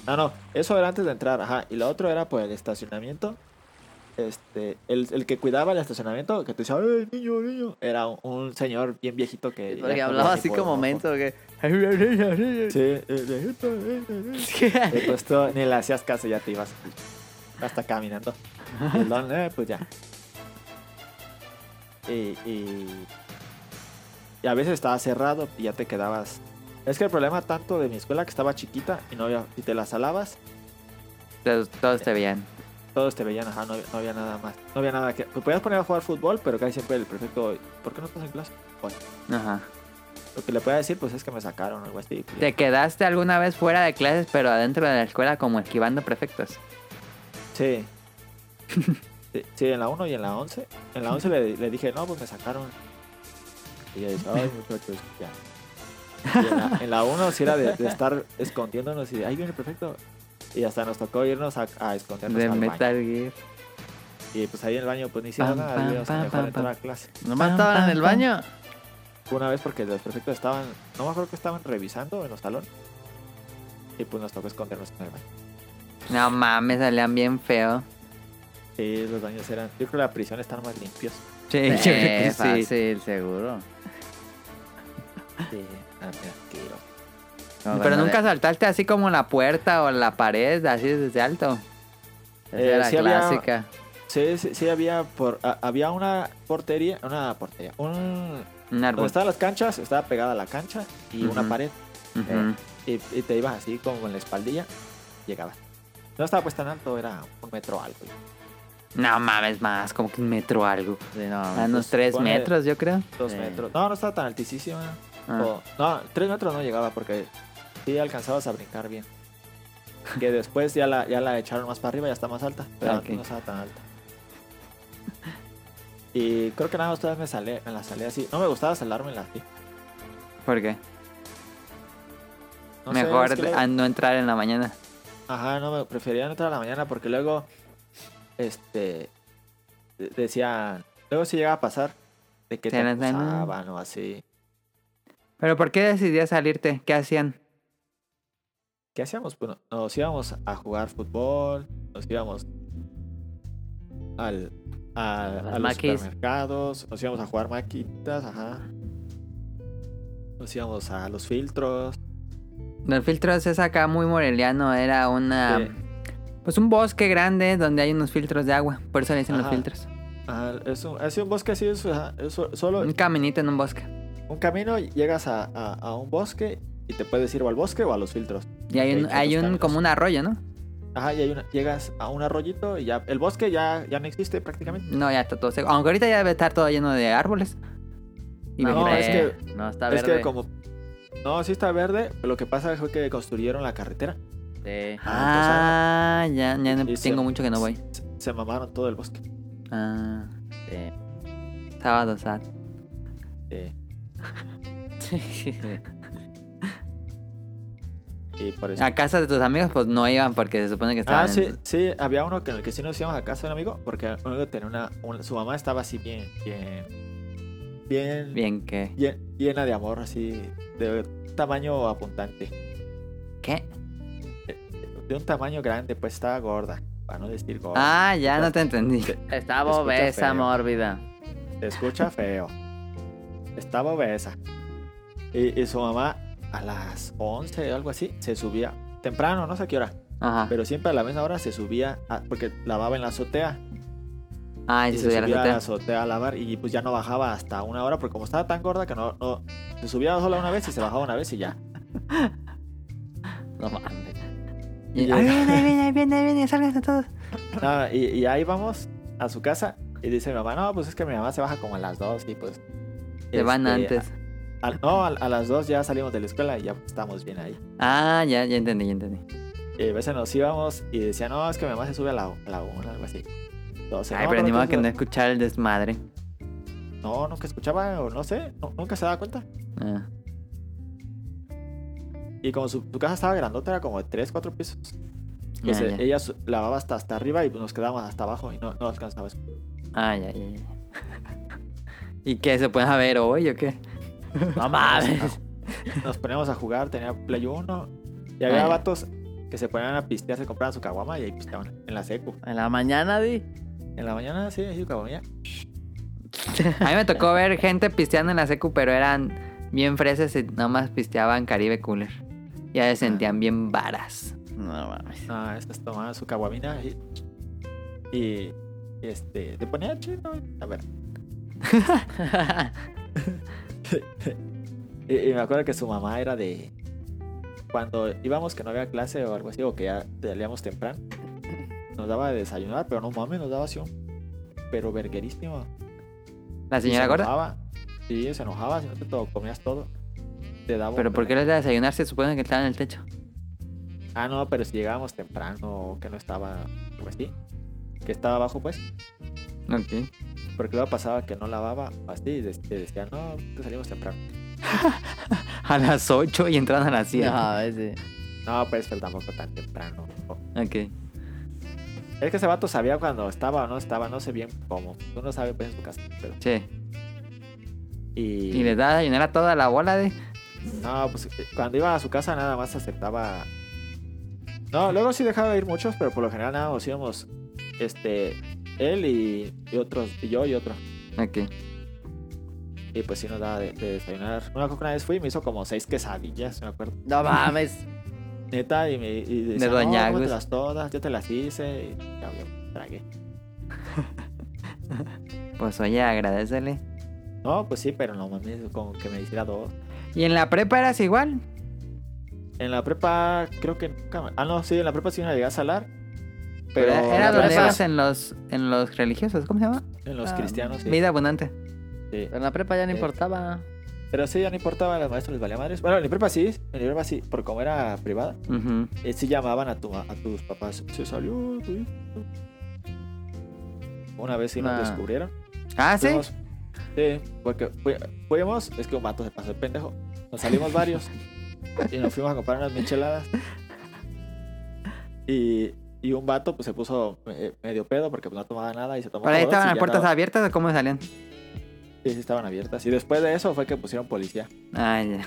No, no, eso era antes de entrar, ajá. Y lo otro era por el estacionamiento. Este, el, el que cuidaba el estacionamiento, que te decía, ¡eh, niño, niño! Era un, un señor bien viejito que... ya
Porque
estaba
pues,
hablaba así
tipo
como
loco.
mento que.
Sí, eh, viejito, eh, eh, eh. Y pues tú ni le hacías caso, ya te ibas hasta caminando. Y el don, eh, pues ya. Y, y- y a veces estaba cerrado y ya te quedabas. Es que el problema tanto de mi escuela que estaba chiquita y no había, si te la salabas,
Todos, todos te veían.
todos te veían, ajá, no, había- no había nada más. No había nada que. Te podías poner a jugar fútbol, pero casi siempre el prefecto, ¿por qué no estás en clase?
Ajá.
Lo que le podía decir, pues es que me sacaron o algo así. pues,
¿Te quedaste alguna vez fuera de clases, pero adentro de la escuela como esquivando prefectos?
Sí. Sí, sí, en la 1 y en la 11. En la 11 le, le dije, no, pues me sacaron. Y ella dice, ay, muchachos, ya. Y en la- en la 1 sí era de, de estar escondiéndonos y ahí viene el prefecto. Y hasta nos tocó irnos a, a escondernos
De
al baño.
Metal Gear.
Y pues ahí en el baño pues ni hicieron
Pam,
nada,
pam,
Dios,
pam,
mejor
pam,
entrar
pam.
a clase.
Nomás
Pam,
estaban en
pam,
el
pam.
baño.
Una vez porque los prefectos estaban, no me acuerdo que estaban revisando en los talones. Y pues nos tocó escondernos en el baño.
No mames, salían bien feo.
Sí, los baños eran, yo creo que la prisión están más limpios.
Sí, yo creo que
Eh,
sí.
fácil, seguro.
Sí, ah, mira, qué irónico.
No,
Pero
bueno,
nunca
de-
saltaste así como la puerta o la pared, así desde alto.
esa
Eh,
era
sí había-
clásica.
Sí, sí, sí, había por a- había una portería, una portería, un
Un
donde
árbol.
estaban las canchas, estaba pegada a la cancha y una
Ujú.
pared
Ujú.
eh, y, y te ibas así como con la espaldilla, llegabas. No estaba pues tan alto, era un metro alto.
No mames, más, como que un metro o algo.
Sí, no,
A unos tres
Ah, pone-
metros, yo creo.
Dos
Sí.
metros. No, no estaba tan altísima.
Ah.
o- no, tres metros no llegaba porque sí alcanzabas a brincar bien. Que después ya la, ya la echaron más para arriba, ya está más alta. Pero
Ah, ok.
no estaba tan alta. Y creo que nada más todavía me salé, me la salí así. No me gustaba salármela así.
¿Por qué?
No sé,
Mejor
es que luego-
a no entrar en la mañana.
Ajá, no, me prefería no entrar a la mañana porque luego, este, de- decían, luego si llegaba a pasar de que te
Tienes la-
acusaban o así.
¿Pero por qué decidías salirte? ¿Qué hacían?
¿Qué hacíamos? Bueno, nos íbamos a jugar fútbol, nos íbamos al, a, a los
maquis.
supermercados, nos íbamos a jugar maquitas, ajá. Nos íbamos a los filtros.
Los filtros es acá muy moreliano, era
Ah,
una...
Sí.
Pues un bosque grande donde hay unos filtros de agua, por eso le dicen los
Ajá.
filtros.
Ajá, es un, es un bosque así, es, ajá, es so- solo
Mm.
Un caminito en un bosque.
un camino, llegas a, a- a un bosque y te puedes ir o al bosque o a los filtros.
Y hay
Ok,
un,
son
hay
los
un
caminos.
como un arroyo, ¿no?
Ajá, y hay una- llegas a un arroyito y ya, el bosque ya, ya no existe prácticamente.
No, ya está todo seco. Aunque ahorita ya debe estar todo lleno de árboles. Y
no,
vegeta-
hombre. es
hombre, no, está
es
verde.
que como... No, sí está verde, pero lo que pasa fue que construyeron la carretera.
Sí.
Ah, ya, ya no-
Y se-
tengo mucho que no voy.
Se, se mamaron todo el bosque.
Ah,
Sí.
sábado sad.
Eh,
Sí.
y por eso...
A casa de tus amigos, pues no iban porque se supone que estaban.
Ah, sí, sí, había uno que en el que sí nos íbamos a casa de un amigo, porque un amigo tenía una, un- su mamá estaba así bien, bien, bien,
Bien, que
llen- llena de amor, así, de tamaño apuntante, Eh,
¿Qué?
de un tamaño grande, pues estaba gorda, para no decir
Oh,
gorda.
Ah, ya no te entendí.
Estaba
Escucha
obesa,
feo.
mórbida.
Se escucha feo. Estaba obesa. Y, y su mamá a las 11 o algo así se subía, temprano, no sé a qué hora,
Ajá.
pero siempre a la misma hora se subía, a- porque lavaba en la azotea.
Ah,
Y
y
se
se subió a la
subía a la
azotea.
azotea a lavar y pues ya no bajaba hasta una hora porque como estaba tan gorda que no, no- se subía sola una vez y se bajaba una vez y ya.
No mames.
Y-
y-
Ahí
este,
viene, ahí viene, ahí viene, ahí viene, sálganse todos.
Nada, y, y ahí vamos a su casa y dice mi mamá, no, pues es que mi mamá se baja como a las dos y pues...
Se van
este,
antes.
ah.
a- no, a, a las dos ya salimos de la escuela y ya estamos bien ahí.
Ah, ya, ya entendí, ya entendí.
Y a veces nos íbamos y decía, no, es que mi mamá se sube a la, a la una, algo así. Entonces,
Ay,
no,
pero ni modo que no
entonces-
escuchar el desmadre.
No, nunca escuchaba o no sé, no- nunca se daba cuenta.
Ah.
Y como su, su casa estaba grandota, era como de tres, cuatro pisos. Pues,
Ya,
eh,
ya.
ella su- lavaba hasta, hasta arriba y pues, nos quedábamos hasta abajo y no, no alcanzaba. eso.
Ah, ya, ya, ya. ¿Y qué? ¿Se pueden ver hoy o qué?
No mames.
Nos poníamos a jugar, tenía Play 1 y
Ah,
había
ya.
vatos que se ponían a pistear, se compraban su caguama y ahí pisteaban en la secu.
En la mañana, di.
En la mañana, sí, ahí su caguamilla.
A mí me tocó ver gente pisteando en la secu, pero eran bien fresas y nomás pisteaban Caribe Cooler. Ya se
Ah.
sentían bien varas.
No mames.
No, estos tomaban su caguamina y, y, este, te ponía chido. A ver. Y, y me acuerdo que su mamá era de. Cuando íbamos que no había clase o algo así, o que ya salíamos temprano, nos daba de desayunar, pero no mames, nos daba así un. Pero verguerísimo.
La
Y
señora
se
gorda.
enojaba. Sí, se enojaba, si no te to- comías todo. Te daba un-
Pero ¿por qué les da desayunar se supone que estaban en el techo?
Ah, no, pero si llegábamos temprano, o que no estaba, pues sí, que estaba abajo, pues.
Ok.
Porque luego pasaba que no lavaba, o así, y de- te decía, no, te salimos temprano.
A las 8 y entraron a las 7.
No, a veces.
No, pues, pero tampoco tan temprano. O-
Ok.
Es que ese vato sabía cuando estaba o no estaba, no sé bien cómo. Uno sabe, pues, en su casa. pero-
Sí.
Y,
Y les da desayunar a toda la bola de.
No, pues, cuando iba a su casa nada más aceptaba... No, luego sí dejaba de ir muchos, pero por lo general nada, nos íbamos, este, él y, y otros, y yo y otro.
Ok.
Y pues sí nos daba de, de desayunar. Una cosa que una vez fui y me hizo como seis quesadillas, me acuerdo.
No mames.
Neta, y me y decía,
Doña
no,
Agus".
las todas, yo te las hice, y ya, yo tragué.
Pues oye, agradecele.
No, pues sí, pero no mames, como que me hiciera dos.
¿Y en la prepa eras igual?
En la prepa, creo que nunca. Ah, no, sí, en la prepa sí me llegué a salar.
Pero
Pero,
era
en la
donde
prepa,
ibas en los, en los religiosos, ¿cómo se llama?
en los cristianos, sí.
Vida abundante.
sí.
Pero en la prepa ya no
Eh.
importaba.
Pero sí, ya no importaba, a los maestros les valía madres. Bueno, en la prepa sí, en la prepa sí, por como era privada,
Ujú.
eh, sí llamaban a, tu, ma- a tus papás. Se salió tu hijo. Una vez sí
Nah.
nos descubrieron.
Ah, sí.
Fuimos- sí, porque fui- fuimos, es que un vato se pasó el pendejo. Nos salimos varios y nos fuimos a comprar unas micheladas. Y, y un vato pues se puso eh, medio pedo porque pues, no tomaba nada y se tomó.
¿Por ahí
como dos
estaban
y
las
ya
puertas
andaba-
abiertas o cómo salían?
sí, sí, estaban abiertas. Y después de eso fue que pusieron policía.
Ah, ya.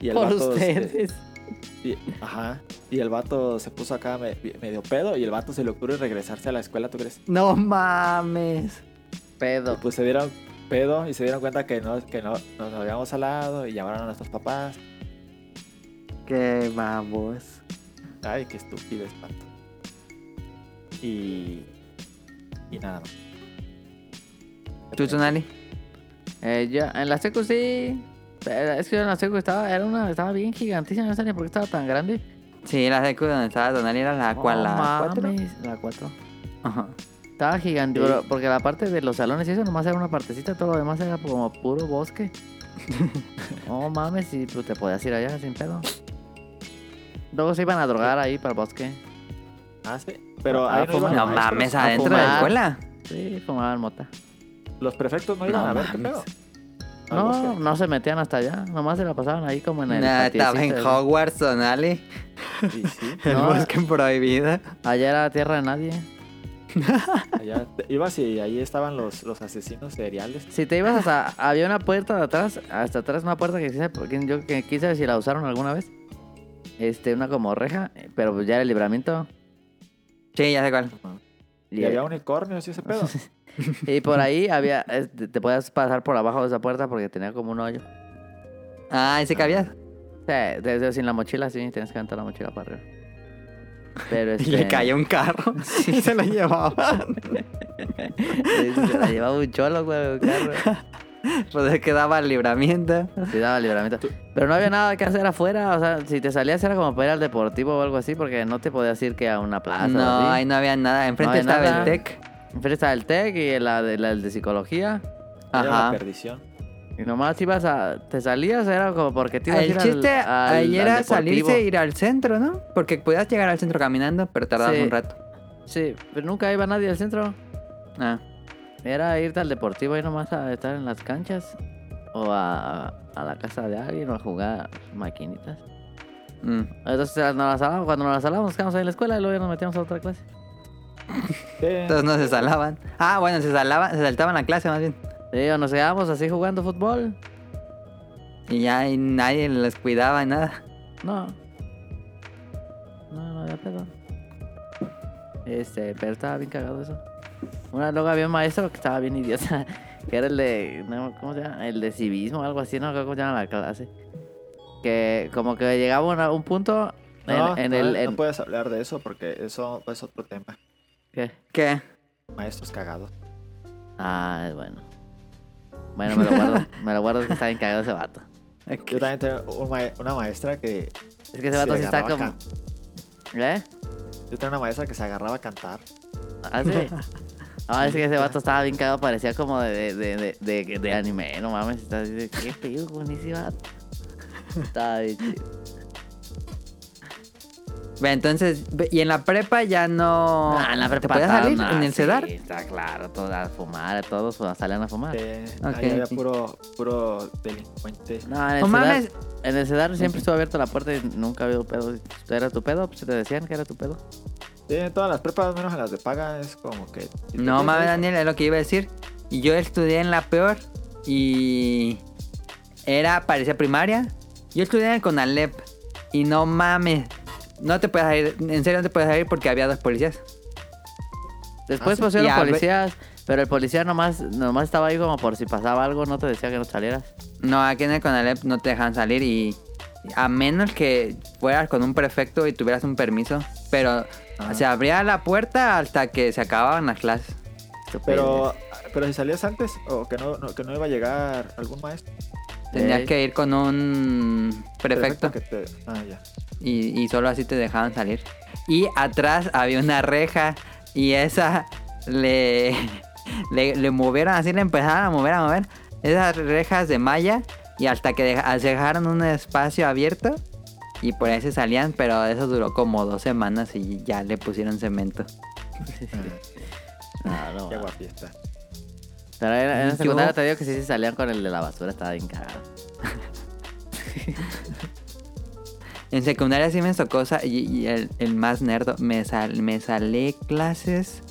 Y el
Por
vato, este,
ustedes.
y- ajá. Y el vato se puso acá me- medio pedo y el vato se le ocurre regresarse a la escuela, ¿tú crees?
No mames.
pedo.
Pues se dieron pedo y se dieron cuenta que, no, que no, nos habíamos salado y llamaron a nuestros papás.
Qué babos.
Ay, qué estúpido espanto. Y. Y nada más.
¿Tú, Tonali?
Eh, yo, en la secu sí. pero Es que yo en la secu estaba, era una, estaba bien gigantísima, no sé ni por qué estaba tan grande.
Sí, la secu donde estaba Tonali era la cual,
No
la cuatro.
mames, La 4.
Ajá.
Estaba gigante,
Sí.
pero- porque la parte de los salones y eso nomás era una partecita, todo lo demás era como puro bosque. no mames, y pues, te podías ir allá sin pedo. Luego se iban a drogar ahí para el bosque.
Ah, sí. Pero
Ah,
ahí no
fuma-
iban
No
los maestros
mames,
a
adentro de
fumar.
la escuela.
Sí, fumaban mota.
Los prefectos no iban
No
a ver qué pedo.
mames.
Al
No,
bosque.
no se metían hasta allá, nomás se la pasaban ahí como en el.
Nah, estaba en
patiecito.
Hogwarts, Tonali.
Sí, sí.
El
No.
bosque prohibido.
Allá era tierra de nadie.
Allá te- ibas y ahí estaban los, los asesinos seriales.
Si te ibas hasta. había una puerta de atrás, hasta atrás una puerta que quise, que yo que quise ver si la usaron alguna vez. Este, una como reja, pero pues ya era el libramiento.
Sí, ya sé cuál.
Y había unicornios y ese pedo.
Y por ahí había, es- te te podías pasar por abajo de esa puerta porque tenía como un hoyo.
Ah, ese cabías.
O sea, te- te- sin la mochila, sí, tenías que levantar la mochila para arriba. Pero
Y
este,
le cayó un carro y se lo llevaba.
sí, Se la llevaba un cholo, güey, el carro.
Pues se quedaba el libramiento.
Sí, daba libramiento. Pero no había nada que hacer afuera, o sea, si te salías era como para ir al deportivo o algo así, porque no te podías ir que a una plaza. o
no,
así.
ahí no había nada. Enfrente
había
estaba
nada.
el TEC.
Enfrente estaba el TEC y la de, la de psicología.
Era la
Ajá.
perdición.
Y nomás ibas a, te salías, era como porque te ibas a ir
El
al-
chiste
al,
ahí
al
era
deportivo.
salirse e ir al centro, ¿no? Porque podías llegar al centro caminando, pero tardabas
Sí.
un rato.
Sí, pero nunca iba nadie al centro.
Ah.
Era irte al deportivo y nomás a estar en las canchas o a, a la casa de alguien o a jugar maquinitas.
mm.
Entonces nos las salamos, cuando nos las salamos, nos quedamos ahí en la escuela y luego ya nos metíamos a otra clase.
Sí.
Entonces no se salaban. Ah, bueno, se salaban, se saltaban la clase más bien.
Sí, o nos quedábamos así jugando fútbol.
Y ya y nadie los cuidaba, nada.
No. No, no había pedo. Este, pero estaba bien cagado eso. Una luego había un maestro que estaba bien idiota, que era el de, no, ¿cómo se llama? El de civismo, algo así, no me acuerdo cómo se llama la clase. Que como que llegaba una- un punto en,
No,
en
no,
el...
no
en-
puedes hablar de eso porque eso es otro tema.
¿Qué?
¿Qué?
Maestros cagados.
Ah, bueno. Bueno, me lo guardo, me lo guardo, es que está bien cagado ese vato.
Yo también tengo un ma- una maestra que.
Es que ese vato
se
sí está como...
agarraba a can-
¿Eh?
Yo tengo una maestra que se agarraba a cantar.
Ah, sí. Ah, es que ese vato estaba bien cagado, parecía como de, de, de, de, de- de anime, no mames. Está así de, qué pedo con ese vato. Estaba bien chido.
Ve, entonces, ve, y en la prepa ya no.
Ah, en la
¿Te
prepa
podías
estaba
salir
más,
en el
sí,
CEDAR?
está claro, todos a fumar, todos salían a fumar.
que
Ah, Ok.
Eh, ahí había puro, puro delincuente.
No, en el
No
CEDAR,
mames.
en el CEDAR siempre estuvo abierta la puerta y nunca había habido pedo. ¿Era tu pedo? Pues te decían que era tu pedo.
Sí, en todas las prepas, menos en las de paga, es como que. si te
No
quieres
mames,
salir,
Daniel, es lo que iba a decir. Y Yo estudié en la peor y era, parecía primaria. Yo estudié en el Conalep y no mames, no te puedes salir, en serio no te puedes salir porque había dos policías.
Después
sí.
Ah,
pusieron
Y a ver-
policías, pero el policía nomás, nomás estaba ahí como por si pasaba algo, no te decía que no salieras.
No, aquí en el Conalep no te dejan salir y a menos que fueras con un prefecto y tuvieras un permiso, pero
Ah.
se abría la puerta hasta que se acababan las clases.
Pero, pero si salías antes o que no, no- que no iba a llegar algún maestro.
Tenías
Ey.
que ir con un prefecto.
que te- Ah, ya.
y, y solo así te dejaban salir. Y atrás había una reja y esa le, le, le movieron así, le empezaron a mover, a mover esas rejas de malla y hasta que deja- dejaron un espacio abierto y por ahí se salían, pero eso duró como dos semanas y ya le pusieron cemento.
Ah, no,
Qué
mames.
guapiesta.
Pero en, en la
Yo-
secundaria te digo que sí se salían con el de la basura, estaba bien cagado.
En secundaria sí me tocó sa- y, y el, el más nerdo me sal- me salí clases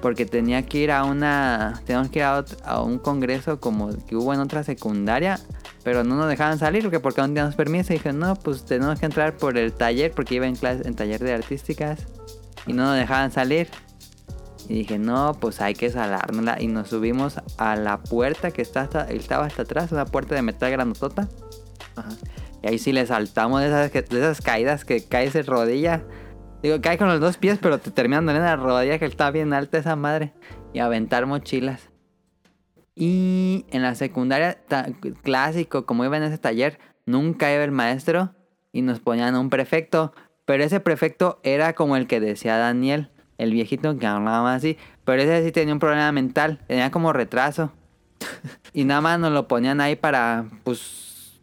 porque tenía que ir a una teníamos que ir a, ot- a un congreso como que hubo en otra secundaria pero no nos dejaban salir porque porque no teníamos permiso y dije no pues tenemos que entrar por el taller porque iba en clase en taller de artísticas y no nos dejaban salir y Y dije, no, pues hay que salárnosla. Y nos subimos a la puerta que está hasta- estaba hasta atrás, una puerta de metal grandotota. Y ahí sí le saltamos de esas, que- de esas caídas que caes de rodilla. Digo, caes con los dos pies, pero te terminan doliendo la rodilla que está bien alta esa madre. Y aventar mochilas. Y en la secundaria, ta- clásico, como iba en ese taller, nunca iba el maestro y nos ponían a un prefecto. Pero ese prefecto era como el que decía Daniel, el viejito que hablaba así. Pero ese sí tenía un problema mental, tenía como retraso. Y nada más nos lo ponían ahí para, pues,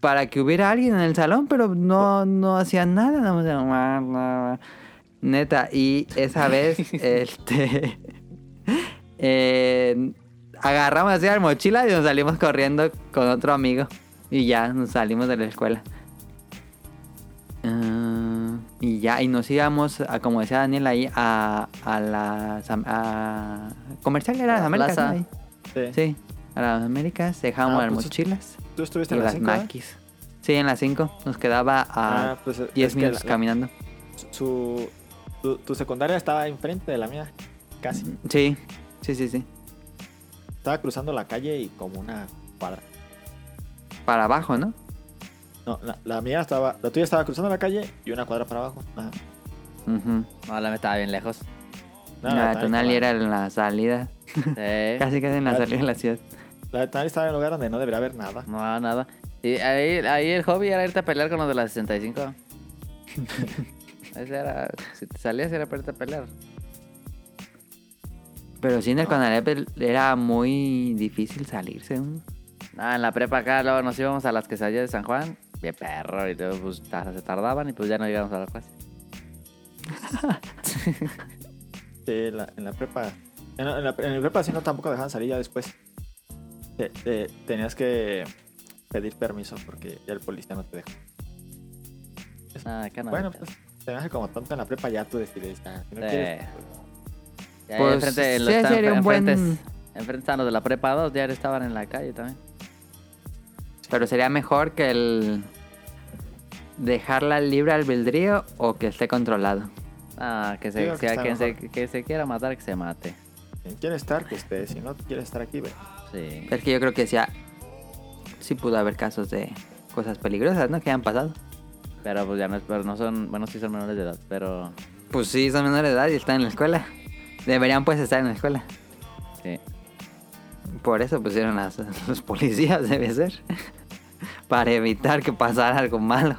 para que hubiera alguien en el salón, pero no, no hacían nada. nada más era, "Mua, mua, mua". Neta, y esa vez, este... eh, agarramos así la mochila y nos salimos corriendo con otro amigo. Y ya, nos salimos de la escuela. Ah, y ya, y nos íbamos, a, como decía Daniel ahí, a, a la... A, comercial era
A
las
la
Américas, ¿no?
plaza.
Ahí.
Sí.
Sí, a las Américas, dejamos
Ah,
las
pues,
mochilas
¿Tú estuviste
y
en la
las
¿eh?
5?
maquis. Sí, en las 5 nos quedaba a
Ah, pues es
10
que la-
minutos
la-
caminando.
su, tu, tu secundaria estaba enfrente de la mía, casi.
Sí, sí, sí, sí.
Estaba cruzando la calle y como una cuadra.
Para abajo, ¿no?
No, la, la mía estaba, la tuya estaba cruzando la calle y una cuadra para abajo. Ajá.
Ujú.
No, la mía estaba bien lejos.
No,
la
de
de Tonali era en la salida,
Sí.
casi casi en la
Ah,
salida de la ciudad.
La de Tonali estaba en un lugar donde no debería haber nada.
No, nada. Y ahí, ahí el hobby era irte a pelear con los de la 65. Ese era. Si te salías, era para irte a pelear.
Pero sí, en el Conalep el- era muy difícil salirse. ¿no?
Nada, Ah, en la prepa acá, luego nos íbamos a las quesadillas de San Juan. Bien perro, y luego pues ta- se tardaban y pues ya no llegamos a la clase.
Sí, la- en la prepa. En la, en la- en el prepa sí no tampoco dejaban salir ya después. Te- te- tenías que pedir permiso porque ya el policía no te deja.
Ah, acá no.
bueno,
neta.
pues te hace como tonto en la prepa ya tú decides. ya, si no
Sí.
quieres,
Ya
Pues,
enfrente, en los
sí,
tan-
sería un buen-
enfrentes- enfrente estaban los de la prepa 2, ya estaban en la calle también.
Pero sería mejor que el dejarla libre al albedrío o que esté controlado.
Ah, que
Digo
se,
que
sea-
está
que se-
mejor.
que se quiera matar, que se mate.
quien quiere estar, que esté. Si no quiere estar aquí, ve.
Sí.
Es que yo creo que sí, ha- sí pudo haber casos de cosas peligrosas, ¿no? Que han pasado.
Pero pues ya no, es- pero no son, bueno, sí son menores de edad, pero
Pues sí, son menores de edad y están en la escuela. Deberían pues estar en la escuela.
sí.
Por eso pusieron a los policías, debe ser. Para evitar que pasara algo malo.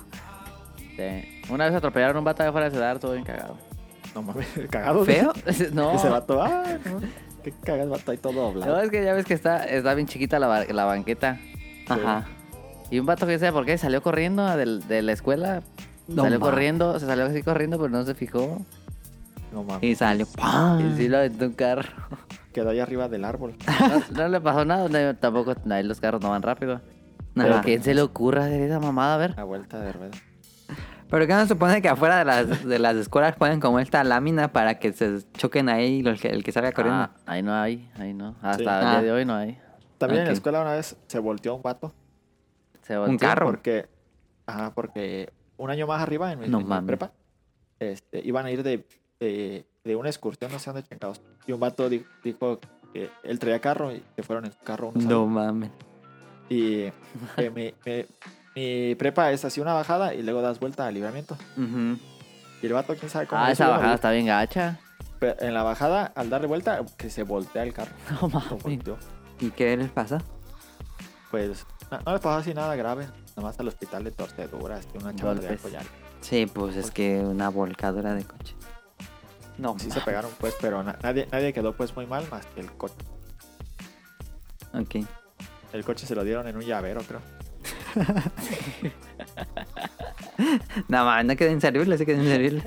sí. Una vez atropellaron a un vato allá afuera de Cedar, todo bien cagado.
No mames, cagado.
¿Feo?
no,
Ese vato, ah, no. Qué cagas, vato, ahí todo doblado.
no, es que ya ves que está, está bien chiquita la, ba- la banqueta.
Ajá.
Y un vato que sabe por qué salió corriendo del- de, la escuela.
No
salió
ma-
corriendo, se salió así corriendo, pero no se fijó.
No mames,
Y salió.
Y
¡pam!
sí lo aventó un carro.
quedó ahí arriba del árbol.
No, no le pasó nada, no, tampoco ahí los carros no van rápido. Pero
Ajá.
¿a quién se le ocurra hacer esa mamada? A ver.
A vuelta de rueda.
Pero que no se supone que afuera de las, de las escuelas ponen como esta lámina para que se choquen ahí los que- el que salga corriendo.
Ah, ahí no hay, ahí no. Hasta
Sí.
el
Ah.
día de hoy no hay.
También en la
Ok.
escuela una vez se volteó un vato.
Se
Un
volteó.
carro.
Porque, ajá, porque un año más arriba en mi,
No
en mi
mames.
prepa, este, iban a ir de, de, de una excursión, no sé dónde chingados. Y un vato di- dijo que él traía carro y que fueron en su carro. unos
No
amigos.
mames.
Y eh, mi, mi- mi prepa es así una bajada y luego das vuelta al libramiento.
Ujú.
Y el vato, quién sabe cómo.
Ah,
le
esa
subió,
bajada está bien gacha.
pero En la bajada, al darle vuelta, que se voltea el carro.
No
Lo
mames.
volteó.
¿Y qué les pasa?
Pues no, no le pasó así nada grave. Nada más al hospital de torceduras que una chava de
Golpes.
collar.
Sí, pues es que una volcadora de coche. No.
Sí se pegaron pues, pero na- nadie, nadie quedó pues muy mal más que el coche.
Ok.
El coche se lo dieron en un llavero, creo.
No mames, no quedó inservible, sí quedó inservible.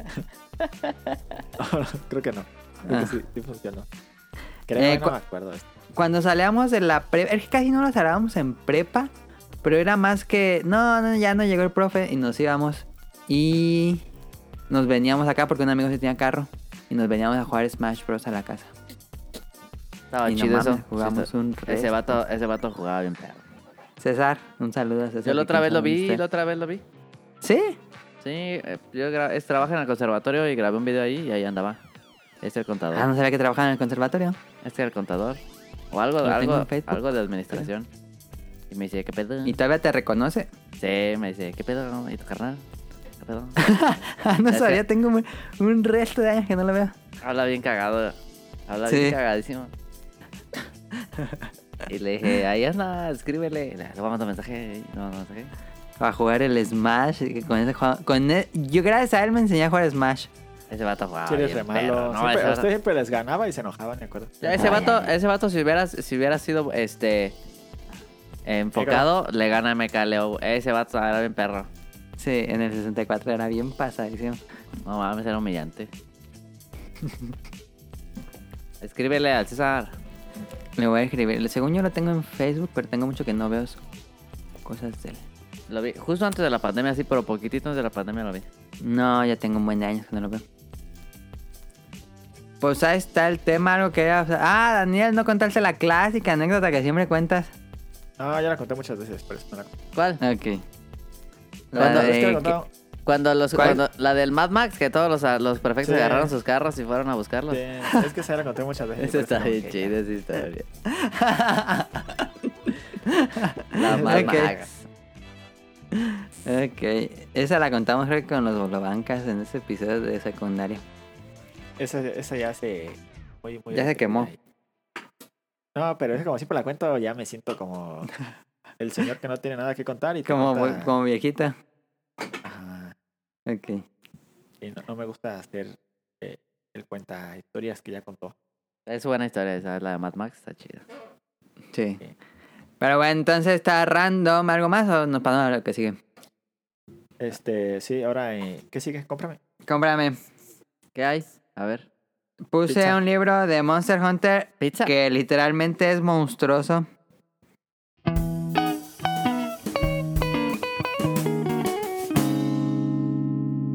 creo que no. Creo que
Ah.
sí, sí funcionó. Creo
Eh,
que no
cu-
me acuerdo. Este de esto.
cuando salíamos de la prepa, es que casi no nos salíamos en prepa, pero era más que, no, no, ya no llegó el profe y nos íbamos y nos veníamos acá porque un amigo se tenía carro y nos veníamos a jugar Smash Bros a la casa.
Estaba
Y no
Ah, chido
mames,
eso.
jugamos
Sí,
un
está-
resto.
ese vato, ese vato jugaba bien perro.
César, un saludo a César.
Yo la
que
otra vez lo
quién
vi,
sabe
la otra vez lo vi.
dónde esté.
Sí, eh, yo gra- es- trabajo en el conservatorio y grabé un video ahí y ahí andaba.
¿Sí?
Este el contador.
Ah, no sabía que trabajaba en el conservatorio.
Este era el contador. O algo,
Lo tengo
algo,
en Facebook.
algo de administración. Y me dice, ¿qué pedo?
Y todavía te reconoce.
Sí, me dice, ¿qué pedo? ¿Y tu carnal? ¿Qué pedo?
Ah, no
Ya sé.
sabía, tengo un, un resto de años que no lo veo.
Habla bien cagado. Habla
Sí.
bien cagadísimo. Y le dije, ahí anda, escríbele. Le le voy a mandar mensaje. Le mando mensaje.
Para jugar el Smash. y que Con ese juego- con e- yo gracias a él me enseñé a jugar Smash.
Ese vato jugaba.
Sí, eres
bien
re malo.
perro, No,
Siempre-
ese
a
vato-
usted siempre les ganaba y se enojaba, me acuerdo.
Ya, ese
Ay,
vato,
ay, ay.
ese vato si hubiera, si hubiera sido este enfocado, le gana a MK Leo. Ese vato era bien perro.
Sí, en el 64 era bien pasadísimo.
No mames, era humillante. Escríbele al César.
Le voy a escribir. Según yo lo tengo en Facebook, pero tengo mucho que no veo sus- cosas de él.
Lo vi justo antes de la pandemia, sí, pero poquitito antes de la pandemia lo vi.
No, ya tengo un buen de años que no lo veo. Pues ahí está el tema, algo que era... o sea, ah, Daniel, no contaste la clásica anécdota que siempre cuentas.
No, ya la conté muchas veces, pero es una-
¿Cuál?
Ok. La
Cuando-
de
es que la
que-
contaba-
Cuando los,
¿Cuál?
cuando la del Mad Max, que todos los, los perfectos
Sí.
agarraron sus carros y fueron a buscarlos.
sí, es que se la conté muchas veces.
Eso
pero es
está
una-
bien chido esa historia. la Mad
Ok.
Max.
Ok, esa la contamos creo que con los bolobancas en ese episodio de secundaria.
Esa, esa ya se... muy- muy-
Ya se quemó.
No, pero es que como siempre la cuento, ya me siento como el señor que no tiene nada que contar y te
Como,
cuenta-
como viejita.
Ajá.
Ok.
Y no, no me gusta hacer eh, el cuenta historias que ya contó.
Es buena historia esa, la de Mad Max está chida.
Sí.
Sí.
Pero bueno, entonces está random, ¿algo más o nos pasamos a lo que sigue?
Este, sí, ahora, eh, ¿qué sigue? Cómprame.
Cómprame.
¿Qué hay? A ver.
Puse
Pizza.
un libro de Monster Hunter
Pizza.
que literalmente es monstruoso.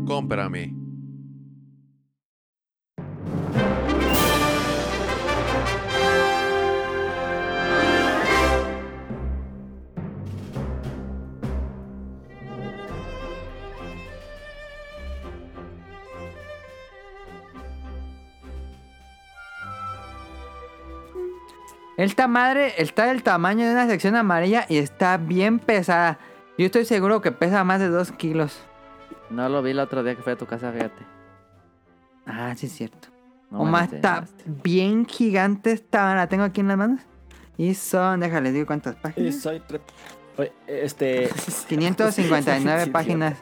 Cómprame.
Esta madre está del tamaño de una sección amarilla y está bien pesada. Yo estoy seguro que pesa más de 2 kilos.
No lo vi el otro día que fui a tu casa, fíjate.
Ah, sí es cierto.
No me lo
Oma está
enseñaste.
bien gigante esta. La tengo aquí en las manos. Y son, déjale, digo cuántas
Y
páginas.
soy... tre- Oye, este...
559
Sí,
páginas.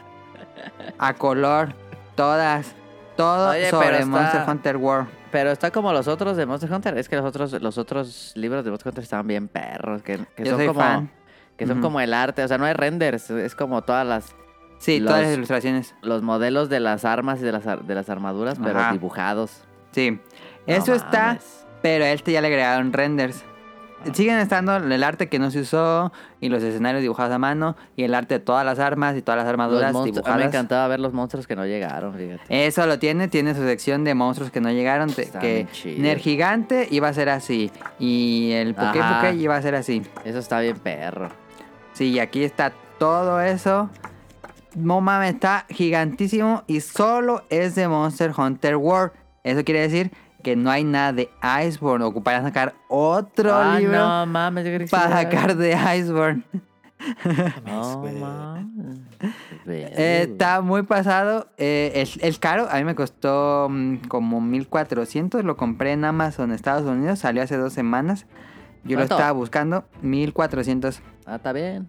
A color. Todas. Todo
Oye, pero
sobre
está-
Monster Hunter World.
Pero está como los otros de Monster Hunter. Es que los otros, los otros libros de Monster Hunter estaban bien perros. Que, que
Yo
son
soy
como,
fan.
Que son
Ujú.
como el arte. O sea, no hay renders. Es como todas las
Sí,
los-
todas las ilustraciones.
los modelos de las armas y de las, ar- de las armaduras, pero
Ajá.
dibujados.
Sí.
No
Eso está,
mames.
pero a este ya le agregaron renders.
Ah.
Siguen estando el arte que no se usó y los escenarios dibujados a mano y el arte de todas las armas y todas las
Los
armaduras
monstruos- a mí
dibujadas.
me encantaba ver los monstruos que no llegaron, fíjate.
Eso lo tiene, tiene su sección de monstruos que no llegaron, te-
Está
que
bien chido.
Nergigante iba a ser así y el Poké
Ajá.
Poké iba a ser así.
Eso está bien perro.
Sí, y aquí está todo eso. No mames, está gigantísimo y solo es de Monster Hunter World. Eso quiere decir que no hay nada de Iceborne. Ocuparían sacar otro
ah,
libro
no mames, yo creí que
para
sí era-
sacar de Iceborne.
No
Mames, güey.
mames.
Eh, está muy pasado. Eh, es, es caro. A mí me costó mm, como 1400. Lo compré en Amazon, Estados Unidos. Salió hace dos semanas. Yo
¿Cuánto?
lo estaba buscando. 1400.
Ah, está bien.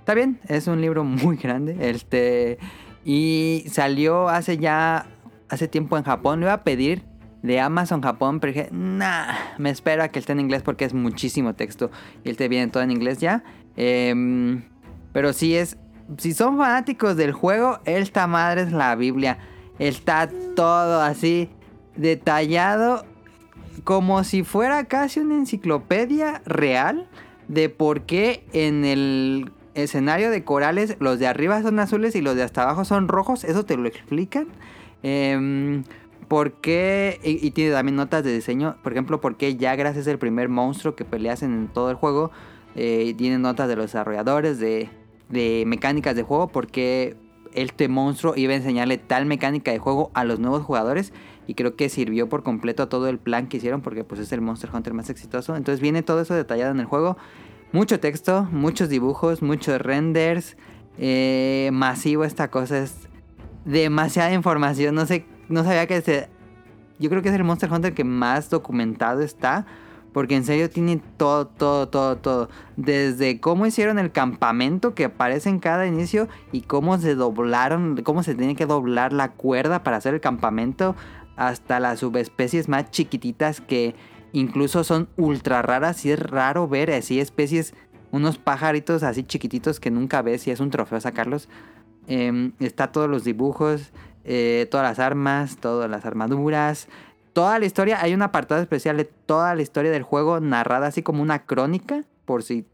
Está bien, es un libro muy grande. Este. Y salió hace ya. Hace tiempo en Japón. Lo iba a pedir de Amazon Japón, pero dije, nah, me espero a que esté en inglés porque es muchísimo texto. Y él te viene todo en inglés ya. Em, pero sí es. Si son fanáticos del juego, esta madre es la Biblia. Está todo así detallado como si fuera casi una enciclopedia real de por qué en el escenario de corales los de arriba son azules y los de hasta abajo son rojos. Eso te lo explican. Em, ¿Por qué? Y, y tiene también notas de diseño. Por ejemplo, por qué Yagras es el primer monstruo que peleas en todo el juego. Eh, tiene notas de los desarrolladores, de, de mecánicas de juego. Por qué este monstruo iba a enseñarle tal mecánica de juego a los nuevos jugadores y creo que sirvió por completo a todo el plan que hicieron porque pues es el Monster Hunter más exitoso. Entonces viene todo eso detallado en el juego. Mucho texto, muchos dibujos, muchos renders. eh, masivo esta cosa es demasiada información. No sé, no sabía que se... Yo creo que es el Monster Hunter que más documentado está. Porque en serio tiene todo, todo, todo, todo. Desde cómo hicieron el campamento que aparece en cada inicio y cómo se doblaron, cómo se tiene que doblar la cuerda para hacer el campamento, hasta las subespecies más chiquititas que incluso son ultra raras. Y es raro ver así especies, unos pajaritos así chiquititos que nunca ves y es un trofeo sacarlos. Eh, está todos los dibujos, eh, todas las armas, todas las armaduras toda la historia, hay un apartado especial de toda la historia del juego narrada así como una crónica, por si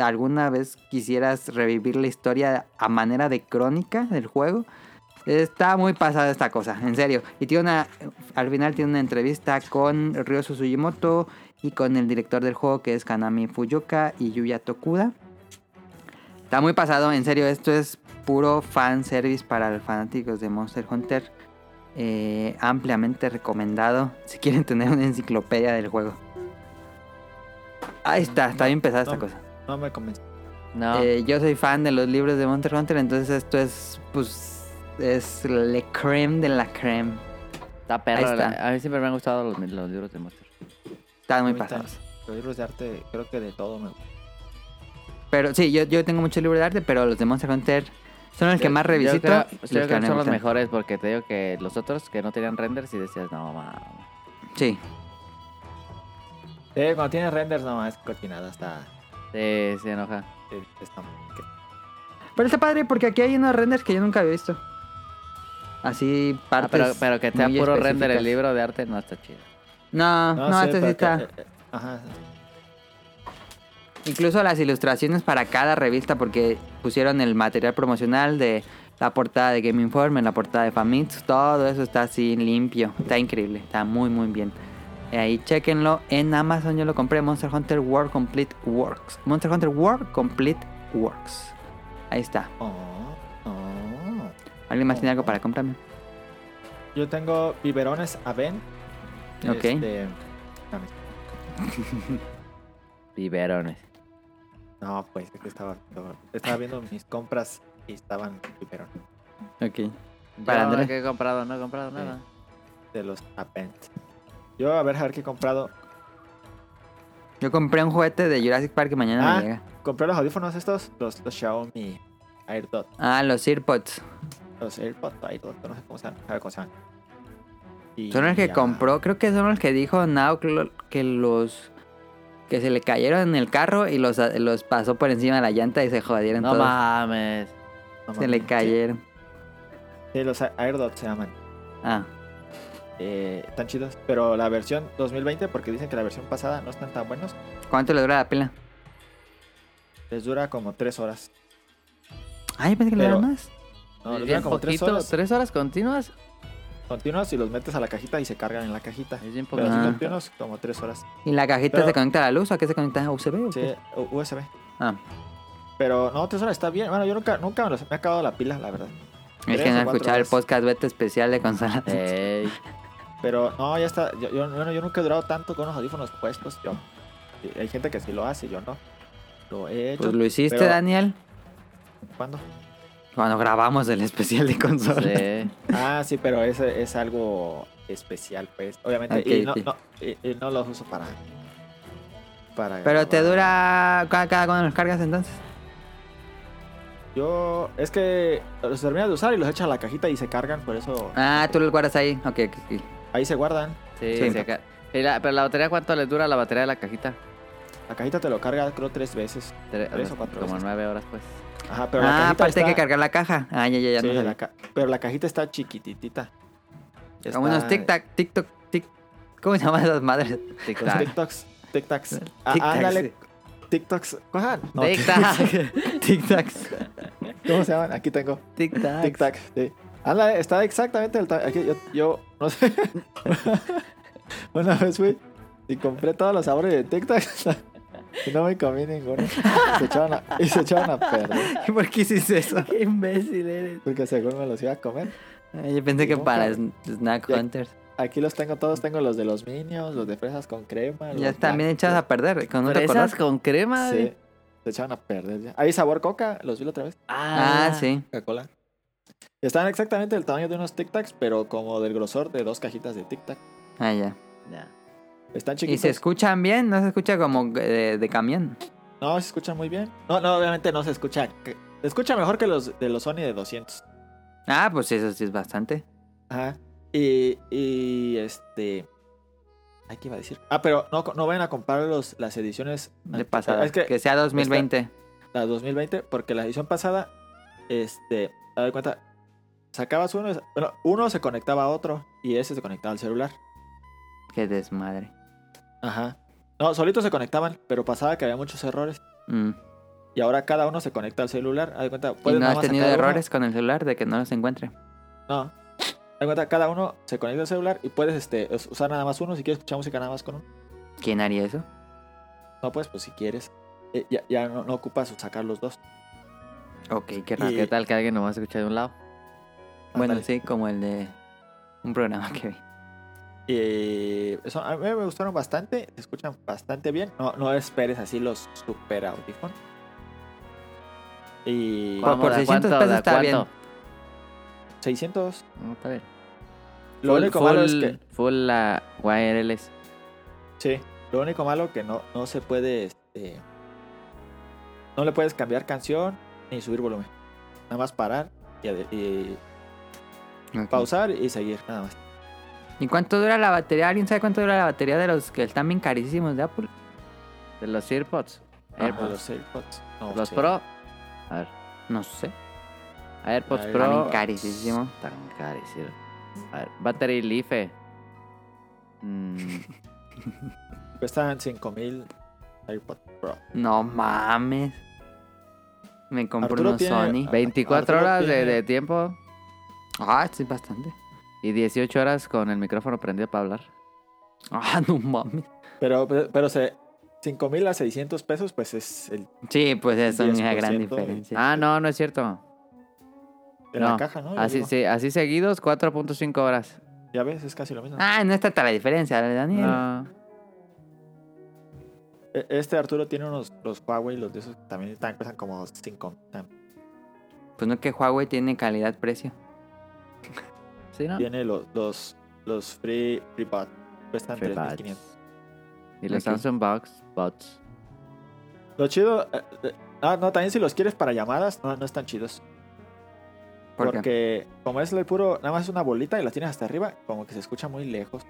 alguna vez quisieras revivir la historia a manera de crónica del juego. Está muy pasada esta cosa, en serio. Y tiene una, al final tiene una entrevista con Ryosu Sugimoto y con el director del juego que es Kanami Fuyuka y Yuya Tokuda. Está muy pasado, en serio, esto es puro fan service para los fanáticos de Monster Hunter. Eh, ampliamente recomendado si quieren tener una enciclopedia del juego. Ahí está, está bien pesada esta
No.
cosa.
No me convenció.
No.
Eh, yo soy fan de los libros de Monster Hunter, entonces esto es, pues, es le creme de la creme.
Está perro.
ahí está.
la- A mí siempre me han gustado los, los libros de Monster.
Están muy
Ahorita,
pasados.
Los libros de arte, creo que de todo me gusta.
Pero sí, yo, yo tengo muchos libros de arte, pero los de Monster Hunter son los que
Yo-
más
yo
revisito.
creo-
y
yo
los
creo
que
que
me
son los
gustan.
mejores porque te digo que los otros que no tenían renders y decías, no, mames.
Sí.
Sí, Eh, cuando tiene renders, no, es cocinada hasta.
Sí, se enoja.
Está
Pero está padre porque aquí hay unos renders que yo nunca había visto. Así
Ah,
partes.
pero, pero que sea
muy
puro render
específicas.
el libro de arte no está chido.
No, no,
sí,
este sí
pero
está.
que- eh, eh, Ajá.
Incluso las ilustraciones para cada revista, porque pusieron el material promocional de la portada de Game Informer, la portada de Famitsu, todo eso está así limpio. Está increíble, está muy, muy bien. Eh, Ahí chequenlo en Amazon, yo lo compré, Monster Hunter World Complete Works. Monster Hunter World Complete Works. Ahí está.
Oh, oh.
¿Alguien más tiene algo para comprarme?
Yo tengo biberones Aven.
Ok.
Este,
Biberones.
no, pues es que estaba, estaba viendo mis compras y estaban biberones
Ok. Para
Para
Andrés.
que he comprado, no he comprado nada.
de los Aven. Yo a ver, a ver qué he comprado.
Yo compré un juguete de Jurassic Park que mañana
Ah.
me llega.
Compré los audífonos estos, los, los Xiaomi AirDot,
Ah, los AirPods.
los AirPods, AirDot, no sé cómo se llaman, sabe cómo se llaman. Y
Son los que
ya.
compró, creo que son los que dijo Nao que lo- que los que se le cayeron en el carro y los, los pasó por encima de la llanta y se jodieron
No
todos.
mames.
No
se le
mames.
cayeron.
Sí, los AirDot se llaman.
Ah,
eh, están chidos. Pero la versión 2020, porque dicen que la versión pasada no están tan buenos,
¿cuánto le dura la pila?
les dura como 3 horas.
Ah, yo pensé que le
Pero-
dura más.
No, les
bien
dura como 3
poquito,
horas
¿Tres horas continuas?
continuas y los metes a la cajita y se cargan en la cajita.
Es bien
Pero
poquito.
así
Ah.
continuos como 3 horas.
¿Y la cajita
Pero-
se conecta a la luz? ¿A qué se conecta? ¿A USB o
Sí,
qué?
U- USB.
Ah,
Pero no, 3 horas está bien. Bueno, yo nunca, nunca me, los, me he acabado la pila, la verdad.
es
Tres
que no
o
he
cuatro
escuchado el
horas.
podcast beta especial de consola.
Ey,
Pero no, ya está. Yo, yo- bueno, yo nunca he durado tanto con los audífonos puestos. Yo. Y Hay gente que sí lo hace, yo no. Lo he hecho.
Pues lo hiciste,
pero-
Daniel,
¿Cuándo?
cuando grabamos el especial de consola.
sí.
Ah, sí, pero es, es algo especial, pues. Obviamente, y,
Ok,
no,
sí.
no- y- y no los uso para. para
Pero te
grabar.
dura cada, cada cuando los cargas entonces.
Yo. Es que los terminas de usar y los echas a la cajita y se cargan, por eso.
Ah, tú los guardas ahí. Ok, ok, ok.
Ahí se guardan.
Sí,
Sí.
se ca- ¿Y la- pero la batería, ¿cuánto le dura la batería de la cajita?
La cajita te lo carga, creo, tres veces.
Tres,
Tres
o
o cuatro
Como
veces.
nueve horas, pues.
Ajá, pero la
ah,
cajita.
aparte
está...
hay que cargar la caja. Ah, ya, ya, ya.
sí,
no sabía.
la ca- Pero la cajita está chiquititita. Está-
Como unos tic-tac, tic-toc, tic... ¿Cómo se llaman esas madres?
Tic
Los
tac.
tic-tacs. Tic-tacs. Ah,
Tic-tacs,
ándale. Tic-tacs. ¿Cuál? No,
Tic tac.
Tic-tacs.
¿Cómo se llaman? Aquí tengo. Tic
Tic-tacs.
Tac, sí. Ándale, está exactamente el tamaño. Yo, yo, no sé. Una vez fui y compré todos los sabores de Tic Tac. Y no me comí ninguno. Y se echaban a, y se echaban a perder.
¿Por qué hiciste eso?
Qué imbécil eres.
Porque según me los iba a comer.
Ay, Ah, Yo pensé que
No,
para
cabrón.
sn- Snack
Ya-
Hunters.
Aquí los tengo todos. Tengo los de los minions, los de fresas con crema.
Ya están bien echadas
echadas
a perder. Con otro color.
Fresas con crema, güey.
Sí. Se echaban a perder ya. Ahí sabor coca. Los vi la otra vez.
Ah, sí.
Coca-Cola. Están exactamente del tamaño de unos Tic Tacs, pero como del grosor de dos cajitas de Tic Tac.
Ah, ya.
Ya.
Están
¿Y
chiquitos.
se escuchan bien? ¿No se escucha como eh, de, camión?
No, se escuchan muy bien. No, no, obviamente no se escucha. que- Se escucha mejor que los de los Sony de 200.
Ah, pues eso sí es bastante.
Ajá. Y, y este... Ay, ¿qué iba a decir? Ah, pero no, no vayan a comprar los, las ediciones...
De
ante-
pasada.
Ah, Es
que,
que
sea 2020.
la 2020, porque la edición pasada, este, a ver cuenta, sacabas uno, bueno, uno se conectaba a otro y ese se conectaba al celular.
Qué desmadre.
Ajá. No, solitos se conectaban, pero pasaba que había muchos errores.
Mm.
Y ahora cada uno se conecta al celular. Haz de cuenta,
¿Y no
puedes Pues nada
has
más
tenido
sacar uno.
errores con el celular de que no los encuentre?
No. Haz de cuenta, cada uno se conecta al celular y puedes este, us- usar nada más uno. Si quieres escuchar música nada más con uno.
¿Quién haría eso?
No, pues, pues si quieres. Eh, ya ya no, no ocupas sacar los dos.
Ok, qué raro.
Y-
¿Qué tal que alguien nomás escucha de un lado?
Bueno,
Ándale.
sí, como el de un programa que vi.
Y Eh, eso, a mí me gustaron bastante, se escuchan bastante bien. No, no esperes así los super audífonos. Y
Por-
Vamos,
por
¿de
600 pesos
¿De
está bien.
600.
No, está bien.
Lo
full,
único
full,
malo es que.
full la wireless.
Sí, lo único malo que no, no se puede. Este, no le puedes cambiar canción ni subir volumen. Nada más parar y, ade- y
Ok.
pausar y seguir, nada más.
¿Y cuánto dura la batería? ¿Alguien sabe cuánto dura la batería de los que están bien carísimos de Apple?
De los AirPods.
Ajá,
AirPods.
los AirPods. No,
Los
sí.
Pro. A ver.
No sé.
AirPods
Ay,
Pro.
también
carísimo.
Tan carísimo. A ver. Battery Life. Mm,
Cuestan 5000 AirPods Pro.
No mames. Me compré
Arturo
unos
tiene-
Sony.
24
Arturo
horas de,
tiene-
de tiempo
Ah, sí, bastante.
y 18 horas con el micrófono prendido para hablar.
Ah, no mames.
Pero, pero se, 5000 a 600 pesos, pues es el
Sí, pues eso es una gran
10% de-
diferencia.
Ah, no, no es cierto.
de
No,
la caja, ¿no? Yo
Así,
digo,
sí, así seguidos, 4.5 horas.
Ya ves, es casi lo mismo.
Ah, no está tan la diferencia, ¿verdad, Daniel.
No.
E- Este Arturo tiene unos los Huawei, los de esos que también están, cuestan como 5.
Pues no que Huawei tiene calidad-precio.
Sí, ¿no?
Tiene los, los, los Free, free Bud, cuestan
Free
3500.
buds. Y los
Ok.
Samsung Box Bots.
Lo chido. eh, eh, ah, no, también si los quieres para llamadas, no, no están chidos.
¿Por qué?
porque, como es el puro, nada más es una bolita y la tienes hasta arriba, como que se escucha muy lejos.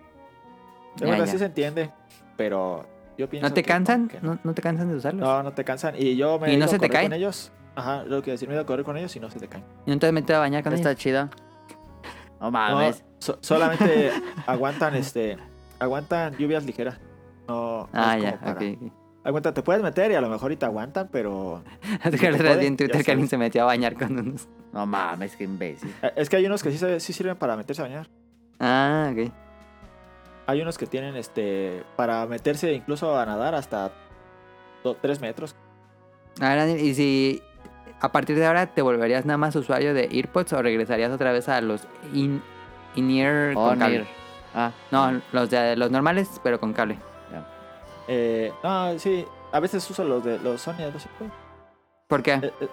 De
Ya,
verdad,
ya.
sí se entiende, pero yo pienso.
¿No te
que
cansan?
como que
¿No, no te cansan de usarlos?
No, no te cansan. Y yo me
¿Y
he
no
ido
se
a
te
correr
caen?
con ellos. Ajá, lo que decir, me he ido a correr con ellos y no se te caen.
¿Y no te has metido a bañar con
Está
ellos?
chido. No
No,
mames.
so- solamente aguantan este aguantan lluvias ligeras. No, no
Ah,
es
ya,
como para-
ok.
Aguanta, te puedes meter y a lo mejor y te aguantan, pero
Te acuerdas
pueden,
bien en
ya
Twitter que
sabes.
alguien se metió a bañar con unos.
No, mames, qué imbécil.
eh, es que hay unos que sí, se- sí sirven para meterse a bañar.
Ah, ok.
Hay unos que tienen este para meterse incluso a nadar hasta 3 metros.
Ahora, Daniel, ¿y si a partir de ahora te volverías nada más usuario de AirPods o regresarías otra vez a los in, in-ear con
On
cable?
ear. Oh, Ah,
No, los, de, los normales, pero con cable.
Eh, no, sí, a veces uso los de los Sony de 200,
Ah. ¿Por qué?
eh, eh,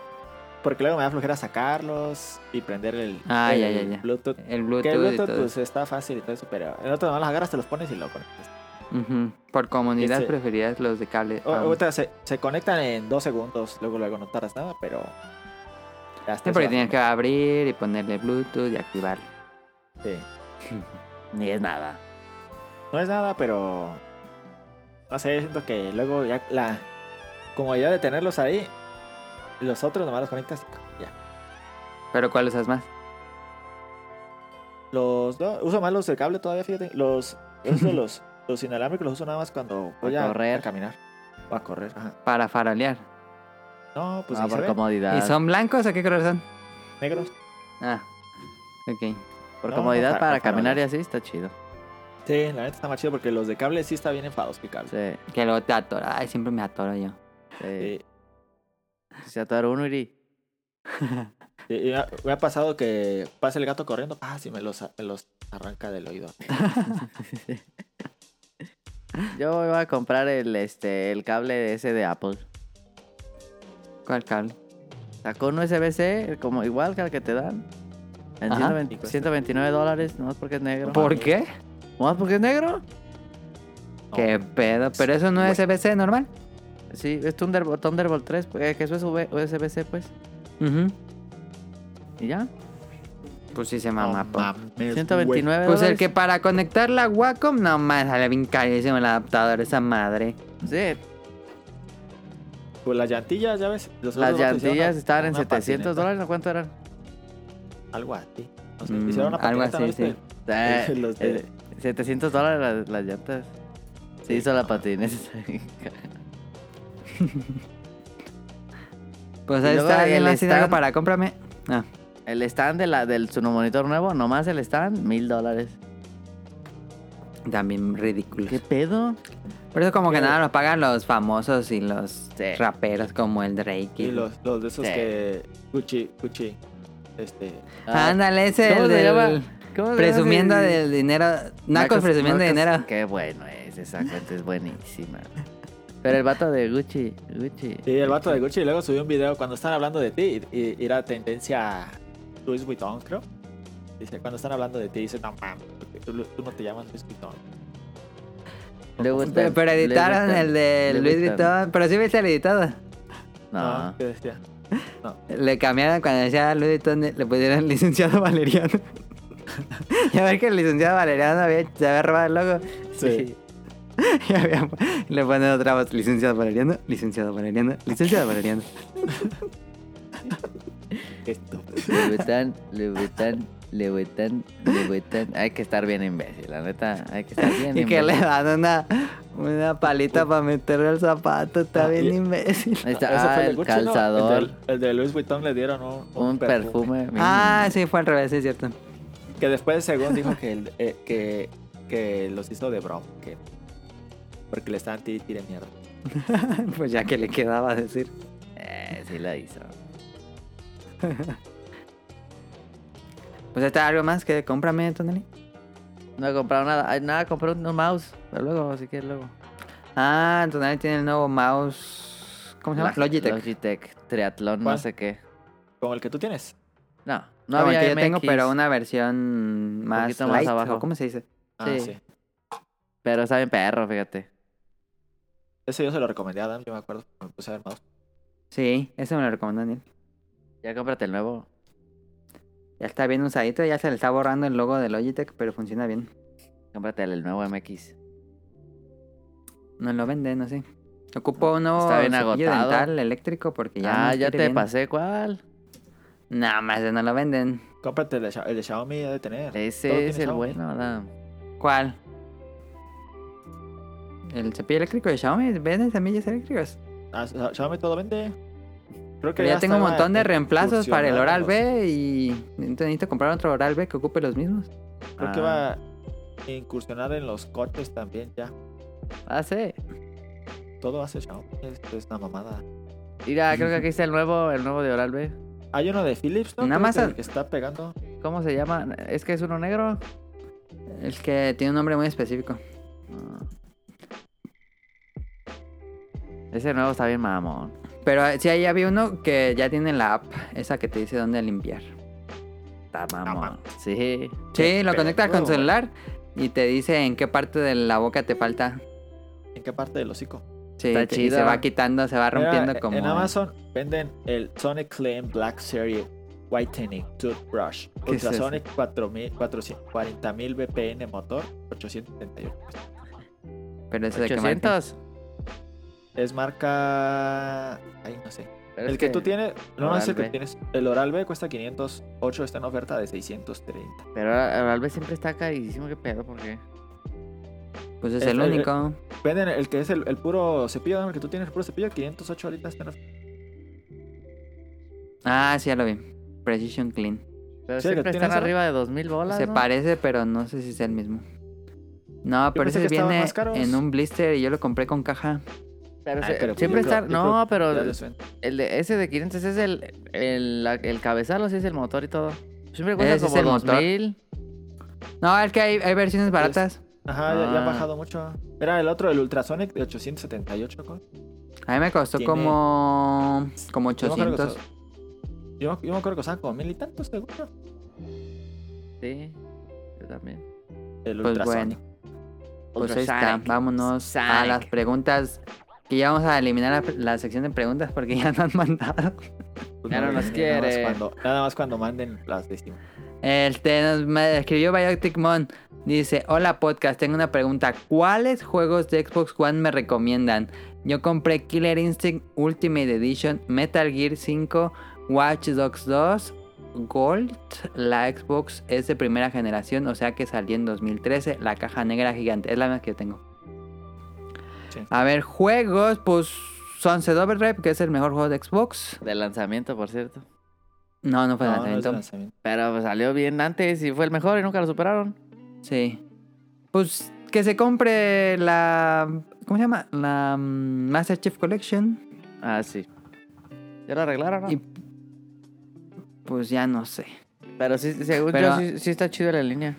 porque luego me da flojera sacarlos y prender el,
Ah, ya,
el
ya, ya.
Bluetooth.
El
Que
Bluetooth,
el
y
Bluetooth
todo.
pues está fácil y todo eso, pero en otro no los agarras, te los pones y lo conectas.
Ujú. Por comunidad
Este-
preferirías los de cable.
O-
Ah,
ahorita se, se conectan en dos segundos, luego luego no tardas nada, pero. Hasta
sí, porque tienes que abrir y ponerle Bluetooth y activarlo.
ni es nada.
No es nada, pero. No sé, siento que luego ya la comodidad de tenerlos ahí, los otros nomás los conectas y ya.
¿Pero cuál usas más?
Los dos, uso más los de cable todavía, fíjate. Los, esos de los, los inalámbricos los uso nada más cuando voy
A
a,
correr.
a caminar o a correr. Ajá.
Para farolear.
No, pues
Ah,
ahí se
por
ven,
comodidad.
¿Y son blancos o qué color son?
negros.
Ah, ok.
Por
No,
comodidad
para-
para
para
caminar y
ver.
así está chido.
Sí, la neta está más chido porque los de cable sí está bien enfados que cable.
Sí,
Que luego te atora. Ay, siempre me atoro yo.
sí.
Eh,
Se atoró uno, Iri.
y- y me, ha, me ha pasado que pasa el gato corriendo, ah, sí, me los, a- me los arranca del oído.
Yo iba a comprar el, este, el cable ese de Apple.
¿Cuál cable?
Sacó un USB-C, como igual que el que te dan. En
Ajá.
120 129 dólares, nomás porque es negro.
¿Por qué?
¿Nomás porque es negro?
¿Qué pedo? ¿Pero eso no es USB-C normal?
Sí, es Thunderbolt, Thunderbolt 3, pues, eh, que eso es V- USB-C, pues.
Ujú.
Y ya.
Pues sí se
No
mamá. po.
mames, güey.
129
Pues el
dólares.
que para conectar la Wacom, no más, sale bien carísimo el adaptador, esa madre.
Sí,
Pues las llantillas, ya ves. los
las
otros vatos hicieron
llantillas
una-
estaban en
una
700
patineta,
dólares, ¿no cuánto eran?
Algo así. No sé,
Mm,
hicieron una
algo así,
patineta, ¿no viste?
Eh,
Los de-
eh, 700 dólares las, las llantas. Se
Sí,
hizo la
no.
patineta.
Pues
Y
ahí
luego
está,
el
alguien le hace algo
stand.
para cómprame. Ah,
el stand de la, del monitor nuevo, nomás el stand, mil dólares.
también ridículo.
¿Qué pedo?
Por eso como que nada los pagan los famosos y los
Sí.
raperos como el Drake. y-
Y los, los de esos
Sí.
que. Gucci, Gucci. Este.
Ah,
Ándale, ese
¿Cómo
el
se
del-
llama? ¿Cómo se llama
Presumiendo
ese-
del dinero. Nacos presumiendo de
Nacos-
dinero.
Qué bueno es, esa cuenta es buenísima. Pero el vato de Gucci, Gucci.
Y el vato de Gucci luego subió un video cuando están hablando de ti. Y, y era tendencia Luis Vuitton, creo. Dice, cuando están hablando de ti, dice, no mames, porque tú, tú no te llamas Luis Vuitton.
Le gusta-
Pero, pero
pues, le
editaron
gusta-
el de
le
Luis
gusta-
Vuitton. Pero sí viste el editado.
No.
¿Qué decía?
Le cambiaron cuando decía Luis Vuitton, le pusieron licenciado Valeriano. y a ver que el licenciado Valeriano había, se había robado el logo.
Sí.
Y había- le ponen otra voz, licenciado Valeriano, licenciado Valeriano, licenciado Valeriano.
Esto.
Le gustan, le gustan, le gustan, le gustan. Hay que estar bien imbécil, la neta. Hay que estar bien
Y que
imbécil.
le dan una, una palita para meterle el zapato, está
Ah,
bien
y-
imbécil.
Ahí está,
Ese
ah,
fue
el
Gucci, ¿no?
calzador,
El, de, el de Luis Vuitton le dieron un,
un perfume.
Ah, sí, fue al revés, sí, es cierto.
Que después, según dijo que, el- eh, que, que los hizo de broma. Que, porque le estaban tirando mierda.
Pues ya que le quedaba decir.
Eh, sí la hizo.
Pues ahí está algo más que cómprame, Tonali.
No he comprado nada. Ay, nada, compré un, un mouse. Pero luego, si quieres, luego.
Ah, Tonali tiene el nuevo mouse. ¿Cómo se llama?
La-
Logitech.
Logitech, triatlón, no
¿Cuál?
sé qué.
Como el que tú tienes.
No, no
No,
había
que yo tengo,
MX,
pero una versión más,
poquito más
light,
abajo.
¿o ¿Cómo se dice?
Ah,
Sí.
sí.
Pero está bien perro, fíjate.
Ese yo se lo recomendé a Adam, yo me acuerdo. Me puse a ver mouse.
Sí, ese me lo recomendó Daniel.
Ya cómprate el nuevo.
Ya está bien usadito, ya se le está borrando el logo de Logitech, pero funciona bien.
Cómprate el nuevo MX.
No lo vende, no sé. Ocupo uno
Está bien agotado.
dental eléctrico porque ya.
ah,
no
ya
quiere
te
bien.
pasé cuál.
Nada más, no lo venden.
Cómprate el de, Xia- el de Xiaomi, ha de
Eh.
tener. Todo
Ese es
tiene
el
Xiaomi.
bueno, Adam.
¿Cuál? ¿El cepillo eléctrico de Xiaomi? ¿Venden semillas eléctricas?
Ah, Xia- Xiaomi todo vende. Creo que
Pero ya tengo un
estaba
montón de
en-
reemplazos para el Oral
incursionando los-
B y entonces necesito comprar otro Oral B que ocupe los mismos.
Creo que
Ah.
va a incursionar en los coches también ya.
Ah, sí.
Todo hace Xiaomi. Esto es una mamada.
Mira, creo que aquí está el nuevo, el nuevo de Oral B.
Hay uno de Philips, ¿no?
Nada
Creo
más
que,
a-
el que está pegando.
¿Cómo se llama? ¿Es que es uno negro?
El que tiene un nombre muy específico.
No. Ese nuevo está bien mamón.
Pero eh, sí, ahí había uno que ya tiene la app, esa que te dice dónde limpiar.
Está mamón.
mames.
Sí.
Sí,
Qué
lo conectas con
pedo, güey.
celular y te dice en qué parte de la boca te falta.
¿En qué parte del hocico?
Sí,
Está
y te- y se
chido.
va quitando, se va
Mira,
rompiendo
e-, en-
como.
En Amazon venden el Sonic Clean Black Series Whitening Toothbrush.
¿Qué es
Ultrasonic 4000 440.000 BPN motor 878.
Pero ese de que marca.
800.
Es marca. Ay, no sé.
Pero
El
es
que, tú tienes. No, no es el
Oral-B.
que tienes. El Oral B cuesta 508. Está en oferta de 630.
Pero Oral B siempre está carísimo. ¿Qué pedo? ¿Por qué?
Pues es
Es-
el
es-
único.
Venden el que es el, el puro cepillo. ¿no? El que tú tienes, el puro cepillo. 508 ahorita está en oferta.
Ah, sí, ya lo vi. Precision Clean.
Pero
Sí, ¿lo
siempre están
tienes ahora?
arriba de 2000 bolas.
Se
¿no?
parece, pero no sé si es el mismo. No, pero
pensé
ese
que estaban
viene
más caros.
en un blister y yo lo compré con caja.
Pero,
Ay,
se-
pero pues
siempre
yo
está.
creo- yo
No,
creo-
pero
ya les ven.
el de, ese de 500 es el, el, la- el cabezal o si es el motor y todo. Siempre cuesta
Ese es
como
el motor.
2000.
No, es que hay, hay versiones baratas.
Ajá, ya, ya ha
Ah.
bajado mucho. Era el otro, el Ultrasonic de 878, ¿no?
A mí me costó
Tiene-
como, como
Yo me acuerdo que
800.
costaba- Yo, me- yo me acuerdo que costaba como mil y tantos, seguro.
Sí, yo también.
El
Pues
Ultrasonic.
Pues ahí está,
Ultrasonic.
vámonos a
Sonic.
las preguntas. Que ya vamos a eliminar la, la sección de preguntas porque ya nos han mandado.
Pues
Ya
muy
no nos
bien, nada más
quiere.
cuando- Nada más cuando manden las decimos.
Este, nos me escribió Biotic Mon. Dice, hola podcast, tengo una pregunta. ¿Cuáles juegos de Xbox One me recomiendan? Yo compré Killer Instinct Ultimate Edition, Metal Gear 5, Watch Dogs 2, Gold, la Xbox es de primera generación, o sea que salió en 2013, la caja negra gigante, es la misma que yo tengo.
Sí.
A ver, juegos, pues Sunset Overdrive, que es el mejor juego de Xbox.
De lanzamiento, por cierto.
No, no fue
No, no es de
lanzamiento.
lanzamiento.
Pero pues, salió bien antes y fue el mejor y nunca lo superaron.
Sí. Pues que se compre la. ¿Cómo se llama? La mm, Master Chief Collection.
Ah, sí. Ya lo arreglaron, ¿no?
Y. Pues ya no sé.
Pero sí, según
Pero-
yo, sí, sí está chido la línea.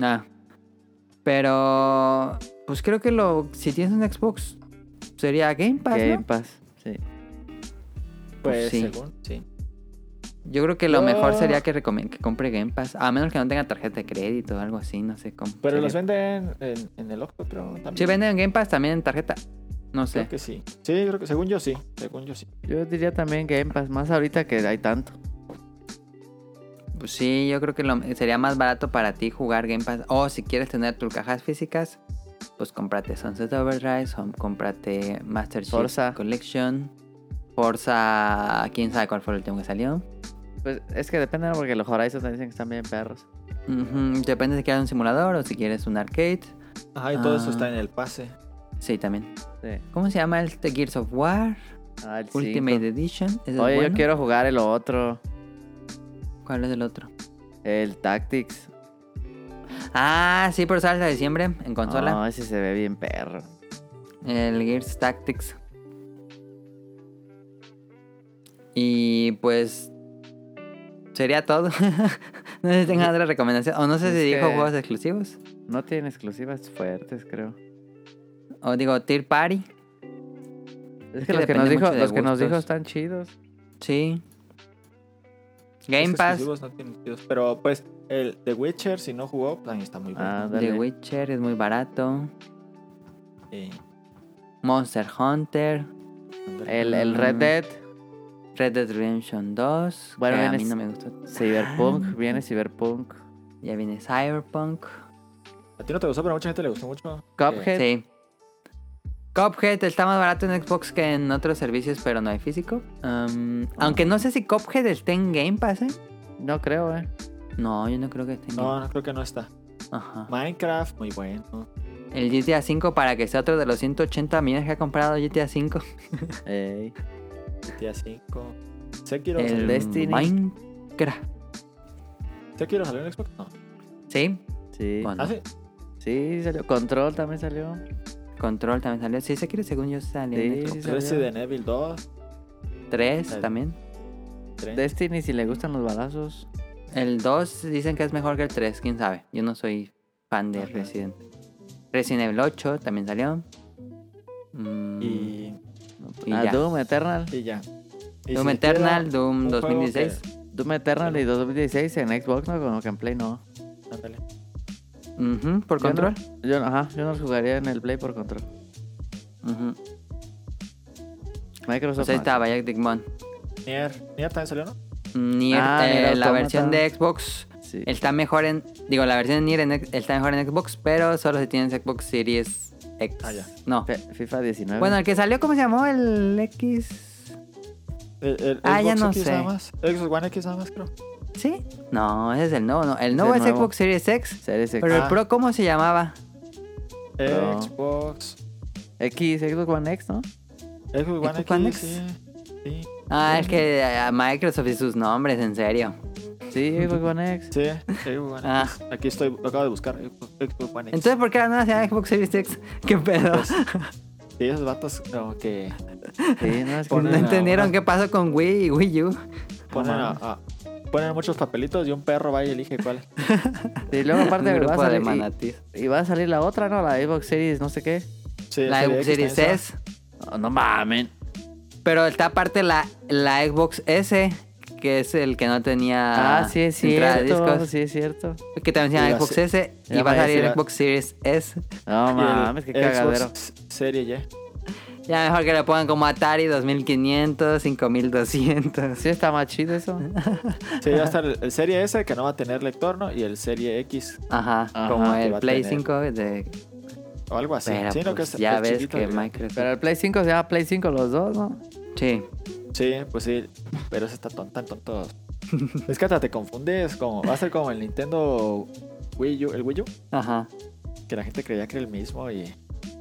Ah. Pero. Pues creo que lo. Si tienes un Xbox, sería Game Pass.
Game
¿no?
Pass, sí.
Pues
sí.
según, sí.
Yo creo que lo mejor
Yo-
sería que, recomen- que compre Game Pass. A menos que no tenga tarjeta de crédito o algo así, no sé cómo.
Pero
sería.
los venden en, en el Oxxo, creo. También.
Sí, venden Game Pass también en tarjeta. No sé.
Creo que sí. Sí, creo que según yo sí. Según yo sí.
Yo diría también Game Pass, más ahorita que hay tanto.
Pues sí, yo creo que lo- sería más barato para ti jugar Game Pass. O si quieres tener tus cajas físicas, pues cómprate Sunset Overdrive, son- cómprate Master Chief
Forza.
Collection, Forza, quién sabe cuál fue el último que salió.
Pues es que depende, ¿no? porque los Horizon también dicen que están bien perros.
Ujú, Depende si quieres un simulador o si quieres un arcade.
Ajá, y todo eso
Ah.
está en el pase.
Sí, también.
Sí.
¿Cómo se llama el de Gears of War?
Ah, el
Ultimate
cinco.
Edition. ¿Ese es
Oye,
bueno?
yo quiero jugar el otro,
¿Cuál es el otro?
el Tactics.
Ah, sí, pero sale hasta diciembre en consola.
No, Ah, ese se ve bien perro.
El Gears Tactics. Y pues. Sería todo. no sé si tengan otra recomendación. O no sé
Es
si dijo
que-
juegos exclusivos.
No tiene exclusivas fuertes, creo.
O digo, Tier Party.
Es
que
que los que
depende
nos dijo,
mucho de
los que nos dijo
gustos.
están chidos.
Sí. Game
Esos
Pass.
exclusivos no tienen sentido. Pero pues el The Witcher, si no jugó, pues ahí está muy bueno.
Ah,
The
dale.
Witcher es muy barato.
Sí.
Monster Hunter.
El, el
Mm.
Red Dead,
Red Dead Redemption 2.
Bueno,
que a
vienes-
mí no me gustó. Ah.
Cyberpunk, viene Cyberpunk.
Ya viene Cyberpunk.
A ti no te gustó, pero a mucha gente le gustó mucho.
Cuphead.
Sí. Cuphead está más barato en Xbox que en otros servicios, pero no hay físico. Um, Aunque no sé si Cuphead esté en Game Pass, ¿eh?
No creo, eh.
No, yo no creo que esté en Game
No, no creo que no está.
Pass. Ajá.
Minecraft, muy bueno.
El GTA V para que sea otro de los 180 millones que ha comprado GTA V.
Ey.
GTA 5. Sekiro,
El
salió,
de- Destiny.
Minecraft.
¿Sekiro salió en Xbox? No.
Sí,
Sí.
Bueno.
Ah, sí.
Sí, salió. Control también salió.
Control también salió. Sí, se quiere, según yo, salió en
Sí,
Xbox.
sí salió.
Resident Evil 2.
3
Salió.
también.
3.
Destiny, si le gustan los balazos.
El 2 dicen que es mejor que el 3, quién sabe. Yo no soy fan de
Ajá.
Resident. Resident Evil 8 también salió. Mm,
Y,
y
Ah,
ya.
Doom Eternal.
y ya. Y
Doom
si
Eternal,
queda
Doom
un juego
2016.
Doom Eternal y 2016 en Xbox, no, como que en Play no.
que- ándale.
Ujú, por
Yo no-
control.
Yo, no- ajá, yo no los jugaría en el Play por control.
Ujú.
Microsoft.
Pues ahí
no.
está, Bayek Digmon.
Nier. Nier también salió, ¿no?
Nier,
Ah,
eh,
Nier
la
Automata.
versión de Xbox
Sí.
está mejor en. Digo, la versión de Nier en X- está mejor en Xbox, pero solo se tiene en Xbox Series X.
Ah, ya.
No.
Fe- FIFA 19.
Bueno, el que salió, ¿cómo se llamó? El X.
El, el
Ah,
Xbox
ya no
X
sé.
Nada más. Xbox One X nada más, creo.
¿Sí? No, ese es el nuevo, no. El nuevo
el
es
nuevo.
Xbox Series X.
Series X.
Pero el
Ah.
Pro, ¿cómo se llamaba?
No.
Xbox.
Ah, X, Xbox One X, ¿no?
Xbox One
Xbox One
X.
X.
Sí. sí.
Ah, es que eh, Microsoft y sus nombres, en serio.
Sí, Xbox One X.
Sí, Xbox One
Ah.
X. Aquí estoy, lo acabo de buscar. Xbox One X.
Entonces, ¿por qué la nueva se llama Xbox Series X? ¿Qué pedo?
Y esos vatos como que
Sí, no,
Pues No
es que
ponen a-
entendieron qué pasó con Wii y Wii U.
ponen, a, a- ponen muchos papelitos y un perro va y elige cuál.
Y luego aparte
Un
va a
grupo de
salir, y-
manatís.
y, va a salir la otra, ¿no? La Xbox Series, no sé qué.
Sí,
La Xbox Series
también
S. Oh,
No, no mamen.
Pero está aparte la, la Xbox S, que es el que no tenía
Ah, sí, es
entrada de
cierto.
discos,
Sí, es cierto.
que también se
Y
llama
la
Xbox
se-
S
y
y va a
la-
salir
y la-
Xbox Series S.
No
son- y el
mames, qué
Xbox
cagadero.
Serie Y.
Ya mejor que le pongan como Atari 2500, 5200.
Sí, está más chido eso.
Sí, va a estar el, el Serie S que no va a tener lector, ¿no? Y el Serie X
Ajá,
Ajá,
como
que
el
va a
Play
tener.
5 de...
o algo así.
Pero,
sí, ¿no?
pues,
que es
ya
el
ves
chiquito
que
que-
Microsoft...
Pero el Play 5 se llama Play 5 los dos, ¿no?
Sí.
Sí, pues sí, pero ese está ton- tan tonto. es que hasta te confundes, como va a ser como el Nintendo Wii U, el Wii U,
Ajá,
que la gente creía que era el mismo y
sí.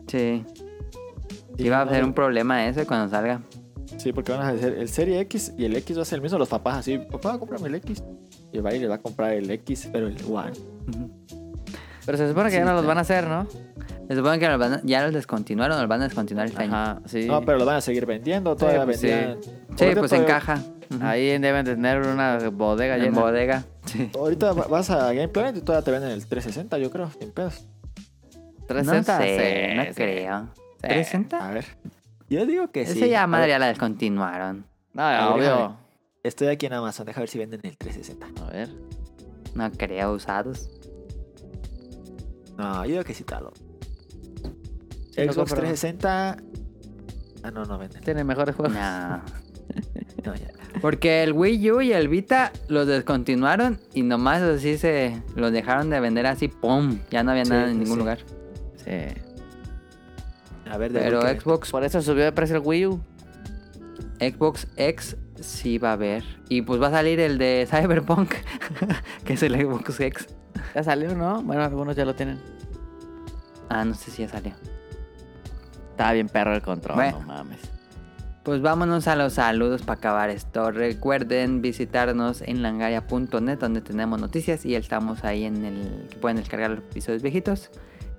Sí,
Sí, va a
no,
ser
no.
un problema ese cuando salga.
sí, porque van a decir el Serie X y el X va a ser el mismo, los papás así, papá, cómprame el X. Y va y le va a comprar el X, pero el One.
Ujú.
Pero se supone que ya no los van a hacer, ¿no?
Se supone que los van a- ya los descontinuaron, los van a descontinuar este año.
Ajá, sí.
No, pero lo van a seguir vendiendo, todavía
pues sí.
vendían.
Sí,
Ahorita
pues
todavía-
encaja. Ujú.
Ahí deben tener una bodega
en
llena.
bodega. Sí.
Ahorita va- vas a Game Planet y todavía te venden el 360, yo creo, sin pedos.
360.
No sé,
Sí,
no
sí.
creo.
Sí.
¿360?
A ver. Yo digo Ah, que
Ese ya madre ya la descontinuaron.
No,
A ah, ver,
obvio.
Estoy aquí en Amazon, deja ver si venden el 360.
A ver.
No creo, usados.
No, yo digo que sí, talo.
Sí, lo
Xbox
compro.
360. Ah, no, no venden.
Tiene mejores juegos.
No.
No, ya.
Porque el Wii U y el Vita los descontinuaron y nomás así se los dejaron de vender así, ¡pum! Ya no había
Sí,
nada en
sí,
ningún
sí.
lugar.
Sí.
A ver, de
Pero
Weekend.
Xbox,
Por eso subió de precio el Wii U.
Xbox X sí va a haber. Y pues va a salir el de Cyberpunk, que es el Xbox X.
Ya salió, ¿no? Bueno, algunos ya lo tienen.
Ah, no sé si ya salió.
Estaba bien perro el control,
Bueno.
no mames.
Pues vámonos a los saludos para acabar esto. Recuerden visitarnos en langaria.net donde tenemos noticias y estamos ahí en el que pueden descargar los episodios viejitos.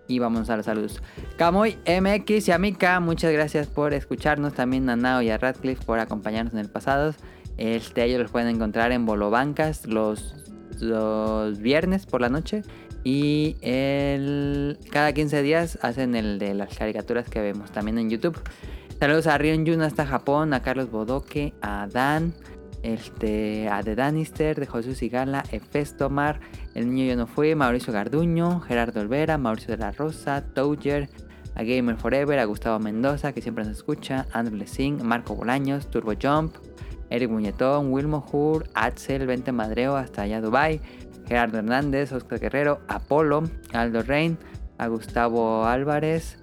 Y vamos a los saludos. Camuy, MX y Amika, muchas gracias por escucharnos. También a Nao y a Radcliffe por acompañarnos en el pasado. Este, ellos los pueden encontrar en Bolobancas los, los viernes por la noche. Y el, cada 15 días hacen el de las caricaturas que vemos también en YouTube. Saludos a Rion Yun hasta Japón, a Carlos Bodoque, a Dan, este, a The Danister, de José Sigala, Efesto Mar, El Niño Yo No Fui, Mauricio Garduño, Gerardo Olvera, Mauricio de la Rosa, Touger, a Gamer Forever, a Gustavo Mendoza, que siempre nos escucha, Andrew Lessing, Marco Bolaños, Turbo Jump, Eric Muñetón, Wilmo Hur, Axel, Vente Madreo, hasta allá Dubai, Gerardo Hernández, Oscar Guerrero, Apolo, Aldo Rein, a Gustavo Álvarez,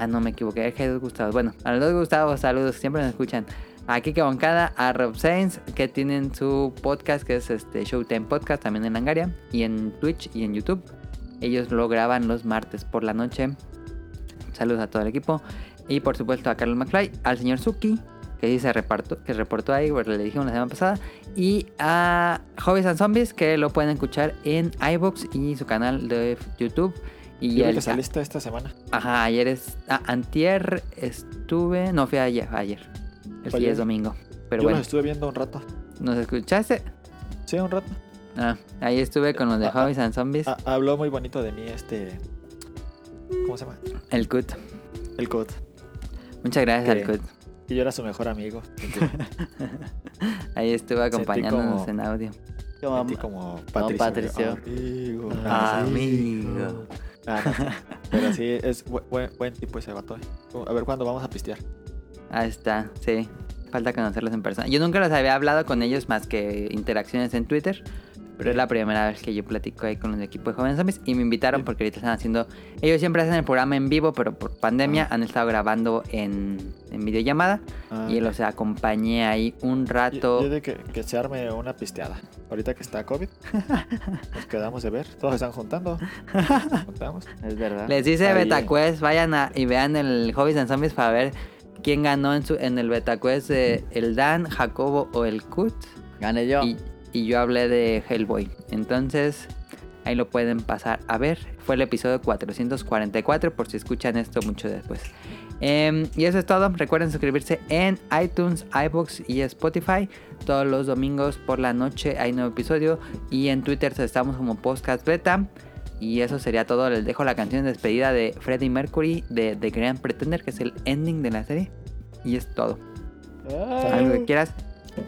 Ah, no me equivoqué, es que hay dos Gustavos. Bueno, a los dos Gustavos, saludos, siempre nos escuchan. A Kike Boncada, a Rob Sainz, que tienen su podcast, que es este Showtime Podcast, también en Langaria, y en Twitch y en YouTube. Ellos lo graban los martes por la noche. Saludos a todo el equipo. Y por supuesto a Carlos McFly, al señor Suki, que sí se repartó, que reportó ahí, porque le dijimos la semana pasada. Y a Hobbies and Zombies, que lo pueden escuchar en iBox y su canal de YouTube. Y
Yo creo
el-
que saliste esta semana.
Ajá, ayer es. ah, antier estuve. No, fui ayer. ayer. El
Fue
día
ayer.
es domingo. Pero
Yo
bueno,
los estuve viendo un rato.
¿nos escuchaste?
Sí, un rato.
Ah, ahí estuve con los de
Ah, ah,
Hobbies and Zombies.
Ha- habló muy bonito de mí este. ¿Cómo se llama?
El CUT.
El Cod.
Muchas gracias
Sí.
al CUT.
Y yo era su mejor amigo. Sentí,
Ahí estuve acompañándonos
como-
en audio.
sentí
Yo,
como Patricio.
Patricio.
Amigo.
Ah, Amigo.
Ah, no, sí. Pero sí, es bu- buen, buen tipo ese vato. eh. A ver cuándo vamos a pistear.
Ahí está, sí. Falta conocerlos en persona. Yo nunca los había hablado con ellos más que interacciones en Twitter. Pero es la primera vez que yo platico ahí con el equipo de Jóvenes Zombies. Y me invitaron porque ahorita están haciendo. Ellos siempre hacen el programa en vivo, pero por pandemia han estado grabando en, en videollamada.
Ah,
Y los acompañé ahí un
Yo,
rato.
yo de que, que se arme una pisteada. Ahorita que está COVID, nos quedamos de ver. Todos se están juntando. Nos juntamos.
es verdad.
Les dice
Ahí,
Betacuest, vayan a, y vean el Hobbies and Zombies para ver quién ganó en, su, en el Betacuest: eh, el Dan, Jacobo o el Kut.
Gané yo.
Y, y y yo hablé de Hellboy. Entonces, ahí lo pueden pasar a ver. Fue el episodio 444 por si escuchan esto mucho después. Em, y eso es todo. Recuerden suscribirse en iTunes, iBox y Spotify. Todos los domingos por la noche hay nuevo episodio. Y en Twitter estamos como Podcast Beta. Y eso sería todo. Les dejo la canción de despedida de Freddie Mercury de The Grand Pretender, que es el ending de la serie. Y es todo. Algo
Ah, Mm.
que quieras.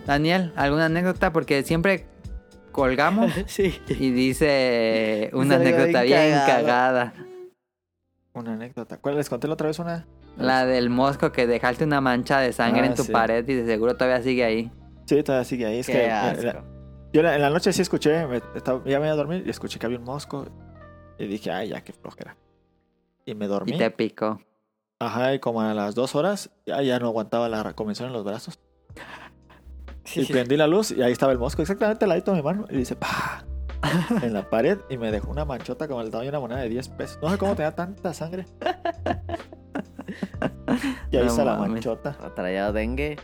Daniel, ¿alguna anécdota? Porque siempre colgamos
Sí.
y dice una
Salió
anécdota
bien
bien
cagada.
cagada.
Una anécdota. ¿Cuál les conté la otra vez una?
La del mosco que dejaste una mancha de sangre
Pues Ah,
en tu
sí.
pared y de seguro todavía sigue ahí.
Sí, todavía sigue ahí. Es
Qué
que eh,
asco.
la- yo la- en la noche sí escuché, me- estaba- ya me iba a dormir y escuché que había un mosco. Y dije, ay, ya, qué flojera. Y me dormí.
Y te picó.
Ajá, y como a las dos horas, ya, ya no aguantaba la reconvención en los brazos. Y prendí la luz y ahí estaba el mosco, exactamente al ladito de mi mano. Y dice, pa En la pared y me dejó una manchota como el tamaño de una moneda de 10 pesos. No sé cómo tenía tanta sangre. Y ahí
No
está la
mames.
manchota.
Atrayado dengue.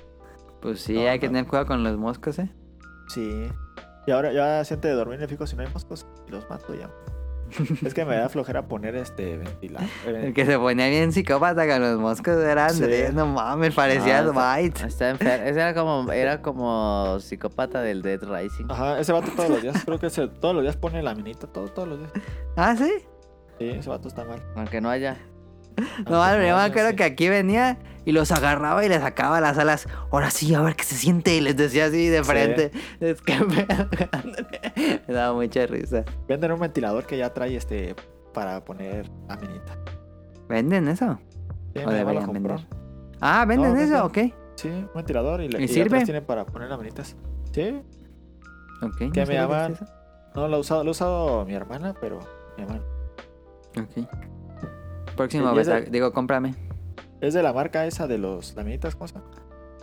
Pues sí,
No,
hay que
no.
tener cuidado con los moscos, ¿eh?
Sí. Y ahora ya siente de dormir me fijo si no hay moscos y los mato ya. es que me da flojera poner este ventilar.
El que se ponía bien psicópata con los moscos era
Sí. Ah,
Andrés. No mames, parecía
No,
Dwight.
Está enfermo. Ese era como, era como psicópata del Dead Rising.
Ajá, ese vato todos los días, creo que se- todos los días pone la minita, todo, todos los días.
¿Ah, sí?
Sí, ese vato está mal.
Aunque no haya.
No,
Aunque
yo me
haya,
acuerdo
sí.
que aquí venía y los agarraba y les sacaba las alas. Ahora sí, a ver qué se siente. Y les decía así de
Sí.
frente. Es que me, me daba mucha risa.
Venden un ventilador que ya trae este para poner la minita.
¿Venden eso? O
Sí, mi mamá lo
deberían
compró.
vender. Ah, ¿venden
No,
eso? Ok.
Sí, un ventilador y le
¿Y
y atrás
sirve?
tiene para poner las manitas. Sí,
Ok.
¿Qué
no
me
sabía
llaman?
existía
no lo ha usado, lo ha usado mi hermana, pero mi hermana.
eso. Ok. Próximo,
Sí, y es
beta-
de-
digo, cómprame.
Es de la marca esa de los laminitas, ¿cómo se llama?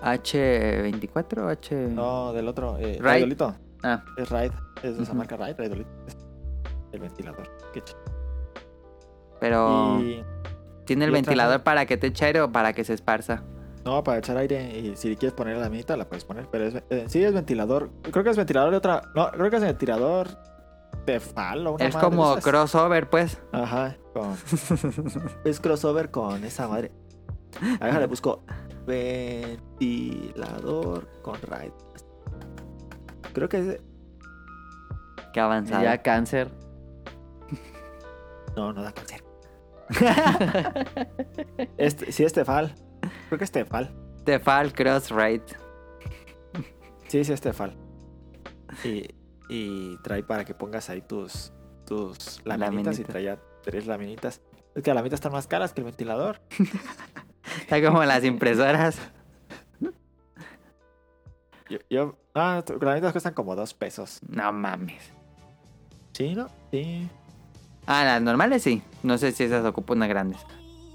H24 o H.
No, del otro, eh,
Mm. Raid.
Raidolito.
Ah,
Es Raid, es de esa
Ujú.
marca Raid, Raidolito. Es el ventilador. Qué chido.
pero.
Y
¿Tiene el
y otra
ventilador
no.
para que te eche aire o para que se esparza?
no, para echar aire y si quieres poner la minita la puedes poner, pero es, eh, sí es ventilador. Creo que es ventilador de otra, no, creo que es ventilador de fal o una
es
madre de
como
esas.
crossover, pues.
Ajá, con- es crossover con esa madre. A ver, le busco ventilador con raid. Creo que es...
Qué avanzado.
Ya cáncer.
No, no da cáncer. este, sí, es Tefal. Creo que este es Tefal.
Tefal Cross Raid.
Sí, sí, es Tefal. Y, y trae para que pongas ahí tus, tus laminitas y
Laminita.
trae ya tres laminitas. Es que las laminitas están más caras que el ventilador.
Está como las impresoras.
Yo, yo- ah, las laminitas cuestan como dos pesos.
No mames.
¿Sí, no? Sí.
Ah, las normales sí. No sé si esas ocupan unas grandes.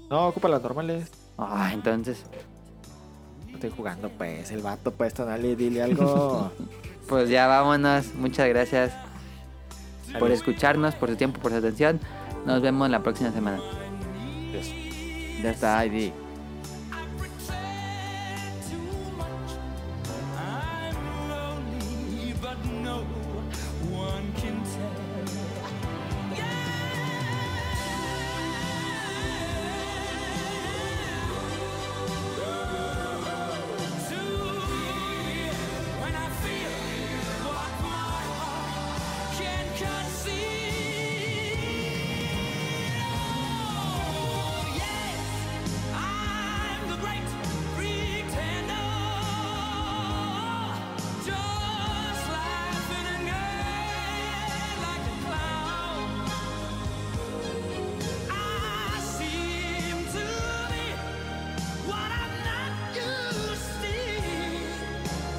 No, ocupa las normales.
Ah, entonces.
Estoy jugando, pues. El vato, pues, tonale, dile algo.
Pues ya vámonos. Muchas gracias por escucharnos, por su tiempo, por su atención. Nos vemos la próxima semana.
Adiós.
Ya está, ID.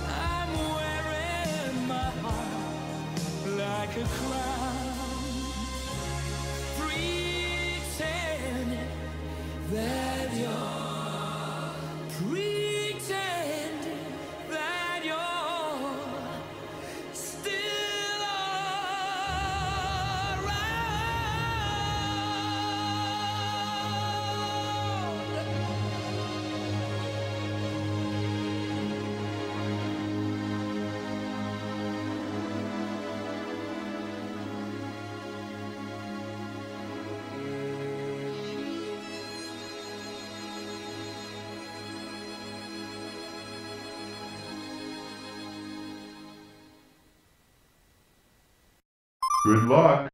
I'm wearing my heart like a clown.
Good luck.